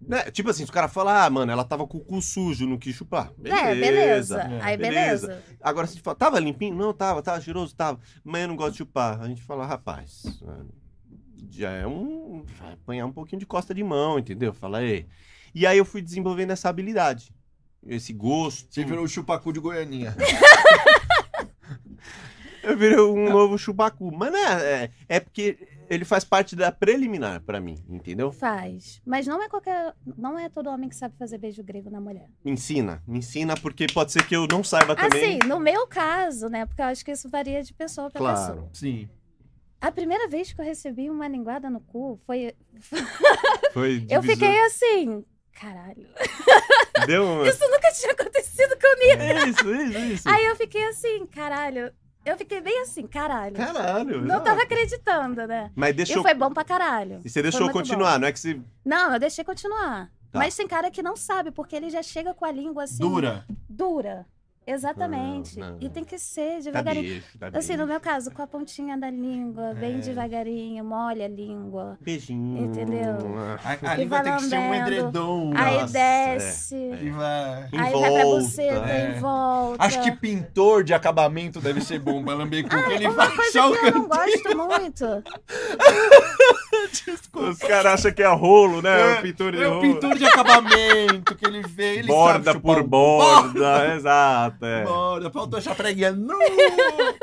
[SPEAKER 1] Né? Tipo assim, se o cara fala, ah, mano, ela tava com o cu sujo, não quis chupar.
[SPEAKER 3] É, beleza. Aí,
[SPEAKER 1] Beleza.
[SPEAKER 3] beleza.
[SPEAKER 1] Agora, se a gente fala, tava limpinho? Não, tava, tava cheiroso, tava. Mas eu não gosto de chupar. A gente fala, rapaz, já é um. Vai apanhar um pouquinho de costa de mão, entendeu? Fala, ei. E aí eu fui desenvolvendo essa habilidade. Esse gosto.
[SPEAKER 2] Você virou o chupacu de Goianinha.
[SPEAKER 1] Eu virei um novo chupacu. Mas não é, é. é porque ele faz parte da preliminar pra mim, entendeu?
[SPEAKER 3] Faz. Mas não é qualquer. Não é todo homem que sabe fazer beijo grego na mulher.
[SPEAKER 1] Me ensina. Me ensina, porque pode ser que eu não saiba também.
[SPEAKER 3] Assim, no meu caso, né? Porque eu acho que isso varia de pessoa pra pessoa.
[SPEAKER 1] Claro.
[SPEAKER 2] Sim.
[SPEAKER 3] A primeira vez que eu recebi uma linguada no cu foi.
[SPEAKER 1] Foi
[SPEAKER 3] Eu
[SPEAKER 1] divisor-
[SPEAKER 3] fiquei assim. Caralho,
[SPEAKER 1] Deu
[SPEAKER 3] [LAUGHS]
[SPEAKER 1] uma...
[SPEAKER 3] isso nunca tinha acontecido comigo.
[SPEAKER 1] Isso, isso, isso.
[SPEAKER 3] Aí eu fiquei assim, caralho. Eu fiquei bem assim, caralho.
[SPEAKER 1] Caralho.
[SPEAKER 3] Não tava acreditando, né?
[SPEAKER 1] Mas
[SPEAKER 3] E
[SPEAKER 1] deixou.
[SPEAKER 3] foi bom pra caralho.
[SPEAKER 1] E você
[SPEAKER 3] Foi
[SPEAKER 1] deixou
[SPEAKER 3] muito
[SPEAKER 1] continuar, não é que você
[SPEAKER 3] Não, eu deixei continuar.
[SPEAKER 1] Tá.
[SPEAKER 3] Mas tem cara que não sabe, porque ele já chega com a língua assim. Dura. Exatamente.
[SPEAKER 1] Não, não.
[SPEAKER 3] E tem que ser
[SPEAKER 1] Tá
[SPEAKER 3] devagarinho.
[SPEAKER 1] beijo, tá
[SPEAKER 3] Assim,
[SPEAKER 1] beijo.
[SPEAKER 3] no meu caso, com a pontinha da língua, bem
[SPEAKER 2] É.
[SPEAKER 3] devagarinho, molha a língua.
[SPEAKER 1] Beijinho.
[SPEAKER 3] Entendeu?
[SPEAKER 1] Ah,
[SPEAKER 2] A, a
[SPEAKER 3] E
[SPEAKER 2] língua tem que ser um
[SPEAKER 3] valambendo.
[SPEAKER 2] edredom.
[SPEAKER 1] Nossa,
[SPEAKER 3] aí desce,
[SPEAKER 2] E vai.
[SPEAKER 1] Em
[SPEAKER 3] aí vai pra
[SPEAKER 1] volta,
[SPEAKER 3] buceta,
[SPEAKER 2] é.
[SPEAKER 3] em volta.
[SPEAKER 2] Acho que pintor de acabamento deve ser bom pra lamber cu, que [LAUGHS] ele
[SPEAKER 3] Uma
[SPEAKER 2] vai
[SPEAKER 3] coisa
[SPEAKER 2] achar o
[SPEAKER 3] que eu
[SPEAKER 2] canto.
[SPEAKER 3] não gosto muito.
[SPEAKER 1] Os caras acham que é rolo, né?
[SPEAKER 2] É,
[SPEAKER 1] o pintor de
[SPEAKER 2] É o
[SPEAKER 1] rolo.
[SPEAKER 2] pintor de acabamento que ele vê, ele
[SPEAKER 1] borda
[SPEAKER 2] sabe
[SPEAKER 1] por
[SPEAKER 2] chupar o-
[SPEAKER 1] borda, [LAUGHS] exato. É.
[SPEAKER 2] Borda, faltou achar preguinha. Não!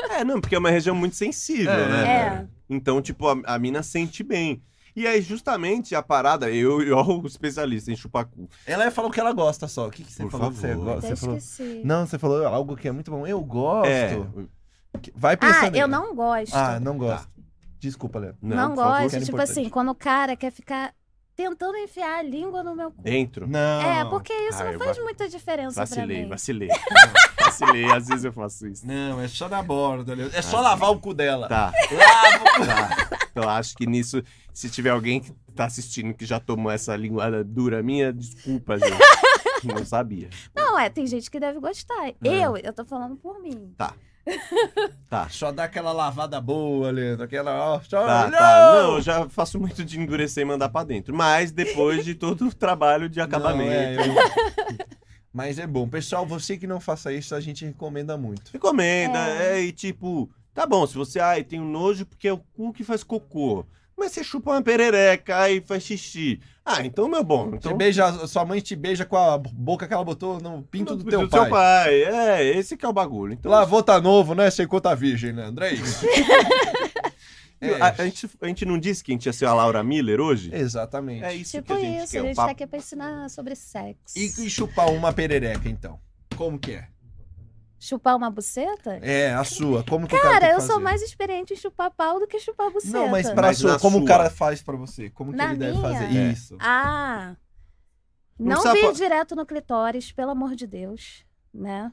[SPEAKER 1] é, não, porque é uma região muito sensível,
[SPEAKER 2] É.
[SPEAKER 1] né?
[SPEAKER 3] É.
[SPEAKER 1] Então, tipo, a, a mina sente bem. E aí, justamente, a parada, eu, eu [LAUGHS] o especialista em chupar cu.
[SPEAKER 2] Ela falou que ela gosta só. O que, que você
[SPEAKER 1] Por
[SPEAKER 2] falou? que Você,
[SPEAKER 1] favor.
[SPEAKER 2] gosta?
[SPEAKER 3] Até
[SPEAKER 2] Você falou...
[SPEAKER 3] esqueci.
[SPEAKER 2] Não, você falou algo que é muito bom. Eu gosto.
[SPEAKER 1] É.
[SPEAKER 2] Vai
[SPEAKER 3] Ah,
[SPEAKER 2] pensando. aí.
[SPEAKER 3] eu não gosto.
[SPEAKER 2] Ah, não gosto. Desculpa, Léo.
[SPEAKER 3] não
[SPEAKER 1] por favor.
[SPEAKER 3] gosto.
[SPEAKER 2] que era
[SPEAKER 3] Tipo
[SPEAKER 2] importante.
[SPEAKER 3] assim, quando o cara quer ficar tentando enfiar a língua no meu cu.
[SPEAKER 1] Dentro.
[SPEAKER 2] Não.
[SPEAKER 3] É, porque isso
[SPEAKER 1] Ah, eu
[SPEAKER 3] não faz
[SPEAKER 1] va-
[SPEAKER 3] muita diferença
[SPEAKER 1] Vacilei,
[SPEAKER 3] pra mim.
[SPEAKER 1] vacilei. [LAUGHS] vacilei, às vezes eu faço isso.
[SPEAKER 2] Não, é só na borda, Léo. É só lavar o cu dela.
[SPEAKER 1] Tá.
[SPEAKER 2] Lava o cu.
[SPEAKER 1] Tá. Então acho que nisso, se tiver alguém que tá assistindo que já tomou essa linguada dura minha, desculpa, gente. Não sabia.
[SPEAKER 3] Não, é, tem gente que deve gostar. Eu, eu tô falando por mim.
[SPEAKER 1] Tá.
[SPEAKER 2] Só dá aquela lavada boa, Leandro. Aquela, ó. Só...
[SPEAKER 1] Tá,
[SPEAKER 2] Ah, não!
[SPEAKER 1] tá. Não, eu já faço muito de endurecer e mandar pra dentro. Mas depois de todo o trabalho de acabamento.
[SPEAKER 2] [LAUGHS] Não, é, eu- [LAUGHS] Mas é bom. Pessoal, você que não faça isso, a gente recomenda muito.
[SPEAKER 1] Recomenda, é.
[SPEAKER 3] É.
[SPEAKER 1] e tipo, tá bom, se você, ai, tem um nojo porque é o cu que faz cocô. Mas você chupa uma perereca, aí faz xixi. Ah, então, meu bom,
[SPEAKER 2] Você
[SPEAKER 1] então...
[SPEAKER 2] beija, sua mãe te beija com a boca que ela botou no pinto do, teu, pai.
[SPEAKER 1] seu pai. É, esse que é o bagulho. Então,
[SPEAKER 2] Lavou tá novo, né? Secou tá virgem, Leandro. É
[SPEAKER 3] [LAUGHS]
[SPEAKER 2] isso. É,
[SPEAKER 1] a, a gente, a gente não disse que a gente ia ser a Laura Miller hoje?
[SPEAKER 2] exatamente.
[SPEAKER 1] É isso que
[SPEAKER 3] tipo
[SPEAKER 1] a gente
[SPEAKER 3] isso,
[SPEAKER 1] quer,
[SPEAKER 3] a
[SPEAKER 1] o
[SPEAKER 3] gente tá
[SPEAKER 1] papo.
[SPEAKER 3] aqui pra ensinar sobre sexo.
[SPEAKER 2] E, e chupar uma perereca, então? Como que é?
[SPEAKER 3] Chupar uma buceta?
[SPEAKER 2] É, a sua. Como que o cara
[SPEAKER 3] Cara,
[SPEAKER 2] tem que
[SPEAKER 3] eu sou
[SPEAKER 2] fazer?
[SPEAKER 3] mais experiente em chupar pau do que chupar buceta.
[SPEAKER 2] Não, mas pra
[SPEAKER 1] Mas na
[SPEAKER 2] sua, como o
[SPEAKER 1] sua.
[SPEAKER 2] cara faz pra você? Como que
[SPEAKER 3] Na
[SPEAKER 2] ele deve
[SPEAKER 3] minha?
[SPEAKER 2] fazer?
[SPEAKER 1] É.
[SPEAKER 2] Isso.
[SPEAKER 3] Ah!
[SPEAKER 1] Não
[SPEAKER 3] Não,
[SPEAKER 1] precisa
[SPEAKER 3] vi
[SPEAKER 1] fa-
[SPEAKER 3] direto no clitóris, pelo amor de Deus, né?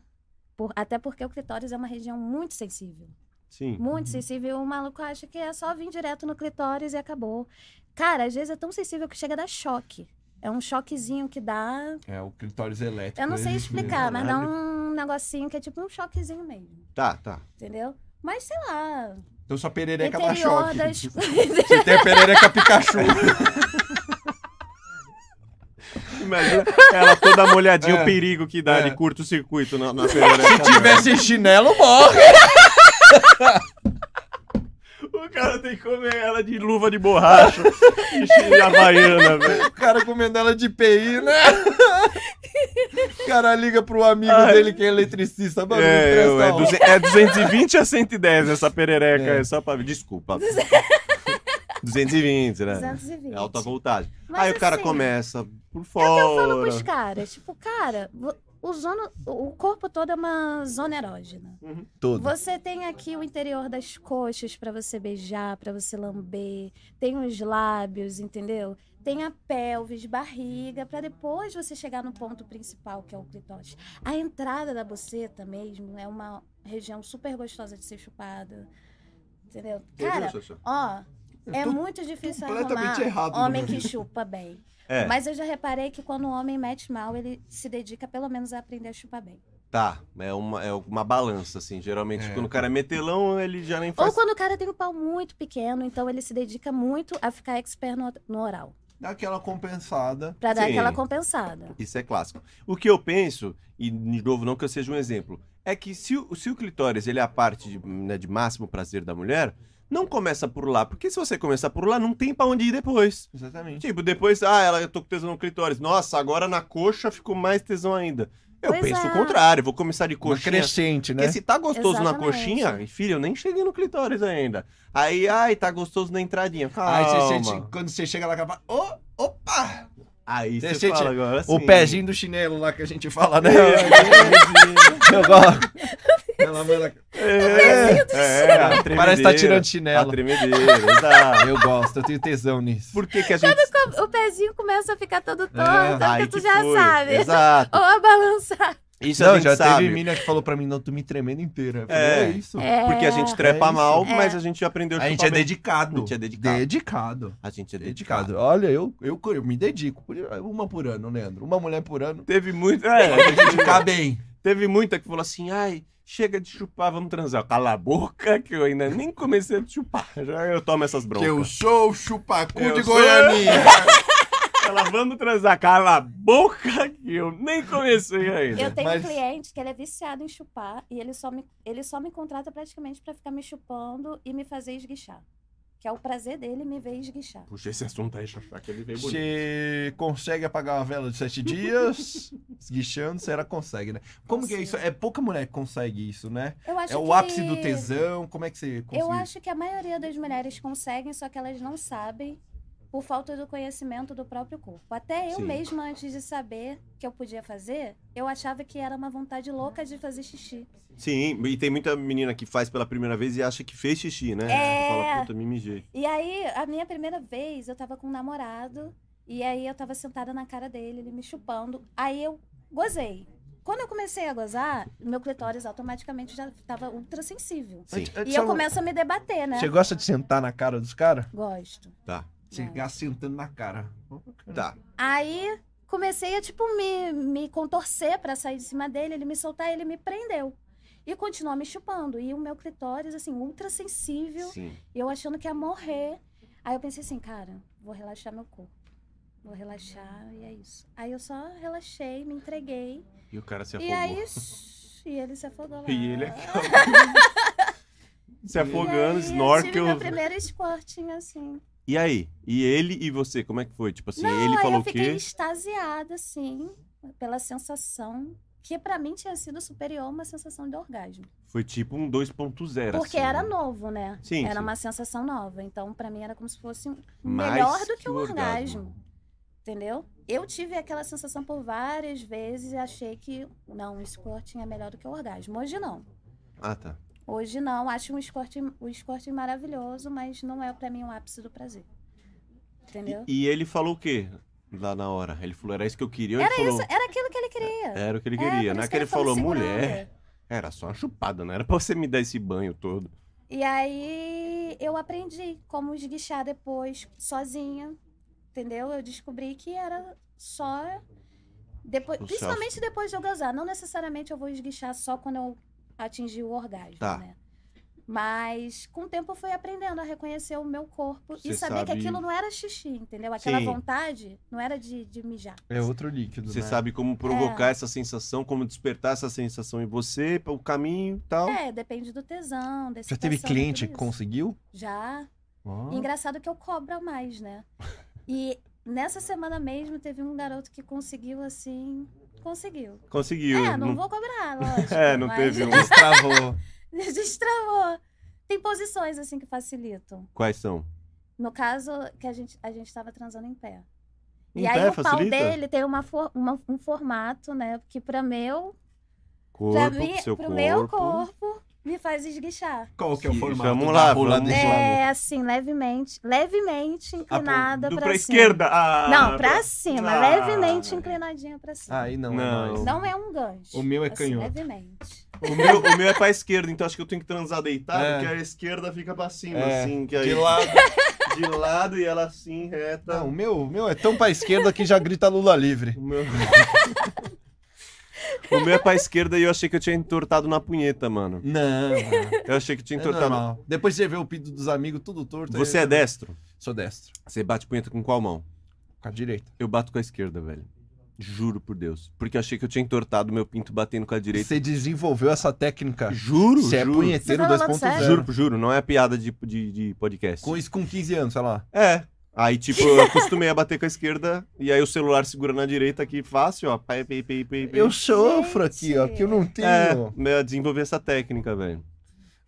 [SPEAKER 3] Por- até porque o clitóris é uma região muito sensível.
[SPEAKER 1] Sim.
[SPEAKER 3] Muito
[SPEAKER 2] Uhum.
[SPEAKER 3] sensível. O maluco acha que é só vir direto no clitóris e acabou. Cara, às vezes é tão sensível que chega a dar choque. É um choquezinho que dá.
[SPEAKER 2] É, o clitóris elétrico. né?
[SPEAKER 3] Eu não sei
[SPEAKER 2] existe mesmo.
[SPEAKER 3] explicar, mas dá
[SPEAKER 1] caralho.
[SPEAKER 3] um negocinho que é tipo um choquezinho mesmo.
[SPEAKER 1] Tá, tá.
[SPEAKER 3] Entendeu? Mas sei lá.
[SPEAKER 2] Então sua perereca dá
[SPEAKER 3] interior
[SPEAKER 2] choque. tipo,
[SPEAKER 3] das.
[SPEAKER 2] Você tem a perereca Pikachu.
[SPEAKER 3] [LAUGHS]
[SPEAKER 1] Imagina [LAUGHS] ela toda molhadinha,
[SPEAKER 2] É.
[SPEAKER 1] o perigo que dá
[SPEAKER 2] É.
[SPEAKER 1] de curto-circuito na, [LAUGHS] né, na perereca.
[SPEAKER 2] Se tivesse chinelo, morre.
[SPEAKER 1] O cara tem que comer ela de luva de [LAUGHS] borracha e chinelo havaiana, velho.
[SPEAKER 2] O cara comendo ela de PI,
[SPEAKER 3] [LAUGHS]
[SPEAKER 2] né? O cara liga pro amigo
[SPEAKER 1] Ai.
[SPEAKER 2] dele que é eletricista. Mano, me
[SPEAKER 1] É,
[SPEAKER 2] empresta
[SPEAKER 1] eu- é,
[SPEAKER 2] uma.
[SPEAKER 1] duze- é 220 a 110 essa perereca,
[SPEAKER 2] É.
[SPEAKER 1] é só pra... Desculpa. 220,
[SPEAKER 3] [LAUGHS]
[SPEAKER 1] né?
[SPEAKER 3] 220.
[SPEAKER 1] É alta voltagem.
[SPEAKER 3] Mas,
[SPEAKER 1] Aí o cara
[SPEAKER 3] assim,
[SPEAKER 1] começa por
[SPEAKER 3] Falo
[SPEAKER 1] fora.
[SPEAKER 3] pros caras, tipo, cara, vo- o, zona, o corpo todo é uma zona erógena.
[SPEAKER 2] Todo.
[SPEAKER 3] Você tem aqui o interior das coxas pra você beijar, pra você lamber, tem os lábios, entendeu? Tem a pelvis, barriga, pra depois você chegar no ponto principal, que é o clitóris. A entrada da buceta mesmo é uma região super gostosa de ser chupada. Entendeu? Cara, ó, é muito difícil
[SPEAKER 2] completamente
[SPEAKER 3] arrumar
[SPEAKER 2] errado, né?
[SPEAKER 3] homem que chupa bem.
[SPEAKER 1] [LAUGHS] É,
[SPEAKER 3] Mas eu já reparei que quando o homem mete mal, ele se dedica pelo menos a aprender a chupar bem.
[SPEAKER 1] tá. É uma, é uma balança, assim. Geralmente,
[SPEAKER 2] É.
[SPEAKER 1] quando o cara é metelão, ele já nem
[SPEAKER 3] Ou
[SPEAKER 1] faz...
[SPEAKER 3] quando o cara tem o pau muito pequeno, então ele se dedica muito a ficar expert no, no oral.
[SPEAKER 2] Dá aquela compensada.
[SPEAKER 3] Pra dar
[SPEAKER 1] Sim.
[SPEAKER 3] aquela compensada.
[SPEAKER 1] Isso é clássico. O que eu penso, e de novo, não que eu seja um exemplo, é que se, o- se o clitóris ele é a parte de, né, de máximo prazer da mulher, não começa por lá. Porque se você começar por lá, não tem pra onde ir depois.
[SPEAKER 2] Exatamente.
[SPEAKER 1] Tipo, depois, ah, ela, eu tô com tesão no clitóris. Nossa, agora na coxa ficou mais tesão ainda. Eu
[SPEAKER 3] Pois
[SPEAKER 1] penso
[SPEAKER 3] é.
[SPEAKER 1] o contrário, vou começar de
[SPEAKER 2] Uma
[SPEAKER 1] coxinha.
[SPEAKER 2] crescente, né?
[SPEAKER 1] Porque se tá gostoso na
[SPEAKER 3] Exatamente.
[SPEAKER 1] coxinha, filho, eu nem cheguei no clitóris ainda. Aí, ai, tá gostoso na entradinha. Calma.
[SPEAKER 2] Aí você sente, Ah, quando você chega lá, ela fala, "Ô, opa!
[SPEAKER 1] Aí
[SPEAKER 2] você
[SPEAKER 1] você,
[SPEAKER 2] sente
[SPEAKER 1] fala agora
[SPEAKER 2] O
[SPEAKER 1] sim. [LAUGHS]
[SPEAKER 2] pezinho do chinelo lá que a gente fala, né?
[SPEAKER 1] É,
[SPEAKER 2] Eu gosto. Ela manda-
[SPEAKER 1] é, a
[SPEAKER 2] Parece que tá
[SPEAKER 1] tremedeira.
[SPEAKER 2] tirando
[SPEAKER 1] A
[SPEAKER 2] chinelo.
[SPEAKER 1] tremedeira, exato.
[SPEAKER 2] Eu gosto, eu tenho tesão nisso.
[SPEAKER 1] Por que que a gente...
[SPEAKER 3] O pezinho começa a ficar todo torto,
[SPEAKER 1] É, Ai,
[SPEAKER 3] porque tu já
[SPEAKER 1] foi.
[SPEAKER 3] sabe.
[SPEAKER 1] Exato.
[SPEAKER 3] [LAUGHS] Ou a balançar.
[SPEAKER 1] Isso a
[SPEAKER 2] Não,
[SPEAKER 1] gente
[SPEAKER 2] já
[SPEAKER 1] sabe.
[SPEAKER 2] teve mina que falou pra mim, não, tu me tremendo inteira. Eu falei,
[SPEAKER 1] É.
[SPEAKER 2] é isso.
[SPEAKER 1] [LAUGHS]
[SPEAKER 3] É.
[SPEAKER 1] Porque a gente trepa
[SPEAKER 2] É isso.
[SPEAKER 1] mal,
[SPEAKER 3] É.
[SPEAKER 1] mas a gente aprendeu a
[SPEAKER 2] A gente
[SPEAKER 1] chupar
[SPEAKER 2] é
[SPEAKER 1] bem.
[SPEAKER 2] dedicado.
[SPEAKER 1] A gente é dedicado.
[SPEAKER 2] Dedicado.
[SPEAKER 1] A gente é dedicado.
[SPEAKER 2] Dedicado. Olha, eu, eu, eu me dedico. por- Uma por ano, Leandro. Uma mulher por [LAUGHS] ano.
[SPEAKER 1] Teve muito. é,
[SPEAKER 2] Dedicar bem.
[SPEAKER 1] teve muita que falou assim: ai, chega de chupar, vamos transar. Cala a boca, que eu ainda nem comecei a chupar. Já eu tomo essas broncas.
[SPEAKER 2] sou o chupacu
[SPEAKER 1] Eu sou-
[SPEAKER 2] [LAUGHS] Goiânia.
[SPEAKER 1] Ela, vamos transar. Cala a boca, que eu nem comecei ainda.
[SPEAKER 3] Eu tenho
[SPEAKER 2] Mas-
[SPEAKER 3] um cliente que ele é viciado em chupar e ele só me, ele só me contrata praticamente pra ficar me chupando e me fazer esguichar. Que é o prazer dele me ver esguichar.
[SPEAKER 1] Puxa, esse assunto aí, Chachá, que ele veio bonito.
[SPEAKER 2] Você consegue apagar uma vela de sete
[SPEAKER 3] [LAUGHS]
[SPEAKER 2] dias? Esguichando, será que consegue, né? Como que é isso? É pouca mulher que consegue isso, né?
[SPEAKER 3] Eu acho
[SPEAKER 2] É o
[SPEAKER 3] que-
[SPEAKER 2] ápice do tesão. Como é que você conseguiu?
[SPEAKER 3] Eu acho que a maioria das mulheres conseguem, só que elas não sabem por falta do conhecimento do próprio corpo. Até eu
[SPEAKER 1] Sim.
[SPEAKER 3] mesma, antes de saber que eu podia fazer, eu achava que era uma vontade louca de fazer xixi.
[SPEAKER 1] Sim, e tem muita menina que faz pela primeira vez e acha que fez xixi, né?
[SPEAKER 3] É.
[SPEAKER 1] Fala, puta, me mijei.
[SPEAKER 3] E aí, a minha primeira vez, eu tava com um namorado, e aí eu tava sentada na cara dele, ele me chupando. Aí eu gozei. Quando eu comecei a gozar, meu clitóris automaticamente já tava ultra sensível.
[SPEAKER 1] Sim.
[SPEAKER 2] Antes- antes
[SPEAKER 3] E
[SPEAKER 2] só
[SPEAKER 3] eu
[SPEAKER 2] uma-
[SPEAKER 3] começo a me debater, né? É.
[SPEAKER 2] Você gosta de sentar na cara dos caras?
[SPEAKER 3] Gosto.
[SPEAKER 1] Tá.
[SPEAKER 2] Chegar sentando na cara.
[SPEAKER 1] Tá.
[SPEAKER 3] Aí comecei a, tipo, me, me contorcer pra sair de cima dele, ele me soltar, ele me prendeu. E continuou me chupando. E o meu clitóris, assim, ultra sensível.
[SPEAKER 1] Sim.
[SPEAKER 3] E eu achando que ia morrer. Aí eu pensei assim, cara, vou relaxar meu corpo. Vou relaxar e é isso. Aí eu só relaxei, me entreguei.
[SPEAKER 1] E o cara se
[SPEAKER 3] E
[SPEAKER 1] afogou.
[SPEAKER 3] aí. [LAUGHS] shh, E ele se afogou lá.
[SPEAKER 1] E ele aqui, ó. [LAUGHS] se
[SPEAKER 3] E aí
[SPEAKER 1] afogando,
[SPEAKER 3] Eu tive
[SPEAKER 1] snorkel.
[SPEAKER 3] meu primeiro squirting, assim.
[SPEAKER 1] E aí? E ele e você, como é que foi? Tipo assim,
[SPEAKER 3] Não,
[SPEAKER 1] ele
[SPEAKER 3] aí
[SPEAKER 1] falou
[SPEAKER 3] eu
[SPEAKER 1] o
[SPEAKER 3] fiquei
[SPEAKER 1] quê?
[SPEAKER 3] extasiada, assim, pela sensação que pra mim tinha sido superior a uma sensação de orgasmo.
[SPEAKER 1] Foi tipo um 2.0.
[SPEAKER 3] porque
[SPEAKER 1] assim,
[SPEAKER 3] era
[SPEAKER 1] né?
[SPEAKER 3] novo, né?
[SPEAKER 1] Sim,
[SPEAKER 3] era
[SPEAKER 1] sim.
[SPEAKER 3] uma sensação nova. Então, pra mim, era como se fosse um-
[SPEAKER 1] Mais
[SPEAKER 3] melhor do que
[SPEAKER 1] que
[SPEAKER 3] um
[SPEAKER 1] o
[SPEAKER 3] orgasmo.
[SPEAKER 1] orgasmo.
[SPEAKER 3] Entendeu? Eu tive aquela sensação por várias vezes e achei que, não, o squirting é melhor do que o orgasmo. Hoje não.
[SPEAKER 1] Ah, tá.
[SPEAKER 3] Hoje não. Acho um squirting, o squirting maravilhoso, mas não é pra mim o ápice do prazer. Entendeu?
[SPEAKER 1] E, e ele falou o quê lá na hora? Ele falou, era isso que eu queria? ou
[SPEAKER 3] Era
[SPEAKER 1] ele falou,
[SPEAKER 3] isso, era aquilo que ele queria.
[SPEAKER 1] Era o que ele
[SPEAKER 3] É, por
[SPEAKER 1] queria.
[SPEAKER 3] isso
[SPEAKER 1] não é
[SPEAKER 3] que
[SPEAKER 1] que ele
[SPEAKER 3] ele tava
[SPEAKER 1] falou,
[SPEAKER 3] me
[SPEAKER 1] mulher,
[SPEAKER 3] segurando.
[SPEAKER 1] era só uma chupada, não era pra você me dar esse banho todo.
[SPEAKER 3] E aí eu aprendi como esguichar depois sozinha, entendeu? Eu descobri que era só depois,
[SPEAKER 1] Processo.
[SPEAKER 3] principalmente depois de eu gozar, não necessariamente eu vou esguichar só quando eu atingir o orgasmo,
[SPEAKER 1] Tá.
[SPEAKER 3] né? Mas com o tempo eu fui aprendendo a reconhecer o meu corpo
[SPEAKER 1] Você
[SPEAKER 3] e saber que
[SPEAKER 1] sabe-
[SPEAKER 3] aquilo não era xixi, entendeu? Aquela
[SPEAKER 1] Sim.
[SPEAKER 3] vontade não era de, de mijar.
[SPEAKER 2] É outro líquido,
[SPEAKER 1] Você
[SPEAKER 2] né?
[SPEAKER 1] sabe como provocar
[SPEAKER 3] É.
[SPEAKER 1] essa sensação, como despertar essa sensação em você, o caminho e tal.
[SPEAKER 3] É, depende do tesão, desse
[SPEAKER 2] Já teve cliente que conseguiu?
[SPEAKER 3] Já.
[SPEAKER 2] Ó.
[SPEAKER 3] E Engraçado que eu cobro
[SPEAKER 1] [LAUGHS]
[SPEAKER 3] mais, né? E nessa semana mesmo teve um garoto que conseguiu assim. Conseguiu.
[SPEAKER 1] Conseguiu.
[SPEAKER 3] é, não, vou
[SPEAKER 1] [LAUGHS]
[SPEAKER 3] cobrar, lógico.
[SPEAKER 1] É, não
[SPEAKER 3] mas
[SPEAKER 1] teve
[SPEAKER 3] [LAUGHS]
[SPEAKER 1] um.
[SPEAKER 2] Destravou.
[SPEAKER 3] Destravou. Tem posições assim que facilitam.
[SPEAKER 1] Quais são?
[SPEAKER 3] No caso, que a gente, a gente tava transando em pé.
[SPEAKER 1] Em
[SPEAKER 3] e
[SPEAKER 1] pé,
[SPEAKER 3] aí o pau
[SPEAKER 1] facilita?
[SPEAKER 3] dele tem uma for- uma- um formato, né? Que pra meu, pra
[SPEAKER 1] Corpo,
[SPEAKER 3] mim,
[SPEAKER 1] pro seu
[SPEAKER 3] pro
[SPEAKER 1] corpo.
[SPEAKER 3] meu corpo, me faz esguichar.
[SPEAKER 2] Qual que é o
[SPEAKER 1] Sim,
[SPEAKER 2] formato
[SPEAKER 1] vamos
[SPEAKER 2] da
[SPEAKER 1] lá,
[SPEAKER 2] rola
[SPEAKER 1] vamos-
[SPEAKER 2] dele?
[SPEAKER 3] É, assim, levemente, levemente inclinada
[SPEAKER 1] Ah, Do
[SPEAKER 3] pra,
[SPEAKER 1] pra
[SPEAKER 3] cima.
[SPEAKER 1] esquerda? Ah,
[SPEAKER 3] Não, pra cima,
[SPEAKER 1] Ah.
[SPEAKER 3] levemente inclinadinha pra cima.
[SPEAKER 2] Aí não,
[SPEAKER 1] Não.
[SPEAKER 2] É nóis.
[SPEAKER 3] Não é um gancho.
[SPEAKER 2] O meu é
[SPEAKER 3] assim,
[SPEAKER 2] canhoto.
[SPEAKER 3] Levemente.
[SPEAKER 1] O meu, o meu é pra esquerda, então acho que eu tenho que transar deitado,
[SPEAKER 2] É.
[SPEAKER 1] que a esquerda fica pra cima,
[SPEAKER 2] É,
[SPEAKER 1] assim. Que aí,
[SPEAKER 2] De lado.
[SPEAKER 1] de lado e ela assim, reta.
[SPEAKER 2] Não, o meu, o meu é tão pra esquerda que já grita Lula livre.
[SPEAKER 1] O meu... [LAUGHS] o meu é pra esquerda e eu achei que eu tinha entortado na punheta, mano. [LAUGHS]
[SPEAKER 2] Não, é
[SPEAKER 1] Eu achei que tinha entortado.
[SPEAKER 2] normal. Depois você vê o pedido dos amigos tudo torto. aí-
[SPEAKER 1] Você é destro?
[SPEAKER 2] Sou destro.
[SPEAKER 1] Você bate punheta com qual mão?
[SPEAKER 2] Com a direita.
[SPEAKER 1] Eu bato com a esquerda, velho. Juro por Deus. Porque eu achei que eu tinha entortado meu pinto batendo com a direita.
[SPEAKER 2] Você desenvolveu essa técnica.
[SPEAKER 1] Juro,
[SPEAKER 2] Você é
[SPEAKER 1] juro.
[SPEAKER 2] punheteiro
[SPEAKER 3] Você tá falando
[SPEAKER 2] 2.0.
[SPEAKER 3] sério?
[SPEAKER 1] Juro, juro, não é piada de, de, de podcast.
[SPEAKER 2] Com isso com 15 anos, sei lá.
[SPEAKER 1] É. Aí, tipo, eu acostumei a bater com a esquerda e aí o celular segura na direita aqui fácil, ó. Pai, pai, pai, pai, pai.
[SPEAKER 2] Eu sofro
[SPEAKER 3] Gente.
[SPEAKER 2] aqui, ó, que eu não tenho.
[SPEAKER 1] É, né, desenvolver essa técnica, velho.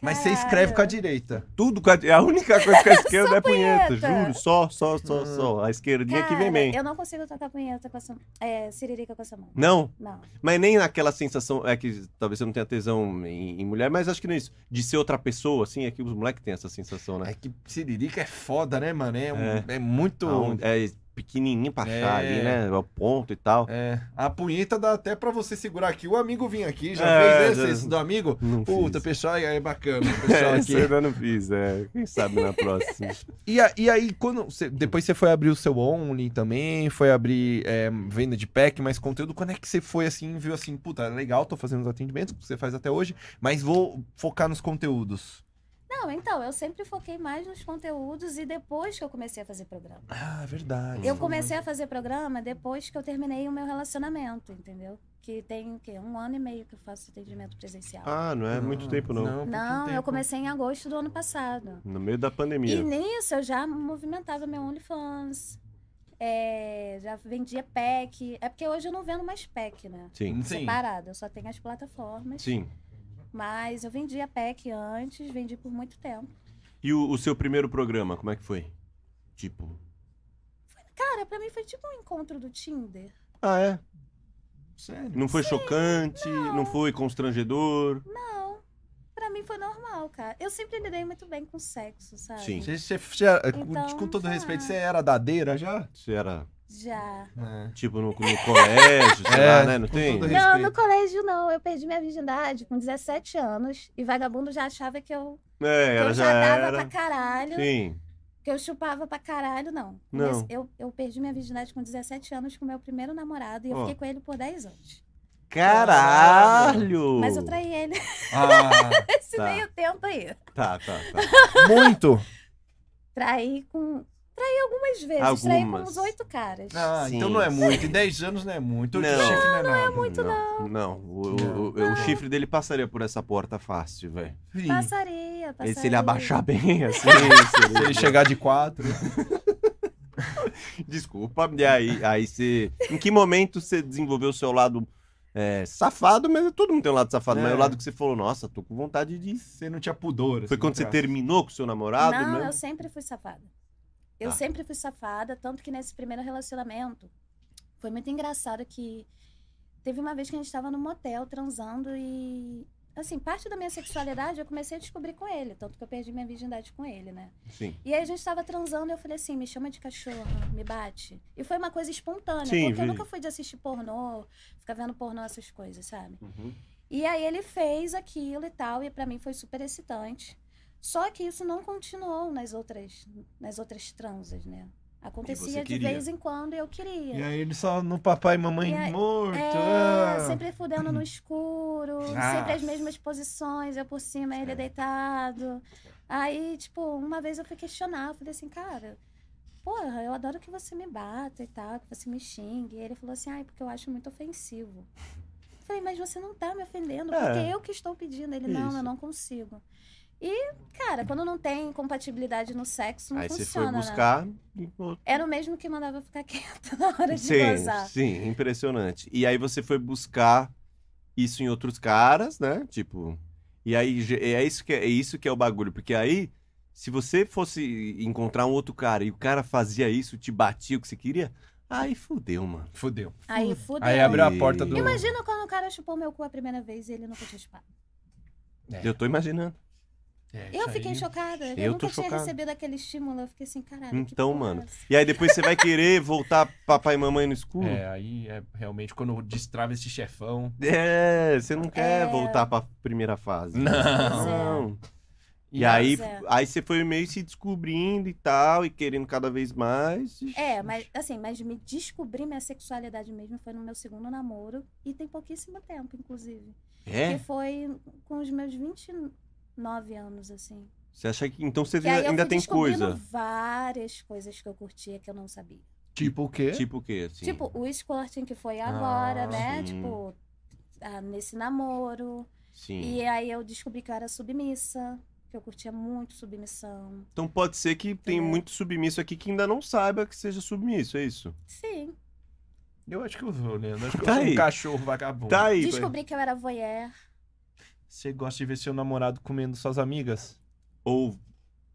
[SPEAKER 2] Mas você escreve com a
[SPEAKER 3] Caralho.
[SPEAKER 2] direita.
[SPEAKER 1] Tudo com a, a única coisa que
[SPEAKER 3] [LAUGHS]
[SPEAKER 1] a esquerda é punheta.
[SPEAKER 3] punheta.
[SPEAKER 1] Juro, só, só, só, só. A esquerdinha que vem
[SPEAKER 3] Cara,
[SPEAKER 1] bem. Hum.
[SPEAKER 3] Eu não consigo tocar punheta com essa. É, siririca com essa mão.
[SPEAKER 1] Não,
[SPEAKER 3] Não.
[SPEAKER 1] mas nem naquela sensação. É que talvez você não tenha tesão em, em mulher, mas acho que não é isso. De ser outra pessoa, assim, é que os moleques têm essa sensação, né?
[SPEAKER 2] É que Siririca é foda, né, mano? É, um-
[SPEAKER 1] É.
[SPEAKER 2] é muito.
[SPEAKER 1] Aonde- É, pequenininho pra
[SPEAKER 2] É.
[SPEAKER 1] achar ali, né? O ponto e tal.
[SPEAKER 2] É, a punheta dá até pra você segurar aqui. O amigo vinha aqui, já
[SPEAKER 1] É,
[SPEAKER 2] fez esse,
[SPEAKER 1] já-
[SPEAKER 2] esse do amigo.
[SPEAKER 1] Não
[SPEAKER 2] Puta,
[SPEAKER 1] fiz.
[SPEAKER 2] pessoal, aí
[SPEAKER 1] [LAUGHS]
[SPEAKER 2] é bacana. Pessoal
[SPEAKER 1] É,
[SPEAKER 2] aqui.
[SPEAKER 1] isso eu ainda não fiz, é. Quem sabe na próxima. [LAUGHS]
[SPEAKER 2] E, a- e aí, quando você- depois você foi abrir o seu Only também, foi abrir é, venda de pack, mais conteúdo. Quando é que você foi assim, viu assim, puta, legal, tô fazendo os atendimentos que você faz até hoje, mas vou focar nos conteúdos.
[SPEAKER 3] Não, então, eu sempre foquei mais nos conteúdos e depois que eu comecei a fazer programa.
[SPEAKER 2] Ah, verdade.
[SPEAKER 3] Eu comecei a fazer programa depois que eu terminei o meu relacionamento, entendeu? Que tem o quê? Um ano e meio que eu faço atendimento presencial.
[SPEAKER 1] Ah, não é muito tempo, não.
[SPEAKER 2] um pouquinho
[SPEAKER 3] não, eu
[SPEAKER 2] tempo.
[SPEAKER 3] comecei em agosto do ano passado.
[SPEAKER 1] No meio da
[SPEAKER 3] E
[SPEAKER 1] pandemia.
[SPEAKER 3] nisso eu já movimentava meu OnlyFans. é, já vendia pack. É porque hoje eu não vendo mais pack, né?
[SPEAKER 1] Sim.
[SPEAKER 2] Sim.
[SPEAKER 3] Separado, eu só tenho as plataformas.
[SPEAKER 1] Sim.
[SPEAKER 3] Mas eu vendia pack antes, vendi por muito tempo.
[SPEAKER 1] E o, o seu primeiro programa, como é que foi? Tipo.
[SPEAKER 3] Cara, pra mim foi tipo um encontro do Tinder.
[SPEAKER 1] Ah, é?
[SPEAKER 2] Sério?
[SPEAKER 1] Não foi chocante, não. foi constrangedor.
[SPEAKER 3] Não, pra mim foi normal, cara. Eu sempre lidei muito bem com sexo, sabe?
[SPEAKER 1] Sim.
[SPEAKER 2] Você, você- você era- com-
[SPEAKER 3] Então,
[SPEAKER 2] com todo
[SPEAKER 3] tá.
[SPEAKER 2] respeito, você era dadeira já?
[SPEAKER 1] Você era,
[SPEAKER 3] Já.
[SPEAKER 1] tipo, no, no colégio, sei
[SPEAKER 2] É,
[SPEAKER 1] lá, né? Não
[SPEAKER 2] com
[SPEAKER 1] tem?
[SPEAKER 2] todo respeito.
[SPEAKER 3] Não, no colégio não. Eu perdi minha virgindade com 17 anos. E vagabundo já achava que eu,
[SPEAKER 1] É,
[SPEAKER 3] que
[SPEAKER 1] ela
[SPEAKER 3] eu
[SPEAKER 1] já
[SPEAKER 3] já dava
[SPEAKER 1] era.
[SPEAKER 3] pra caralho.
[SPEAKER 1] Sim.
[SPEAKER 3] Que eu chupava pra caralho, não.
[SPEAKER 1] Não.
[SPEAKER 3] Comece- Eu, eu perdi minha virgindade com 17 anos com meu primeiro namorado e eu
[SPEAKER 1] Ó.
[SPEAKER 3] fiquei com ele por 10 anos.
[SPEAKER 1] Caralho!
[SPEAKER 3] Mas eu traí ele [LAUGHS]
[SPEAKER 2] Ah,
[SPEAKER 3] nesse
[SPEAKER 1] Tá.
[SPEAKER 3] meio tempo aí.
[SPEAKER 1] Tá, tá, tá.
[SPEAKER 2] [LAUGHS] muito!
[SPEAKER 3] Traí com. Traí algumas vezes. Traí com
[SPEAKER 1] Algumas.
[SPEAKER 3] uns oito caras.
[SPEAKER 2] Ah,
[SPEAKER 1] Sim,
[SPEAKER 2] então não é
[SPEAKER 1] sim.
[SPEAKER 2] muito. Em 10 anos não é muito. Oito
[SPEAKER 1] Não.
[SPEAKER 2] chifre não é nada.
[SPEAKER 1] muito, não. Não, o, o- o- o chifre dele passaria por essa porta fácil, velho.
[SPEAKER 2] Sim.
[SPEAKER 3] Passaria, passaria.
[SPEAKER 1] E Se ele abaixar bem, assim. [LAUGHS] seria-
[SPEAKER 2] Se ele chegar de quatro.
[SPEAKER 1] Desculpa, e aí, aí você. Em que momento você desenvolveu o seu lado é, safado, mas todo mundo tem um lado safado,
[SPEAKER 2] É.
[SPEAKER 1] mas o lado que você falou, nossa, tô com vontade de.
[SPEAKER 2] Você não tinha pudor.
[SPEAKER 1] Foi
[SPEAKER 2] assim,
[SPEAKER 1] quando você
[SPEAKER 2] pra-
[SPEAKER 1] terminou com seu namorado né?
[SPEAKER 3] Não, eu
[SPEAKER 1] mesmo?
[SPEAKER 3] sempre fui safada. Eu
[SPEAKER 1] Tá.
[SPEAKER 3] sempre fui safada, tanto que nesse primeiro relacionamento foi muito engraçado que teve uma vez que a gente estava no motel transando e assim, parte da minha sexualidade eu comecei a descobrir com ele, tanto que eu perdi minha virgindade com ele, né?
[SPEAKER 1] Sim.
[SPEAKER 3] E aí a gente tava transando e eu falei assim, me chama de cachorro, me bate. E foi uma coisa espontânea,
[SPEAKER 1] Sim,
[SPEAKER 3] porque eu
[SPEAKER 1] vi.
[SPEAKER 3] nunca fui de assistir pornô, ficar vendo pornô, essas coisas, sabe? E aí ele fez aquilo e tal, e pra mim foi super excitante. Só que isso não continuou nas outras, nas outras transas, né? Acontecia de
[SPEAKER 1] queria.
[SPEAKER 3] vez em quando e eu queria.
[SPEAKER 2] E aí ele só no papai e mamãe
[SPEAKER 3] E aí-
[SPEAKER 2] morto.
[SPEAKER 3] É,
[SPEAKER 2] ah.
[SPEAKER 3] sempre fudendo no escuro,
[SPEAKER 2] Ah.
[SPEAKER 3] sempre as mesmas posições, eu por cima, ele deitado. Aí, tipo, uma vez eu fui questionar, eu falei assim, cara, porra, eu adoro que você me bata e tal, que você me xingue. E ele falou assim, ai, porque eu acho muito ofensivo. Eu falei, mas você não tá me ofendendo,
[SPEAKER 1] É.
[SPEAKER 3] porque eu que estou pedindo. Ele, não,
[SPEAKER 1] Isso.
[SPEAKER 3] eu não consigo. E, cara, quando não tem compatibilidade no sexo, não
[SPEAKER 1] Aí você
[SPEAKER 3] funciona,
[SPEAKER 1] foi
[SPEAKER 3] né?
[SPEAKER 1] buscar.
[SPEAKER 3] Era o mesmo que mandava eu ficar [LAUGHS] quieto na hora de
[SPEAKER 1] Sim,
[SPEAKER 3] gozar.
[SPEAKER 1] sim, impressionante. E aí você foi buscar isso em outros caras, né? Tipo. E aí ge- é isso que é, é isso que é o bagulho. Porque aí, se você fosse encontrar um outro cara e o cara fazia isso, te batia o que você queria, aí fudeu, mano.
[SPEAKER 2] Fudeu.
[SPEAKER 3] Aí fudeu.
[SPEAKER 2] Aí abriu a porta do.
[SPEAKER 3] Imagina quando o cara chupou meu cu a primeira vez e ele nunca tinha chupado.
[SPEAKER 2] É.
[SPEAKER 1] Eu tô imaginando.
[SPEAKER 2] É, isso
[SPEAKER 3] Eu fiquei
[SPEAKER 2] aí.
[SPEAKER 3] chocada. Eu,
[SPEAKER 1] Eu tô
[SPEAKER 3] nunca tinha
[SPEAKER 1] chocado.
[SPEAKER 3] recebido aquele estímulo. Eu fiquei assim, caralho. que
[SPEAKER 1] Então,
[SPEAKER 3] porra
[SPEAKER 1] mano.
[SPEAKER 3] é essa?
[SPEAKER 1] E aí depois você vai querer [LAUGHS] voltar papai e mamãe no escuro?
[SPEAKER 2] É, aí é realmente quando destrava esse chefão.
[SPEAKER 1] É, você não quer
[SPEAKER 3] É.
[SPEAKER 1] voltar pra primeira fase.
[SPEAKER 3] Pois é.
[SPEAKER 1] Não. E
[SPEAKER 2] E
[SPEAKER 1] aí,
[SPEAKER 3] Pois é.
[SPEAKER 1] aí você foi meio se descobrindo e tal, e querendo cada vez mais.
[SPEAKER 3] É, mas assim, mas me descobrir minha sexualidade mesmo foi no meu segundo namoro. E tem pouquíssimo tempo, inclusive.
[SPEAKER 1] É?
[SPEAKER 3] Que foi com os meus 29 anos, assim.
[SPEAKER 1] Você acha que. Então você
[SPEAKER 3] E aí eu
[SPEAKER 1] ainda
[SPEAKER 3] fui
[SPEAKER 1] tem
[SPEAKER 3] descobrindo um
[SPEAKER 1] coisa.
[SPEAKER 3] várias coisas que eu curtia que eu não sabia.
[SPEAKER 2] Tipo o quê?
[SPEAKER 1] Tipo o quê? Assim?
[SPEAKER 3] Tipo, o squirting que foi agora,
[SPEAKER 2] Ah,
[SPEAKER 3] né?
[SPEAKER 1] sim.
[SPEAKER 3] Tipo, ah, nesse namoro.
[SPEAKER 1] Sim.
[SPEAKER 3] E aí eu descobri que eu era submissa, que eu curtia muito submissão.
[SPEAKER 1] Então pode ser que tem
[SPEAKER 3] Entendeu?
[SPEAKER 1] muito submisso aqui que ainda não saiba que seja submisso, é isso?
[SPEAKER 3] Sim.
[SPEAKER 2] Eu acho que eu vou, Leandro. Acho que
[SPEAKER 1] Tá
[SPEAKER 2] eu sou
[SPEAKER 1] aí.
[SPEAKER 2] um cachorro vagabundo.
[SPEAKER 1] Tá aí.
[SPEAKER 3] Descobri que eu era voyeur.
[SPEAKER 2] Você gosta de ver seu namorado comendo suas amigas?
[SPEAKER 1] Ou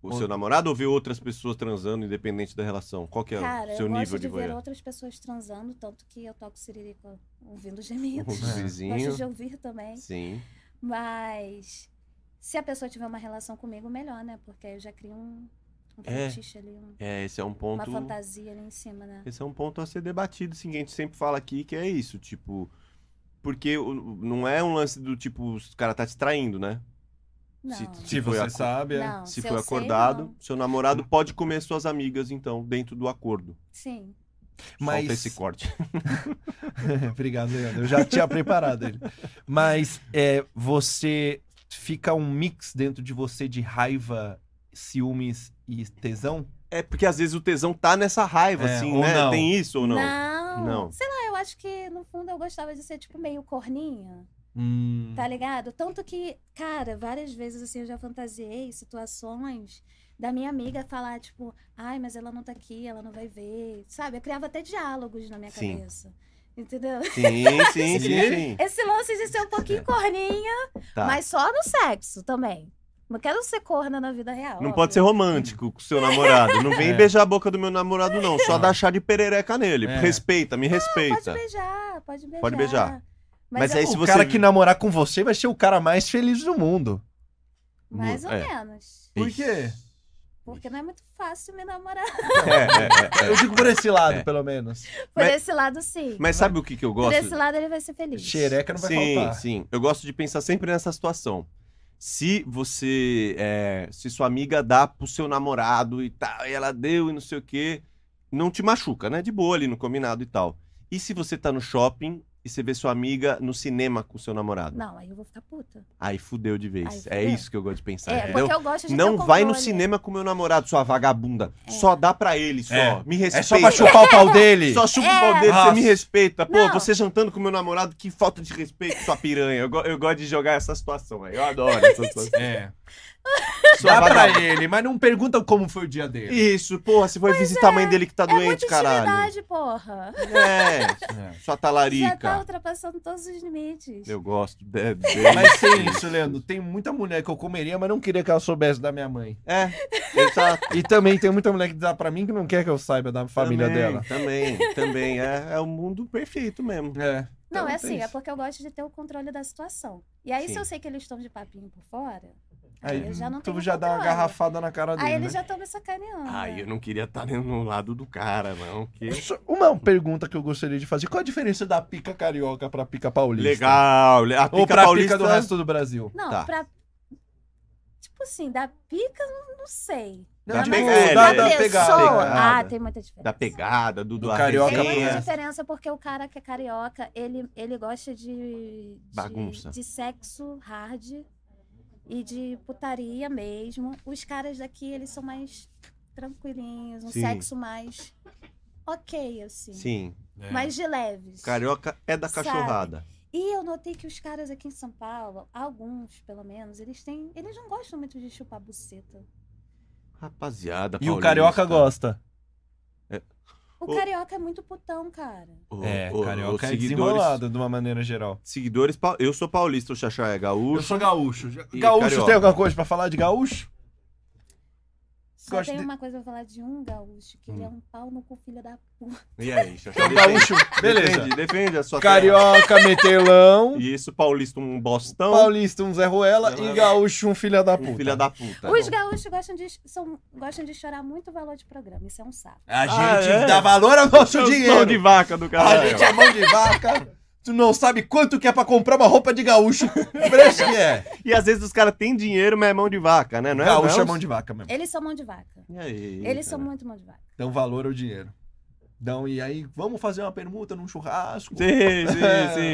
[SPEAKER 1] o seu
[SPEAKER 2] Ou-
[SPEAKER 1] namorado ou ver outras pessoas transando independente da relação? Qual que é
[SPEAKER 3] Cara,
[SPEAKER 1] o seu
[SPEAKER 3] eu
[SPEAKER 1] nível de
[SPEAKER 3] gosto de ver
[SPEAKER 1] [LAUGHS] voyeur?
[SPEAKER 3] outras pessoas transando, tanto que eu toco siririca ouvindo gemidos.
[SPEAKER 1] O
[SPEAKER 2] É.
[SPEAKER 1] Um vizinho.
[SPEAKER 3] Gosto de ouvir também.
[SPEAKER 1] Sim.
[SPEAKER 3] Mas se a pessoa tiver uma relação comigo, melhor, né? Porque aí eu já crio um, um
[SPEAKER 1] É.
[SPEAKER 3] fetiche ali, um-
[SPEAKER 1] É, esse é um
[SPEAKER 3] uma
[SPEAKER 1] ponto.
[SPEAKER 3] fantasia ali em cima, né?
[SPEAKER 1] Esse é um ponto a ser debatido, assim, que a gente sempre fala aqui, que é isso, tipo. Porque o- não é um lance do tipo, os cara tá te traindo, né?
[SPEAKER 3] Não.
[SPEAKER 1] se-
[SPEAKER 2] Se
[SPEAKER 1] foi
[SPEAKER 2] você
[SPEAKER 1] a-
[SPEAKER 2] sabe, é.
[SPEAKER 3] Não,
[SPEAKER 1] Se
[SPEAKER 3] se
[SPEAKER 1] foi
[SPEAKER 3] eu sei,
[SPEAKER 1] acordado,
[SPEAKER 3] não.
[SPEAKER 1] seu namorado pode comer suas amigas, então, dentro do acordo.
[SPEAKER 3] Sim.
[SPEAKER 1] Mas...
[SPEAKER 2] Mas-
[SPEAKER 1] Solta esse corte.
[SPEAKER 2] [LAUGHS] Obrigado, Leandro. Eu já tinha preparado ele. Mas é, você fica um mix dentro de você de raiva, ciúmes e tesão?
[SPEAKER 1] É porque às vezes o tesão tá nessa raiva,
[SPEAKER 2] É,
[SPEAKER 1] assim,
[SPEAKER 2] ou
[SPEAKER 1] né?
[SPEAKER 2] não.
[SPEAKER 1] Tem isso ou não?
[SPEAKER 3] Não.
[SPEAKER 1] Não.
[SPEAKER 3] Sei lá, eu acho que no fundo eu gostava de ser tipo meio corninha.
[SPEAKER 2] Hum.
[SPEAKER 1] Uhum.
[SPEAKER 3] Tá ligado? Tanto que, cara, várias vezes assim eu já fantasiei situações da minha amiga falar, tipo, ai, mas ela não tá aqui, ela não vai ver. Sabe? Eu criava até diálogos na minha
[SPEAKER 1] Sim.
[SPEAKER 3] cabeça. Entendeu?
[SPEAKER 1] Sim, sim, sim, sim.
[SPEAKER 3] [LAUGHS] Esse lance de ser um
[SPEAKER 1] [LAUGHS]
[SPEAKER 3] pouquinho corninha,
[SPEAKER 1] Tá.
[SPEAKER 3] mas só no sexo também. Não quero ser corna na vida real.
[SPEAKER 1] Não
[SPEAKER 3] óbvio.
[SPEAKER 1] pode ser romântico com o seu namorado. Não vem
[SPEAKER 2] É.
[SPEAKER 1] beijar a boca do meu namorado, não. Só
[SPEAKER 2] Não.
[SPEAKER 1] dar chá de perereca nele.
[SPEAKER 2] É.
[SPEAKER 1] Respeita, me
[SPEAKER 3] Pode
[SPEAKER 1] respeita.
[SPEAKER 3] beijar, pode beijar.
[SPEAKER 1] Pode beijar. Mas
[SPEAKER 3] Mas, é eu-
[SPEAKER 1] aí se
[SPEAKER 2] o
[SPEAKER 1] você-
[SPEAKER 2] cara que namorar com você vai ser o cara mais feliz do mundo.
[SPEAKER 3] Mais ou
[SPEAKER 1] É.
[SPEAKER 3] menos.
[SPEAKER 2] Por quê?
[SPEAKER 3] Porque não é muito fácil me namorar. [LAUGHS]
[SPEAKER 1] É, é, é, é.
[SPEAKER 2] Eu digo por esse lado,
[SPEAKER 1] É.
[SPEAKER 2] pelo menos.
[SPEAKER 3] Por
[SPEAKER 1] Mas-
[SPEAKER 3] esse lado, sim.
[SPEAKER 1] Mas sabe o que, que eu
[SPEAKER 3] Por
[SPEAKER 1] gosto?
[SPEAKER 3] esse lado, ele vai ser feliz.
[SPEAKER 2] Xereca É não vai
[SPEAKER 1] sim,
[SPEAKER 2] faltar.
[SPEAKER 1] sim. Eu gosto de pensar sempre nessa situação. Se você. é, se sua amiga dá pro seu namorado e tal, e ela deu e não sei o quê, não te machuca, né? De boa ali no combinado e tal. E se você tá no shopping e você vê sua amiga no cinema com seu namorado?
[SPEAKER 3] Não, aí eu vou ficar puta.
[SPEAKER 1] Aí fudeu de
[SPEAKER 3] Aí
[SPEAKER 1] vez.
[SPEAKER 3] fudeu.
[SPEAKER 1] é isso que eu gosto de pensar,
[SPEAKER 3] É,
[SPEAKER 1] entendeu?
[SPEAKER 3] porque eu gosto de ter
[SPEAKER 1] Não
[SPEAKER 3] o
[SPEAKER 1] vai no
[SPEAKER 3] controle. É.
[SPEAKER 1] cinema com meu namorado, sua vagabunda. Só dá pra ele, só.
[SPEAKER 2] É.
[SPEAKER 1] Me respeita.
[SPEAKER 2] É só pra chupar o pau
[SPEAKER 1] [LAUGHS]
[SPEAKER 2] dele.
[SPEAKER 1] Só chupa o
[SPEAKER 3] É.
[SPEAKER 1] pau dele, você
[SPEAKER 2] Nossa.
[SPEAKER 1] me respeita. Pô,
[SPEAKER 3] Não.
[SPEAKER 1] você jantando com meu namorado, que falta de respeito, sua piranha. Eu, go- eu gosto de jogar essa situação, velho. Eu adoro
[SPEAKER 3] [LAUGHS]
[SPEAKER 1] essa situação.
[SPEAKER 2] É.
[SPEAKER 1] Sua
[SPEAKER 2] Dá pra
[SPEAKER 1] vagabunda.
[SPEAKER 2] ele, mas não pergunta como foi o dia dele.
[SPEAKER 1] Isso, porra, você vai visitar a mãe dele que tá
[SPEAKER 3] é
[SPEAKER 1] doente,
[SPEAKER 3] muita
[SPEAKER 1] caralho.
[SPEAKER 3] intimidade, porra.
[SPEAKER 1] É, sua
[SPEAKER 3] Já tá
[SPEAKER 1] talarica.
[SPEAKER 3] ultrapassando todos os limites.
[SPEAKER 1] Eu gosto. é,
[SPEAKER 2] [LAUGHS]
[SPEAKER 1] De,
[SPEAKER 2] Mas tem isso, Leandro. Tem muita mulher que eu comeria, mas não queria que ela soubesse da minha mãe.
[SPEAKER 1] É, exato.
[SPEAKER 2] E também tem muita mulher que dá pra mim que não quer que eu saiba da [LAUGHS] família
[SPEAKER 1] Também,
[SPEAKER 2] dela.
[SPEAKER 1] Também, também. É, é o mundo perfeito mesmo.
[SPEAKER 2] É.
[SPEAKER 3] não,
[SPEAKER 2] Então,
[SPEAKER 3] é
[SPEAKER 2] tem
[SPEAKER 3] assim, é
[SPEAKER 2] isso.
[SPEAKER 3] porque eu gosto de ter o controle da situação. E aí,
[SPEAKER 1] Sim.
[SPEAKER 3] se eu sei que eles estão de papinho por fora, aí,
[SPEAKER 2] Aí
[SPEAKER 3] eu já não
[SPEAKER 2] tu
[SPEAKER 3] tenho
[SPEAKER 2] já dá uma
[SPEAKER 3] controle.
[SPEAKER 2] garrafada na cara dele.
[SPEAKER 3] Aí eles
[SPEAKER 2] né?
[SPEAKER 3] já estão me sacaneando.
[SPEAKER 1] Tá Ai,
[SPEAKER 3] né?
[SPEAKER 1] eu não queria estar nem no lado do cara, não. Que...
[SPEAKER 2] Só Uma pergunta que eu gostaria de fazer: qual a diferença da pica carioca pra pica paulista?
[SPEAKER 1] Legal. le- A
[SPEAKER 2] Ou
[SPEAKER 1] pica
[SPEAKER 2] pra
[SPEAKER 1] paulista
[SPEAKER 2] pica do resto do Brasil?
[SPEAKER 3] Não,
[SPEAKER 1] Tá.
[SPEAKER 3] pra. Tipo assim, da pica, não- não sei.
[SPEAKER 1] Da
[SPEAKER 2] tipo,
[SPEAKER 1] pega- é,
[SPEAKER 2] da-
[SPEAKER 1] é,
[SPEAKER 2] da
[SPEAKER 1] é,
[SPEAKER 2] pegada.
[SPEAKER 1] pegada.
[SPEAKER 3] Ah, tem muita diferença.
[SPEAKER 1] Da pegada, do, é. do
[SPEAKER 2] Do carioca
[SPEAKER 3] Tem
[SPEAKER 1] arrezinho.
[SPEAKER 2] pra
[SPEAKER 3] muita
[SPEAKER 2] conhece.
[SPEAKER 3] diferença porque o cara que é carioca, ele, ele gosta de, de-
[SPEAKER 1] Bagunça.
[SPEAKER 3] De, sexo hard e de putaria mesmo. Os caras daqui, eles são mais tranquilinhos, um
[SPEAKER 1] Sim.
[SPEAKER 3] sexo mais ok, assim.
[SPEAKER 1] Sim.
[SPEAKER 5] É.
[SPEAKER 3] Mais de leves.
[SPEAKER 1] Carioca é da
[SPEAKER 3] Sabe?
[SPEAKER 1] cachorrada.
[SPEAKER 3] E eu notei que os caras aqui em São Paulo, alguns pelo menos, eles têm. Eles não gostam muito de chupar buceta.
[SPEAKER 1] Rapaziada,
[SPEAKER 2] E o carioca gosta.
[SPEAKER 3] O
[SPEAKER 1] Ô.
[SPEAKER 3] carioca é muito putão, cara.
[SPEAKER 2] É, carioca é
[SPEAKER 1] seguidores,
[SPEAKER 2] desenrolado de uma maneira geral.
[SPEAKER 1] seguidores, pau- eu sou paulista, o Xaxá é
[SPEAKER 5] Eu
[SPEAKER 1] gaúcho.
[SPEAKER 5] sou gaúcho.
[SPEAKER 1] E
[SPEAKER 5] Gaúcho.
[SPEAKER 1] carioca.
[SPEAKER 2] Tem alguma coisa pra falar de gaúcho?
[SPEAKER 3] Só
[SPEAKER 2] Gosto
[SPEAKER 3] tem
[SPEAKER 2] de-
[SPEAKER 3] uma coisa pra falar de um gaúcho, que ele
[SPEAKER 1] Hum.
[SPEAKER 3] é um pau no cu, filho da puta.
[SPEAKER 1] E aí, Xaxá?
[SPEAKER 2] Gaúcho, beleza.
[SPEAKER 1] Então, Defende, defende a sua terra.
[SPEAKER 2] Carioca, metelão.
[SPEAKER 1] E isso, paulista, um bostão,
[SPEAKER 2] Paulista, um Zé Ruela. E gaúcho, um filha da
[SPEAKER 1] um
[SPEAKER 2] puta.
[SPEAKER 1] filha da puta.
[SPEAKER 3] Os gaúchos gostam de, são, gostam de chorar muito o valor de programa, isso é um sapo.
[SPEAKER 2] A
[SPEAKER 1] Ah,
[SPEAKER 2] gente
[SPEAKER 1] é?
[SPEAKER 2] dá valor ao nosso
[SPEAKER 1] Seu pau
[SPEAKER 2] dinheiro.
[SPEAKER 1] de vaca do
[SPEAKER 2] A
[SPEAKER 1] caralho.
[SPEAKER 2] gente é mão de vaca. Tu não sabe quanto que é pra comprar uma roupa de gaúcho. Preste que é.
[SPEAKER 1] E às vezes os caras têm dinheiro, mas é mão de vaca, né? Não é,
[SPEAKER 2] gaúcho
[SPEAKER 1] não?
[SPEAKER 2] é mão de vaca mesmo.
[SPEAKER 3] Eles são mão de vaca.
[SPEAKER 1] E aí,
[SPEAKER 3] Eles são
[SPEAKER 1] cara?
[SPEAKER 3] muito mão de vaca.
[SPEAKER 2] Dão valor ao dinheiro. Dão, e aí, vamos fazer uma permuta num churrasco.
[SPEAKER 1] Sim,
[SPEAKER 2] [LAUGHS]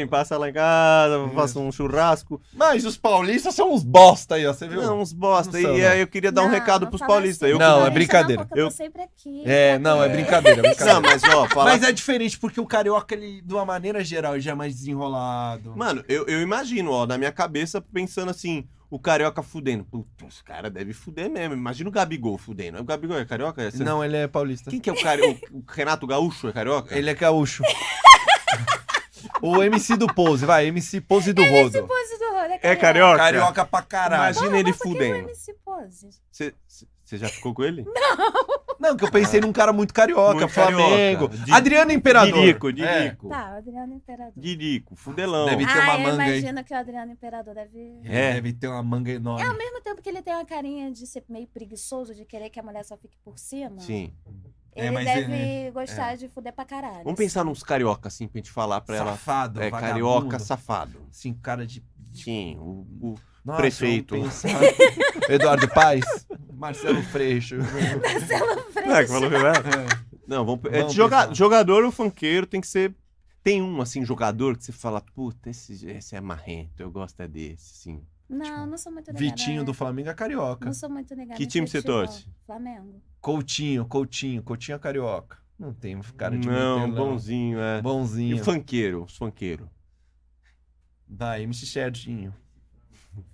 [SPEAKER 1] sim, sim. Passa lá em casa, faça um churrasco.
[SPEAKER 2] Mas os paulistas são uns bosta aí, ó. Você viu?
[SPEAKER 1] Não, uns bosta.
[SPEAKER 2] Não são,
[SPEAKER 1] e
[SPEAKER 2] não.
[SPEAKER 1] aí eu queria dar um
[SPEAKER 3] Não,
[SPEAKER 1] recado
[SPEAKER 3] não
[SPEAKER 1] pros
[SPEAKER 3] fala
[SPEAKER 1] paulistas.
[SPEAKER 3] assim,
[SPEAKER 1] Eu...
[SPEAKER 2] Não, é
[SPEAKER 3] paulista
[SPEAKER 2] brincadeira.
[SPEAKER 3] porque eu,
[SPEAKER 1] Eu-
[SPEAKER 3] tô sempre aqui.
[SPEAKER 2] É, não, é
[SPEAKER 3] porque-
[SPEAKER 2] brincadeira. é brincadeira.
[SPEAKER 1] Não, mas ó, fala
[SPEAKER 2] Mas é diferente, porque o carioca, ele, de uma maneira geral, ele já é mais desenrolado.
[SPEAKER 1] Mano, eu, eu imagino, ó, na minha cabeça, pensando assim, o carioca fudendo. Puta, os caras devem fuder mesmo. Imagina o Gabigol fudendo. O Gabigol é carioca? É assim?
[SPEAKER 2] Não, ele é paulista.
[SPEAKER 1] Quem que é o carioca? o Renato Gaúcho é carioca?
[SPEAKER 2] Ele é gaúcho. o MC do Pose, vai, MC Pose do
[SPEAKER 3] Esse
[SPEAKER 2] Rodo.
[SPEAKER 3] pose do rolê
[SPEAKER 1] É carioca?
[SPEAKER 2] Carioca pra caralho.
[SPEAKER 1] Imagina ele fudendo.
[SPEAKER 3] Esse pose.
[SPEAKER 1] Você já ficou com ele?
[SPEAKER 2] Não, que eu pensei num cara muito carioca,
[SPEAKER 1] Muito
[SPEAKER 2] Flamengo.
[SPEAKER 1] carioca. Di-
[SPEAKER 2] Adriano Imperador.
[SPEAKER 1] Dirico,
[SPEAKER 2] É.
[SPEAKER 1] Dirico.
[SPEAKER 3] Tá, o Adriano Imperador.
[SPEAKER 1] Dirico, fudelão.
[SPEAKER 2] Deve ter uma
[SPEAKER 3] Ah, eu
[SPEAKER 2] manga aí.
[SPEAKER 3] imagino que o Adriano Imperador deve. É,
[SPEAKER 1] É.
[SPEAKER 2] Deve ter uma manga enorme.
[SPEAKER 3] Ao mesmo tempo que ele tem uma carinha de ser meio preguiçoso, de querer que a mulher só fique por cima,
[SPEAKER 1] Sim.
[SPEAKER 2] É,
[SPEAKER 3] ele
[SPEAKER 2] mas
[SPEAKER 3] deve
[SPEAKER 2] ele-
[SPEAKER 3] gostar de fuder pra caralho.
[SPEAKER 1] Vamos pensar nos carioca, assim, pra gente falar pra ela.
[SPEAKER 2] Safado,
[SPEAKER 1] É,
[SPEAKER 2] vagabundo.
[SPEAKER 1] carioca safado.
[SPEAKER 2] Assim, cara de...
[SPEAKER 1] Sim, o, o-
[SPEAKER 2] Nossa,
[SPEAKER 1] Prefeito.
[SPEAKER 2] vamos pensar. [LAUGHS] Eduardo Paz, Marcelo Freixo.
[SPEAKER 3] [LAUGHS] Marcelo Freixo.
[SPEAKER 1] Não, é que falou que não é?
[SPEAKER 2] É.
[SPEAKER 1] Não, vamos. é,
[SPEAKER 2] Vamos
[SPEAKER 1] de joga-
[SPEAKER 2] pensar.
[SPEAKER 1] jogador ou funkeiro tem que ser. Tem um, assim, jogador que você fala, puta, esse, esse é marrento, eu gosto é desse, assim.
[SPEAKER 3] Não, não sou muito ligada.
[SPEAKER 2] Vitinho
[SPEAKER 3] né?
[SPEAKER 2] do Flamengo é carioca.
[SPEAKER 3] Não sou muito ligada.
[SPEAKER 1] Que
[SPEAKER 3] em
[SPEAKER 1] time você
[SPEAKER 3] futebol.
[SPEAKER 1] torce?
[SPEAKER 3] Flamengo.
[SPEAKER 2] Coutinho, Coutinho, Coutinho é carioca. Não tem um cara de
[SPEAKER 1] Não,
[SPEAKER 2] metelão.
[SPEAKER 1] bonzinho, é. E
[SPEAKER 2] Bonzinho.
[SPEAKER 1] funkeiro, os funkeiro.
[SPEAKER 2] Da MC Sherdinho.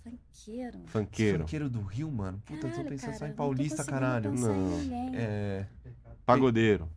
[SPEAKER 3] Funkeiro.
[SPEAKER 1] Funkeiro.
[SPEAKER 2] Funkeiro do Rio, mano. Puta, eu tô
[SPEAKER 3] Caralho,
[SPEAKER 2] pensando só
[SPEAKER 3] cara,
[SPEAKER 2] em
[SPEAKER 3] não tô
[SPEAKER 2] paulista,
[SPEAKER 3] conseguindo
[SPEAKER 2] caralho.
[SPEAKER 3] pensar em
[SPEAKER 1] Não.
[SPEAKER 3] ninguém.
[SPEAKER 2] É.
[SPEAKER 1] Pagodeiro.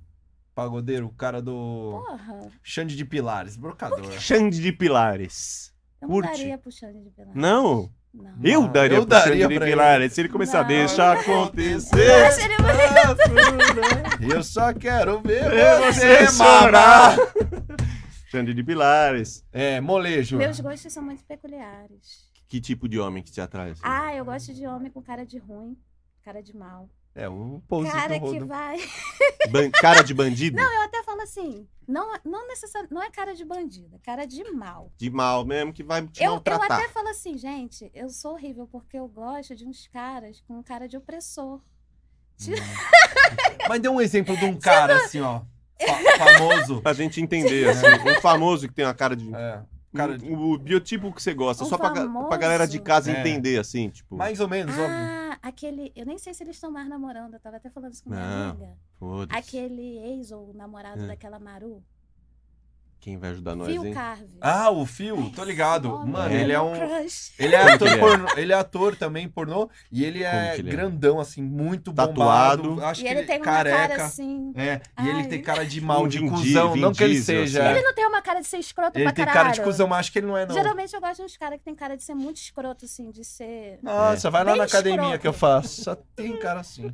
[SPEAKER 2] Pagodeiro, o cara do.
[SPEAKER 3] Porra,
[SPEAKER 2] Xande de Pilares, brocador.
[SPEAKER 1] Xande de Pilares.
[SPEAKER 3] eu
[SPEAKER 1] Curte.
[SPEAKER 3] não daria pro Xande de Pilar.
[SPEAKER 1] Não?
[SPEAKER 3] Não.
[SPEAKER 1] Eu
[SPEAKER 2] Não,
[SPEAKER 1] daria
[SPEAKER 2] eu
[SPEAKER 1] pro Xande
[SPEAKER 2] daria
[SPEAKER 1] de
[SPEAKER 2] pra ele.
[SPEAKER 1] Pilares. Se ele começar a
[SPEAKER 3] Não.
[SPEAKER 1] deixar
[SPEAKER 3] Eu
[SPEAKER 1] acontecer.
[SPEAKER 3] acho ele muito-
[SPEAKER 2] Eu só quero ver
[SPEAKER 1] Eu sei
[SPEAKER 2] você chorar.
[SPEAKER 1] [LAUGHS] Xande de Pilares.
[SPEAKER 2] É, molejo.
[SPEAKER 3] Meus gostos são muito peculiares.
[SPEAKER 1] Que tipo de homem que te atrai? assim?
[SPEAKER 3] Ah, eu gosto de homem com cara de ruim, cara de mal.
[SPEAKER 2] É, o pose
[SPEAKER 3] Cara
[SPEAKER 2] do
[SPEAKER 3] que
[SPEAKER 2] rodo.
[SPEAKER 3] vai. [LAUGHS]
[SPEAKER 1] Ban- Cara de bandido?
[SPEAKER 3] Eu até falo assim, não, não necessariamente, não é cara de bandido, é cara de mal.
[SPEAKER 1] De mal mesmo, que vai te
[SPEAKER 3] Eu, eu
[SPEAKER 1] maltratar.
[SPEAKER 3] até falo assim, gente, eu sou horrível porque eu gosto de uns caras com cara de opressor.
[SPEAKER 2] Mas dê um exemplo de um cara assim, ó. fa- famoso. [LAUGHS]
[SPEAKER 1] Pra gente entender, assim, um famoso que tem uma cara de.
[SPEAKER 2] É. Cara, de-
[SPEAKER 1] O, o biotipo que você gosta,
[SPEAKER 3] Um
[SPEAKER 1] só pra, ga-
[SPEAKER 3] famoso?
[SPEAKER 1] pra galera de casa
[SPEAKER 2] É.
[SPEAKER 1] entender, assim, tipo.
[SPEAKER 2] mais ou menos, óbvio.
[SPEAKER 3] Ah, aquele. Eu nem sei se eles estão mais namorando, eu tava até falando isso com minha
[SPEAKER 1] Não.
[SPEAKER 3] amiga.
[SPEAKER 1] foda-se,
[SPEAKER 3] Aquele ex ou namorado
[SPEAKER 1] É.
[SPEAKER 3] daquela Maru,
[SPEAKER 1] Quem vai ajudar nós,
[SPEAKER 3] Phil
[SPEAKER 1] hein?
[SPEAKER 3] Carve.
[SPEAKER 2] Ah, o Phil, tô ligado.
[SPEAKER 3] Nossa,
[SPEAKER 2] Mano,
[SPEAKER 1] É.
[SPEAKER 2] ele é
[SPEAKER 3] meu
[SPEAKER 2] um.
[SPEAKER 3] crush.
[SPEAKER 2] Ele é
[SPEAKER 1] Como
[SPEAKER 2] ator,
[SPEAKER 1] que ele é?
[SPEAKER 2] pornô, ele é ator também pornô e ele
[SPEAKER 1] Como
[SPEAKER 2] é
[SPEAKER 1] que ele é?
[SPEAKER 2] grandão assim, muito
[SPEAKER 1] Tatuado.
[SPEAKER 2] bombado, acho
[SPEAKER 3] E
[SPEAKER 2] que
[SPEAKER 3] ele tem uma
[SPEAKER 2] careca.
[SPEAKER 3] cara assim.
[SPEAKER 2] É, e ele
[SPEAKER 3] Ai.
[SPEAKER 2] tem cara de mal,
[SPEAKER 1] Um
[SPEAKER 2] de
[SPEAKER 1] Vin
[SPEAKER 2] cuzão,
[SPEAKER 1] Di- Vin
[SPEAKER 2] não que ele
[SPEAKER 1] Diesel,
[SPEAKER 2] seja.
[SPEAKER 1] assim.
[SPEAKER 3] Ele não tem uma cara de ser escroto
[SPEAKER 2] Ele
[SPEAKER 3] pra
[SPEAKER 2] tem
[SPEAKER 3] caralho.
[SPEAKER 2] cara de cuzão, mas acho que ele não é não.
[SPEAKER 3] é Geralmente eu gosto de uns caras que tem cara de ser muito escroto, assim, de ser.
[SPEAKER 2] Nossa, vai lá
[SPEAKER 3] Bem
[SPEAKER 2] na academia
[SPEAKER 3] escroto.
[SPEAKER 2] que eu faço, só tem cara assim.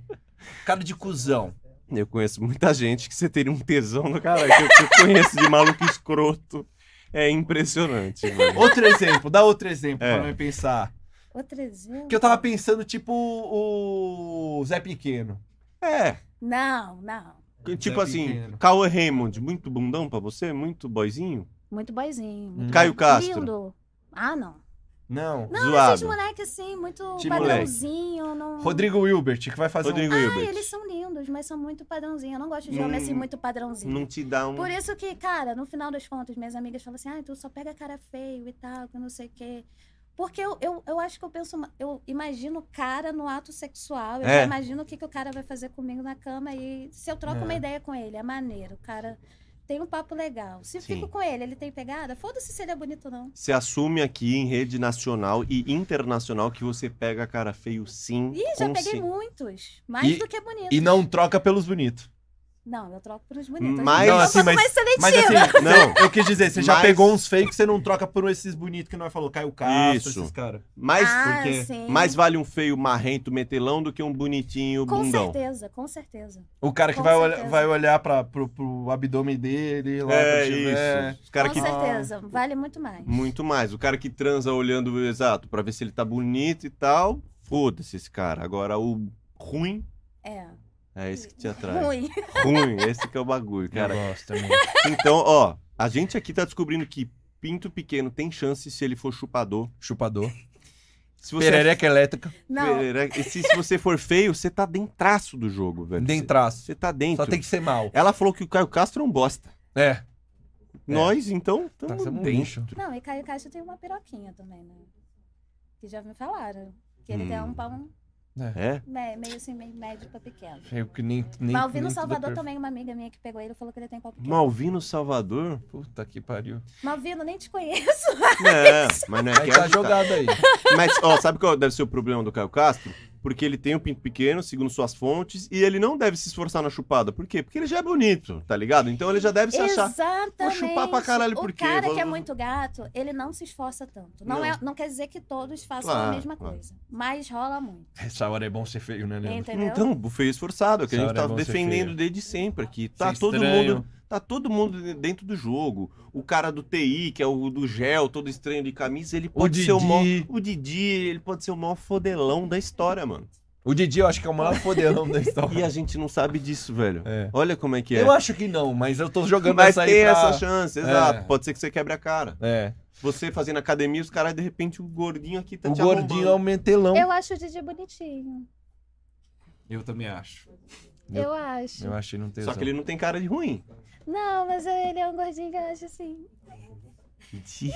[SPEAKER 2] Cara de cuzão.
[SPEAKER 1] Eu conheço muita gente que você teria um tesão no cara. Que eu, que eu conheço de maluco escroto. É impressionante, mano.
[SPEAKER 2] Outro exemplo, dá outro exemplo
[SPEAKER 1] É.
[SPEAKER 2] pra eu pensar.
[SPEAKER 3] Outro exemplo?
[SPEAKER 2] Porque eu tava pensando tipo o Zé Pequeno.
[SPEAKER 1] É.
[SPEAKER 3] Não, não.
[SPEAKER 1] Tipo
[SPEAKER 2] É
[SPEAKER 1] assim,
[SPEAKER 2] pequeno.
[SPEAKER 1] Cauã Raymond, muito bundão pra você? Muito boizinho?
[SPEAKER 3] Muito boizinho.
[SPEAKER 2] Hum.
[SPEAKER 3] muito
[SPEAKER 1] Caio Castro.
[SPEAKER 3] Lindo. Ah, não.
[SPEAKER 2] Não.
[SPEAKER 3] Não,
[SPEAKER 1] Zoado.
[SPEAKER 3] esses moleques, assim, muito
[SPEAKER 1] Que moleque?
[SPEAKER 3] padrãozinho. Não...
[SPEAKER 2] Rodrigo Wilbert, que vai fazer um
[SPEAKER 1] Rodrigo
[SPEAKER 3] Ah,
[SPEAKER 1] Hilbert,
[SPEAKER 3] eles são lindos, mas são muito padrãozinho. Eu não gosto de
[SPEAKER 1] Hum,
[SPEAKER 3] homem, assim, muito padrãozinho.
[SPEAKER 1] não te dá um...
[SPEAKER 3] Por isso que, cara, no final das contas, minhas amigas falam assim, ah, tu só pega cara feio e tal, que não sei o quê. Porque eu, eu, eu acho que eu penso, ma- eu imagino o cara no ato sexual, eu
[SPEAKER 1] É.
[SPEAKER 3] já imagino o que, que o cara vai fazer comigo na cama e se eu troco
[SPEAKER 2] É.
[SPEAKER 3] uma ideia com ele, é maneiro, o cara tem um papo legal. Se eu
[SPEAKER 1] Sim.
[SPEAKER 3] fico com ele, ele tem pegada, foda-se se ele é bonito ou não.
[SPEAKER 1] Você assume aqui em rede nacional e internacional que você pega cara feio sim.
[SPEAKER 3] Ih, já
[SPEAKER 1] com
[SPEAKER 3] peguei
[SPEAKER 1] sim.
[SPEAKER 3] muitos, mais
[SPEAKER 2] E-
[SPEAKER 3] do que bonitos.
[SPEAKER 2] E não troca pelos bonitos.
[SPEAKER 3] Não, eu troco por uns bonitos.
[SPEAKER 1] Mas-
[SPEAKER 3] eu
[SPEAKER 1] Não,
[SPEAKER 2] assim,
[SPEAKER 3] sou
[SPEAKER 2] mas-
[SPEAKER 3] mais seletiva.
[SPEAKER 2] Mas assim,
[SPEAKER 1] Não.
[SPEAKER 2] eu quis dizer, você já
[SPEAKER 1] Mas-
[SPEAKER 2] pegou uns fakes, você não troca por esses bonitos que nós falou, Caio Castro,
[SPEAKER 1] Isso.
[SPEAKER 2] esses caras.
[SPEAKER 1] Mais,
[SPEAKER 3] Ah,
[SPEAKER 1] porque
[SPEAKER 3] sim.
[SPEAKER 1] mais vale um feio marrento metelão do que um bonitinho
[SPEAKER 3] com
[SPEAKER 1] bundão.
[SPEAKER 3] certeza, com certeza.
[SPEAKER 2] O cara que
[SPEAKER 3] Com
[SPEAKER 2] vai olhar,
[SPEAKER 3] certeza.
[SPEAKER 2] vai olhar pra, pro, pro abdômen dele, lá pra
[SPEAKER 1] É
[SPEAKER 2] tiver.
[SPEAKER 1] isso. Os cara
[SPEAKER 3] com
[SPEAKER 1] que
[SPEAKER 3] certeza, vale muito mais.
[SPEAKER 1] muito mais. O cara que transa olhando exato pra ver se ele tá bonito e tal. Foda-se esse cara. Agora o ruim
[SPEAKER 3] É.
[SPEAKER 1] é esse que te atrai.
[SPEAKER 3] Ruim. [LAUGHS]
[SPEAKER 1] ruim, esse que é o bagulho, cara.
[SPEAKER 2] Eu gosto também.
[SPEAKER 1] Então, ó, a gente aqui tá descobrindo que pinto pequeno tem chance se ele for chupador.
[SPEAKER 2] Chupador.
[SPEAKER 1] Se você é
[SPEAKER 2] Perereca elétrica.
[SPEAKER 3] Não,
[SPEAKER 1] E se, se você for feio, você tá dentraço do jogo, velho.
[SPEAKER 2] Dentraço.
[SPEAKER 1] Você tá dentro.
[SPEAKER 2] Só tem que ser mal.
[SPEAKER 1] Ela falou que o Caio Castro é um bosta.
[SPEAKER 2] É.
[SPEAKER 1] Nós, então,
[SPEAKER 2] Tá
[SPEAKER 1] estamos
[SPEAKER 2] sendo um
[SPEAKER 1] dentro.
[SPEAKER 2] lixo.
[SPEAKER 3] não, e Caio Castro tem uma piroquinha também, né? Que já me falaram. Que ele
[SPEAKER 1] Hum.
[SPEAKER 3] tem um pão
[SPEAKER 1] É?
[SPEAKER 3] me- meio assim, meio médio pra pequeno.
[SPEAKER 2] É, Eu que nem. nem nem
[SPEAKER 3] Malvino
[SPEAKER 2] tudo é
[SPEAKER 3] Salvador
[SPEAKER 2] perfeito.
[SPEAKER 3] também, uma amiga minha que pegou ele falou que ele tem pau pequeno.
[SPEAKER 1] Malvino Salvador?
[SPEAKER 2] Puta que pariu.
[SPEAKER 3] Malvino, nem te conheço.
[SPEAKER 1] [LAUGHS] É, mas não é
[SPEAKER 2] Aí
[SPEAKER 1] que
[SPEAKER 2] tá
[SPEAKER 1] é-
[SPEAKER 2] jogado aí.
[SPEAKER 1] Mas, ó, sabe qual deve ser o problema do Caio Castro? Porque ele tem um pinto pequeno, segundo suas fontes, e ele não deve se esforçar na chupada. Por quê? Porque ele já é bonito, tá ligado? Então ele já deve se achar.
[SPEAKER 3] Exatamente.
[SPEAKER 1] Vou chupar pra caralho, por
[SPEAKER 3] o
[SPEAKER 1] quê?
[SPEAKER 3] cara
[SPEAKER 1] Vou-
[SPEAKER 3] que é muito gato, ele não se esforça tanto. Não,
[SPEAKER 1] Não.
[SPEAKER 3] É, não quer dizer que todos façam
[SPEAKER 1] Claro,
[SPEAKER 3] a mesma
[SPEAKER 1] claro.
[SPEAKER 3] coisa. Mas rola muito,
[SPEAKER 2] Essa hora é bom ser feio, né, Leandro?
[SPEAKER 3] entendeu?
[SPEAKER 1] Então, o feio esforçado, é o que a
[SPEAKER 2] Essa
[SPEAKER 1] gente
[SPEAKER 2] hora é
[SPEAKER 1] tá
[SPEAKER 2] bom ser
[SPEAKER 1] defendendo
[SPEAKER 2] feio.
[SPEAKER 1] desde sempre aqui. Tá
[SPEAKER 2] Ser
[SPEAKER 1] todo
[SPEAKER 2] é estranho.
[SPEAKER 1] mundo Tá todo mundo de- dentro do jogo. O cara do TI, que é o do gel, todo estranho de camisa, ele pode ser o
[SPEAKER 2] Didi.
[SPEAKER 1] maior. O Didi, ele pode ser o maior fodelão da história, mano.
[SPEAKER 2] O Didi eu acho que é o maior foderão da
[SPEAKER 1] E
[SPEAKER 2] história.
[SPEAKER 1] a gente não sabe disso, velho.
[SPEAKER 2] É.
[SPEAKER 1] Olha como é que é.
[SPEAKER 2] Eu acho que não, mas eu tô jogando
[SPEAKER 1] Mas
[SPEAKER 2] essa aí
[SPEAKER 1] tem
[SPEAKER 2] pra...
[SPEAKER 1] essa chance, exato.
[SPEAKER 2] É.
[SPEAKER 1] Pode ser que você quebre a cara.
[SPEAKER 2] É.
[SPEAKER 1] Você fazendo academia, os caras, de repente, o gordinho aqui tá
[SPEAKER 2] o
[SPEAKER 1] te
[SPEAKER 2] gordinho é
[SPEAKER 1] arrombando.
[SPEAKER 2] o mentelão.
[SPEAKER 1] Então
[SPEAKER 3] Eu acho o Didi bonitinho.
[SPEAKER 2] Eu também acho.
[SPEAKER 3] Eu,
[SPEAKER 2] Eu-
[SPEAKER 3] acho.
[SPEAKER 2] Eu achei não ter
[SPEAKER 1] Só que ele não tem cara de ruim.
[SPEAKER 3] Não, mas ele é um gordinho que eu acho assim.
[SPEAKER 1] Didi.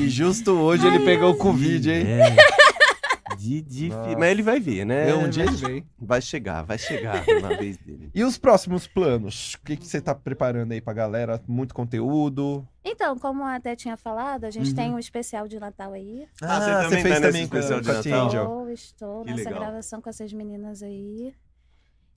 [SPEAKER 2] E justo hoje ele pegou o Covid, hein?
[SPEAKER 1] É. Didi, fi-
[SPEAKER 2] Nossa.
[SPEAKER 1] mas ele vai ver, né?
[SPEAKER 2] É, um dia ele vem.
[SPEAKER 1] Vai chegar, vai chegar na vez dele.
[SPEAKER 2] E os próximos planos? O que que você tá preparando aí pra galera? Muito conteúdo?
[SPEAKER 3] Então, como eu até tinha falado, a gente
[SPEAKER 2] Uhum.
[SPEAKER 3] tem um especial de Natal aí.
[SPEAKER 1] Ah, você também tá nesse especial de
[SPEAKER 2] com a Tia
[SPEAKER 1] Natal?
[SPEAKER 2] Angel.
[SPEAKER 3] Eu estou
[SPEAKER 1] Que
[SPEAKER 3] nessa
[SPEAKER 1] legal.
[SPEAKER 3] gravação com essas meninas aí.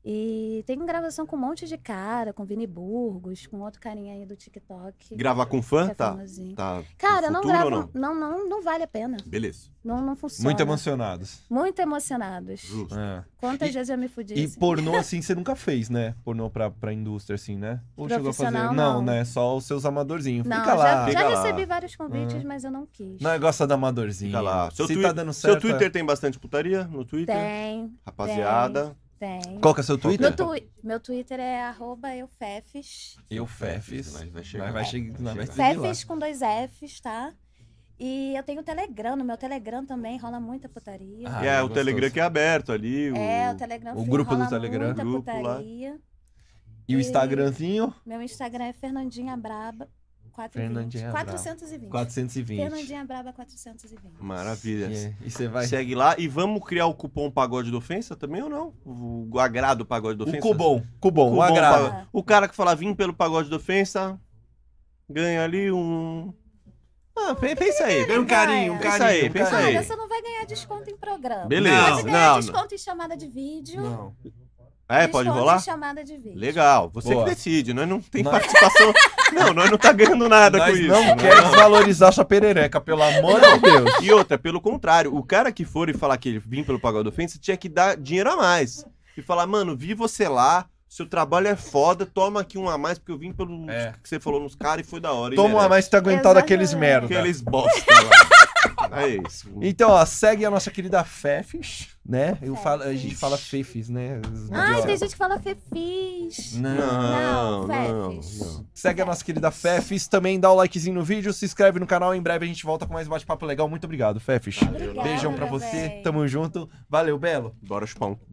[SPEAKER 3] E tem gravação com um monte de cara, com Vini Burgos, com outro carinha aí do TikTok.
[SPEAKER 1] Gravar com
[SPEAKER 3] que
[SPEAKER 1] fã?
[SPEAKER 3] é
[SPEAKER 1] Tá.
[SPEAKER 3] famosinho.
[SPEAKER 1] Tá.
[SPEAKER 3] Cara,
[SPEAKER 1] no
[SPEAKER 3] não
[SPEAKER 1] futuro ou
[SPEAKER 3] gravo. Não? Não, não, vale a pena.
[SPEAKER 1] Beleza.
[SPEAKER 3] Não, não funciona.
[SPEAKER 2] Muito emocionados.
[SPEAKER 3] Muito emocionados.
[SPEAKER 1] Justo.
[SPEAKER 2] né? É.
[SPEAKER 3] Quantas
[SPEAKER 2] E-
[SPEAKER 3] vezes eu me fudi?
[SPEAKER 2] E
[SPEAKER 3] assim?
[SPEAKER 2] pornô
[SPEAKER 3] [LAUGHS]
[SPEAKER 2] assim você nunca fez, né? Pornô pra, pra indústria assim, né? Ou chegou a fazer?
[SPEAKER 3] Profissional,
[SPEAKER 2] Não,
[SPEAKER 3] não.
[SPEAKER 2] né? Só os seus amadorzinhos.
[SPEAKER 3] Não,
[SPEAKER 2] Fica lá.
[SPEAKER 3] já,
[SPEAKER 1] Fica
[SPEAKER 3] já
[SPEAKER 1] lá.
[SPEAKER 3] recebi vários convites, mas eu não quis.
[SPEAKER 2] Não, eu gosto da amadorzinha.
[SPEAKER 1] Fica lá.
[SPEAKER 2] Se
[SPEAKER 1] Seu, twi-
[SPEAKER 2] tá dando certo.
[SPEAKER 1] seu Twitter tem bastante putaria no Twitter?
[SPEAKER 3] Tem,
[SPEAKER 1] Rapaziada.
[SPEAKER 3] tem.
[SPEAKER 2] Qual que é seu Twitter?
[SPEAKER 3] Meu,
[SPEAKER 1] Então.
[SPEAKER 3] tui- meu Twitter é arroba eufefes.
[SPEAKER 2] Eu Fefes.
[SPEAKER 1] Mas vai
[SPEAKER 2] Vai
[SPEAKER 1] chegar.
[SPEAKER 2] chegar. Vai chegar. Não, vai
[SPEAKER 1] Tá
[SPEAKER 2] seguir lá.
[SPEAKER 3] Fefes com dois Fs, tá? E eu tenho o Telegram, no meu Telegram também rola muita putaria.
[SPEAKER 2] Ah,
[SPEAKER 1] E é, o
[SPEAKER 2] gostoso.
[SPEAKER 1] Telegram que é aberto ali. O...
[SPEAKER 3] é, o Telegram
[SPEAKER 2] o
[SPEAKER 3] fi-
[SPEAKER 2] grupo do
[SPEAKER 3] rola
[SPEAKER 2] Telegram,
[SPEAKER 3] muita
[SPEAKER 1] grupo lá.
[SPEAKER 3] putaria.
[SPEAKER 2] E o Instagramzinho?
[SPEAKER 3] Meu Instagram é Fernandinha Braba 420.
[SPEAKER 2] Fernandinha Braba.
[SPEAKER 3] 420.
[SPEAKER 2] 420.
[SPEAKER 3] Fernandinha Braba 420.
[SPEAKER 1] Maravilha.
[SPEAKER 2] Yeah. E você vai.
[SPEAKER 1] Segue lá e vamos criar o cupom Pagode da Ofensa também ou não? O o agrado Pagode da
[SPEAKER 2] O
[SPEAKER 1] Ofensa?
[SPEAKER 2] Cubom. Cubom,
[SPEAKER 1] Cupom
[SPEAKER 2] o agrado.
[SPEAKER 1] Pagode- O cara que fala vim pelo Pagode da Ofensa ganha ali um. Ah, pe- pensa aí.
[SPEAKER 3] Ganha um carinho, um
[SPEAKER 1] Pensa
[SPEAKER 2] carinho,
[SPEAKER 1] aí,
[SPEAKER 2] um
[SPEAKER 1] pensa
[SPEAKER 2] carinho.
[SPEAKER 1] aí.
[SPEAKER 3] Cara, você não vai ganhar desconto em programa.
[SPEAKER 1] Beleza.
[SPEAKER 3] Pode
[SPEAKER 1] Não,
[SPEAKER 3] ganhar
[SPEAKER 1] não.
[SPEAKER 3] desconto em chamada de vídeo.
[SPEAKER 2] Não.
[SPEAKER 1] É, pode
[SPEAKER 3] desconto
[SPEAKER 1] rolar?
[SPEAKER 3] Em chamada de vídeo.
[SPEAKER 1] Legal, você
[SPEAKER 2] Boa.
[SPEAKER 1] que decide, nós não tem
[SPEAKER 2] Nós- [LAUGHS]
[SPEAKER 1] participação. não, nós não tá ganhando nada com
[SPEAKER 2] Nós
[SPEAKER 1] isso.
[SPEAKER 2] não
[SPEAKER 1] né?
[SPEAKER 2] quer desvalorizar sua perereca, pelo amor de Deus.
[SPEAKER 1] E outra, pelo contrário, o cara que for e falar que ele vim pelo Pagode Ofensa tinha que dar dinheiro a mais. E falar, mano, vi você lá, seu trabalho é foda, toma aqui um a mais, porque eu vim pelo
[SPEAKER 2] É.
[SPEAKER 1] que você falou nos caras e foi da hora. e
[SPEAKER 2] Toma uma
[SPEAKER 1] merece.
[SPEAKER 2] mais que tá aguentado aqueles merda. [LAUGHS]
[SPEAKER 1] Aqueles bosta lá. é isso.
[SPEAKER 2] Então, ó, segue a nossa querida Fefes né? Eu falo, a
[SPEAKER 3] Fefes.
[SPEAKER 2] gente fala fefes, né?
[SPEAKER 1] Não.
[SPEAKER 2] As mulheres.
[SPEAKER 1] Ah,
[SPEAKER 3] Ai, tem gente que fala fefis.
[SPEAKER 1] Não, não,
[SPEAKER 3] fefes.
[SPEAKER 1] não.
[SPEAKER 2] Segue a nossa querida Fefes, também dá o likezinho no vídeo, se inscreve no canal, em breve a gente volta com mais bate-papo legal. Muito obrigado, Fefes.
[SPEAKER 1] Valeu,
[SPEAKER 3] Obrigada,
[SPEAKER 2] Beijão pra
[SPEAKER 3] meu
[SPEAKER 2] você,
[SPEAKER 3] bem.
[SPEAKER 2] tamo junto. Valeu, Belo.
[SPEAKER 1] Bora chupar um cu.